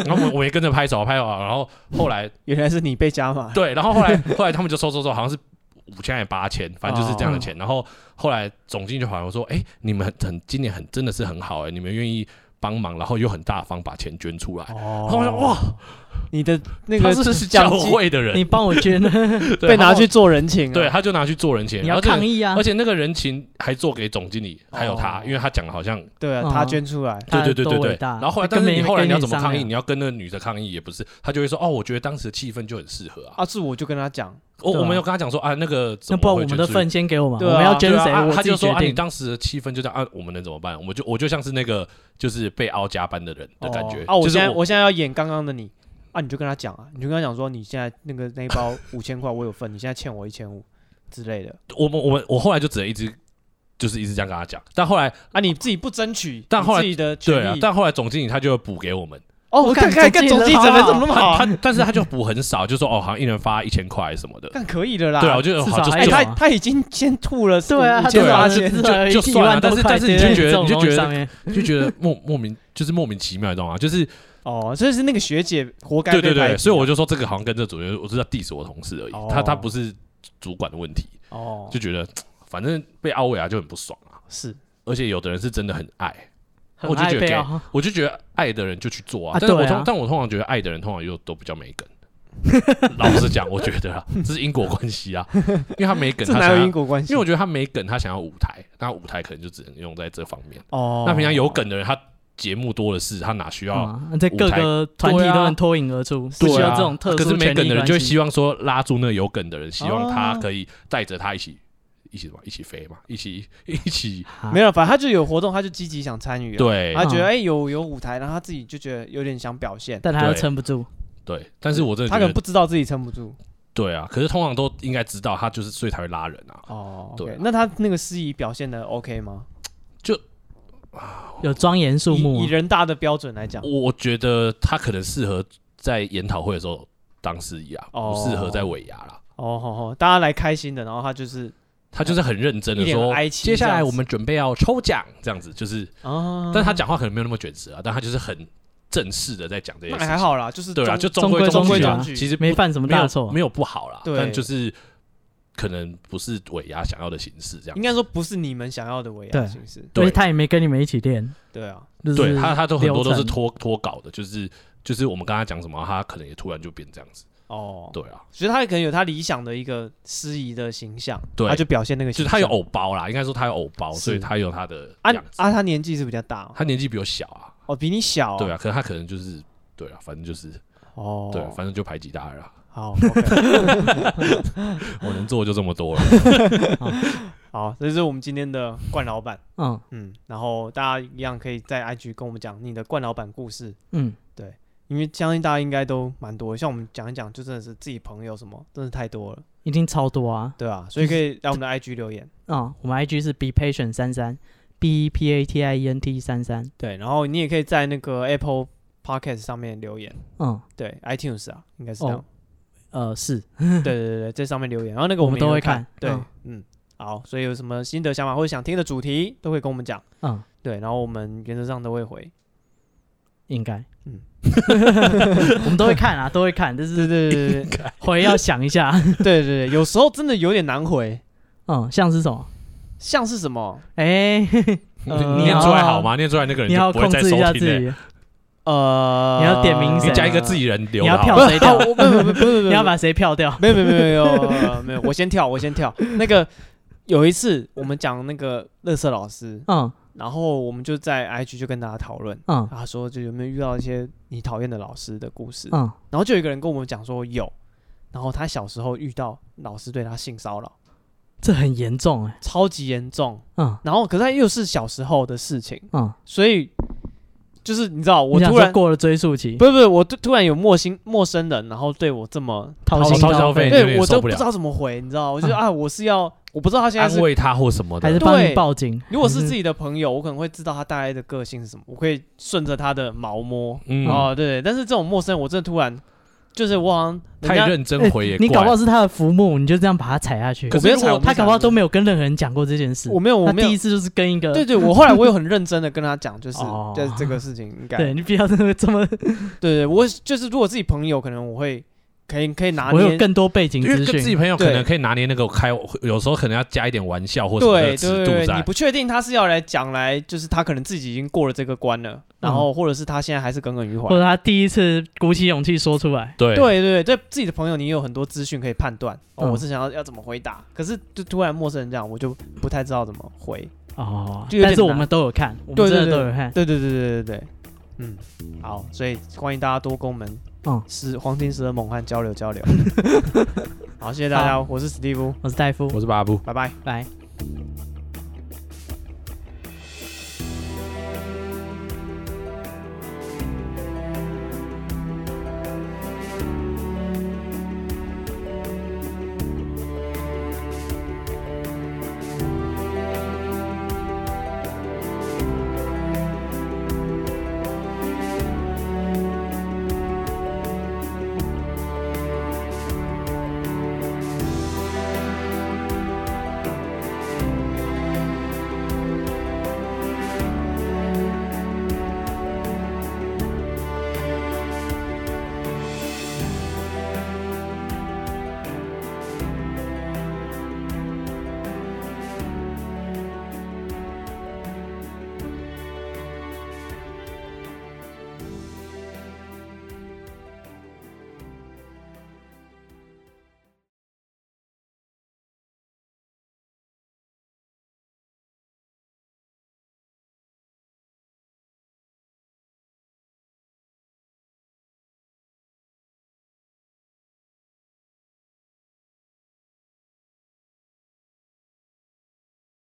S3: 然后我我也跟着拍手拍手，然后后来
S1: 原来是你被加码，
S3: 对，然后后来后来他们就收收收，好像是五千还八千，反正就是
S2: 哦
S3: 这样的钱。然后后来总经理就好像说：“哎、你们很很今年很真的是很好哎、你们愿意帮忙，然后又很大方把钱捐出来。”
S1: 哦
S3: 然后我想哇，
S1: 你的那
S3: 他
S1: 个
S3: 是 是教
S1: 奖金
S3: 会的人
S2: 你，帮我捐，
S3: 对
S1: 被拿，
S3: 然
S1: 去做人情
S3: 后
S1: 啊，
S3: 对，他就拿去做人 情，
S2: 你要
S3: 然后这个
S2: 抗议啊
S3: 而！且那个人情还做给总经理，还有他
S1: 哦，
S3: 因为他讲的好像
S1: 对啊，
S2: 嗯
S1: 他捐出来，
S2: 他
S3: 对对对
S2: 多
S3: 对
S2: 伟
S3: 对。
S2: 大
S3: 然后后来，
S2: 跟
S3: 但是
S2: 没
S3: 你后来
S2: 跟
S3: 你要
S2: 你
S3: 怎么
S2: 商
S3: 抗议？
S2: 量
S3: 你要跟那个女的抗议也不是，他就会说哦，我觉得当时的气氛就很适合啊。
S1: 啊，是我就跟他讲，
S3: 我
S2: 对啊
S3: 我们有跟他讲说啊，那个怎
S2: 那
S3: 么
S2: 不然
S3: 会
S2: 我们
S3: 捐
S2: 的
S3: 出
S2: 份先给我们，
S1: 对啊
S2: 我们要捐
S3: 对啊
S2: 谁，
S3: 啊
S2: 我
S3: 他
S2: 自己
S3: 就说
S2: 决
S3: 啊，你
S2: 定。
S3: 当时的气氛就这样啊，我们能怎么办？我就我就像是那个就是被凹加班的人的感觉
S1: 哦啊，我
S3: 就是
S1: 现在
S3: 我
S1: 我现在要演刚刚的你啊，你就跟他讲啊，你就跟他讲说，你现在那个那一 包五千块我有份，你现在欠我一千五之类的
S3: 我们我们我后来就只能一直就是一直这样跟他讲，但后来
S1: 啊，你自己不争取，
S3: 哦但后来
S1: 你自己的
S3: 对
S1: 权
S3: 啊
S1: 益，，
S3: 但后来总经理他就会补给我们，
S1: 哦，
S2: 我
S1: 我
S2: 看
S1: 看看
S2: 总
S1: 看
S2: 经
S1: 总
S2: 理
S1: 经理
S2: 人
S1: 怎么怎么那
S2: 好
S1: 么好
S3: 他
S1: 啊，
S3: 他但是他就补很少，就说哦，好像一人发一千块什么的。
S1: 看可以的啦，
S3: 对啊，我就
S2: 至
S3: 好
S2: 少
S3: 就
S2: 还
S1: 哎，
S2: 有
S1: 他
S2: 啊
S1: 他已经先吐了四五
S2: 对啊，他
S1: 千
S2: 至
S3: 对
S2: 少
S1: 八
S3: 啊
S2: 是
S1: 千，
S2: 至少有
S3: 就就
S2: 一
S3: 算了
S2: 万多
S3: 但是
S2: 块
S3: 但是你
S2: 直接
S3: 就觉得
S2: 这种
S3: 你就
S2: 东西
S3: 觉得
S2: 上面
S3: 就觉得莫 莫名就是莫名其妙，你懂吗？就是
S1: 哦，所以是那个学姐活该
S3: 对
S1: 被
S3: 对
S1: 排挤
S3: 对，
S1: 啊
S3: 所以我就说这个好像跟这主角，我是在 diss 我同事而已，
S1: 哦
S3: 他他不是主管的问题，
S1: 哦
S3: 就觉得反正被凹尾啊就很不爽啊，
S1: 是
S3: 而且有的人是真的很爱。
S2: 很
S3: 我就
S2: 爱
S3: 觉得
S2: 被
S3: 给
S2: 凹
S3: 我就觉得爱的人就去做
S2: 啊
S3: 啊，但是我
S2: 对啊
S3: 通、但我通常觉得爱的人通常又都比较没梗。老实讲，我觉得啊，这是因果关系啊，因为他没梗，
S1: 这
S3: 他
S1: 哪
S3: 想
S1: 有
S3: 要
S1: 因，果关系？
S3: 因为我觉得他没梗，他想要舞台，那舞台可能就只能用在这方面。
S1: 哦，
S3: 那平常有梗的人，他节目多的是，他哪需要？
S2: 嗯在各个团体都能脱颖而出，不
S3: 啊对
S2: 需要
S3: 啊，
S2: 这啊种特
S3: 可
S2: 殊
S3: 是没
S2: 权
S3: 梗
S2: 利
S3: 的人就会
S2: 关
S3: 希
S2: 系。
S3: 望说拉住那个有梗的人，希望他
S1: 哦
S3: 可以带着他一起一起什么一起飞嘛，一起一起
S1: 没有，反正他就有活动，他就积极想参与啊，
S3: 啊对
S1: 他觉得
S2: 嗯
S1: 哎、有有舞台，然后他自己就觉得有点想表现，
S2: 但他又
S3: 对
S2: 撑不住，
S3: 对。但是我真的
S1: 他
S3: 觉
S1: 可能
S3: 得
S1: 不知道自己撑不住。
S3: 对啊，可是通常都应该知道他就是，所以才会拉人啊。
S1: 哦
S3: 对
S1: OK，
S3: 啊
S1: 那他那个司仪表现的 OK 吗？
S2: 有庄严肃
S1: 以
S2: 穆啊
S3: 啊
S1: 以。人大的标准来讲，
S3: 我觉得他可能适合在研讨会的时候当司仪啊，
S1: 哦
S3: 不适合在尾牙啦。
S1: 哦吼吼，大家来开心的，然后他就是
S3: 他就是很认真的
S1: 一脸
S3: 说，
S1: 哀戚
S3: 接下
S1: 这
S3: 来
S1: 样子
S3: 我们准备要抽奖，这样子就是，
S1: 啊，
S3: 但他讲话可能没有那么卷舌啊，但他就是很正式的在讲这些
S1: 那
S3: 事情。
S1: 还，好啦，就是
S3: 对啊，就
S1: 中
S3: 中规
S1: 中
S2: 中
S1: 规
S3: 矩
S1: 中
S3: 啊，
S1: 矩，
S3: 其实不
S2: 没犯什么
S3: 没
S2: 大
S3: 有
S2: 错
S3: 没，有不好啦，
S1: 对
S3: 但就是可能不是尾牙想要的形式这样
S1: 应。该说不是你们想要的维亚
S2: 对
S1: 形式，
S2: 所以
S3: 对
S2: 他也没跟你们一起练，
S1: 对啊，
S2: 就是
S3: 对他，他都很多都
S2: 流
S3: 是
S2: 程
S3: 脱脱稿的，就是就是我们刚才讲什么，他可能也突然就变这样子。
S1: 哦，
S3: 对啊，
S1: 所以他可能有他理想的一个司仪的形象，
S3: 对
S1: 他就表现那个
S3: 就
S1: 形
S3: 是
S1: 象，
S3: 他有偶包啦，应该说他有偶包，
S1: 是
S3: 所以他有他的
S1: 啊
S3: 样子。
S1: 啊，他年纪是比较大哦，
S3: 他年纪比我小啊，
S1: 哦比你小哦，
S3: 对啊，可能他可能就是对啊，反正就是
S1: 哦，
S3: 对啊，反正就排挤大家啦。
S1: 好 OK
S3: 我能做就这么 多了。
S1: 好，这是我们今天的冠老板。
S2: 嗯
S1: 嗯，然后大家一样可以在 IG 跟我们讲你的冠老板故事，
S2: 嗯，
S1: 因为相信大家应该都蛮多，像我们讲一讲，就真的是自己朋友什么，真的太多了，
S2: 一定超多啊，
S1: 对 啊，所以可以来我们的 IG 留言，
S2: 嗯，我们 IG 是 be patient 三三，b e p a t i e n t 三三，
S1: 对，然后你也可以在那个 Apple Podcast 上面留言，
S2: 嗯，
S1: 对，iTunes 啊，应该是这样，
S2: 哦呃，是，
S1: 对对对对，在上面留言，然后那个
S2: 我们
S1: 们
S2: 都
S1: 也
S2: 会
S1: 看，
S2: 看
S1: 对
S2: 嗯，
S1: 嗯，好，所以有什么心得想法或者想听的主题都可以跟我们讲，
S2: 嗯，
S1: 对，然后我们原则上都会回，
S2: 应该，嗯
S1: 嗯，
S2: 我们都会看啊，都会看，
S1: 对
S2: 但是
S1: 对对对对
S2: 回要想一下，
S1: 对对对，有时候真的有点难回，
S2: 嗯，像是什么？
S1: 像是什么？
S2: 哎，
S1: 呃
S3: 念出来好吗？念出来那个 人
S2: 你
S3: 就
S2: 要
S3: 不会
S2: 控
S3: 再
S2: 制
S3: 收
S2: 一下自
S3: 听
S1: 啊
S3: 了。
S2: 己，
S1: 呃，
S2: 你要点名谁
S3: 你加一个自己人留
S2: 你
S3: 的
S2: 要
S3: 好
S2: 跳
S3: 吗
S1: 不
S2: 谁
S1: 是
S2: 掉
S1: 啊，我不不不不不，
S2: 你要把谁票掉？
S1: 没有没有没有没有呃没有， 我先跳，我先跳。那个有一次我们讲那个乐色老师，
S2: 嗯
S1: 然后我们就在 IG 就跟大家讨论，
S2: 嗯
S1: 他说就有没有遇到一些你讨厌的老师的故事，
S2: 嗯，
S1: 然后就有一个人跟我们讲说有，然后他小时候遇到老师对他性骚扰，
S2: 这很严重哎，
S1: 超级严重，
S2: 嗯
S1: 然后可是他又是小时候的事情，
S2: 嗯，
S1: 所以就是你知道，我
S2: 你想
S1: 突
S2: 说
S1: 然
S2: 过了追溯期，
S1: 不是不是，我突突然有陌生陌生人，然后对我这么
S2: 掏
S3: 掏
S2: 心
S3: 哦掏
S2: 掏
S3: 消费
S2: 肺
S3: 有
S1: 对
S3: 点
S1: 我
S3: 受
S1: 都不
S3: 不了嗯
S1: 知道怎么回，你知道？我就觉得啊，我是要，我不知道他现在
S3: 安
S1: 是。
S3: 慰嗯他或什么
S2: 还
S3: 的
S2: 是，帮你
S1: 对
S2: 报警？
S1: 如果是
S2: 还
S1: 自己的朋友，我可能会知道他大概的个性是什么，我可以顺着他的毛摸。
S3: 嗯，
S1: 哦，对，但是这种陌生人，我真的突然就是我好像人
S3: 太
S1: 家哎
S3: 认真回也
S2: 哎你搞不好
S3: 怪。
S2: 是他的浮木，你就这样把他踩下去。
S3: 可
S1: 我没
S3: 是
S1: 有
S3: 如果
S1: 踩
S2: 他搞不好都没有跟任何人讲过这件事。
S1: 我没有我
S2: 他
S1: 没有
S2: 第一次就是跟一个
S1: 对对，我后来我有很认真的跟他讲，就是
S2: 哦
S1: 就是这个事情应该
S2: 对你不要这么这么，
S1: 对对，我就是如果自己朋友，可能我会可以可以拿
S2: 我
S1: 捏
S2: 有，更多背景
S3: 因为
S2: 资
S3: 跟自己
S2: 讯。
S3: 朋友可
S1: 对
S3: 能可以拿捏那个开，有时候可能要加一点玩笑或什么的
S1: 对
S3: 尺
S1: 对
S3: 度
S1: 对对，你
S3: 在。
S1: 不确定他是要来讲来，就是他可能自己已经过了这个关
S2: 嗯
S1: 了，然后或者是他现在还是耿耿于怀
S2: 或。者他第一次鼓起勇气说出来，
S3: 对
S1: 对对对，对自己的朋友，你有很多资讯可以判断。哦，
S2: 嗯
S1: 我是想要要怎么回答，可是就突然陌生人这样，我就不太知道怎么回。
S2: 哦
S1: 就，有点
S2: 但是我
S1: 难
S2: 们都有看，我
S1: 对
S2: 们
S1: 对
S2: 真的
S1: 对
S2: 都有看。
S1: 对对对对对对，嗯，好，所以欢迎大家多跟我们
S2: 嗯
S1: 是黄金时的猛汉交流交流。好，谢谢大家，我是史蒂夫，
S2: 我是戴夫，
S3: 我是巴布。
S1: 拜拜。
S2: 拜。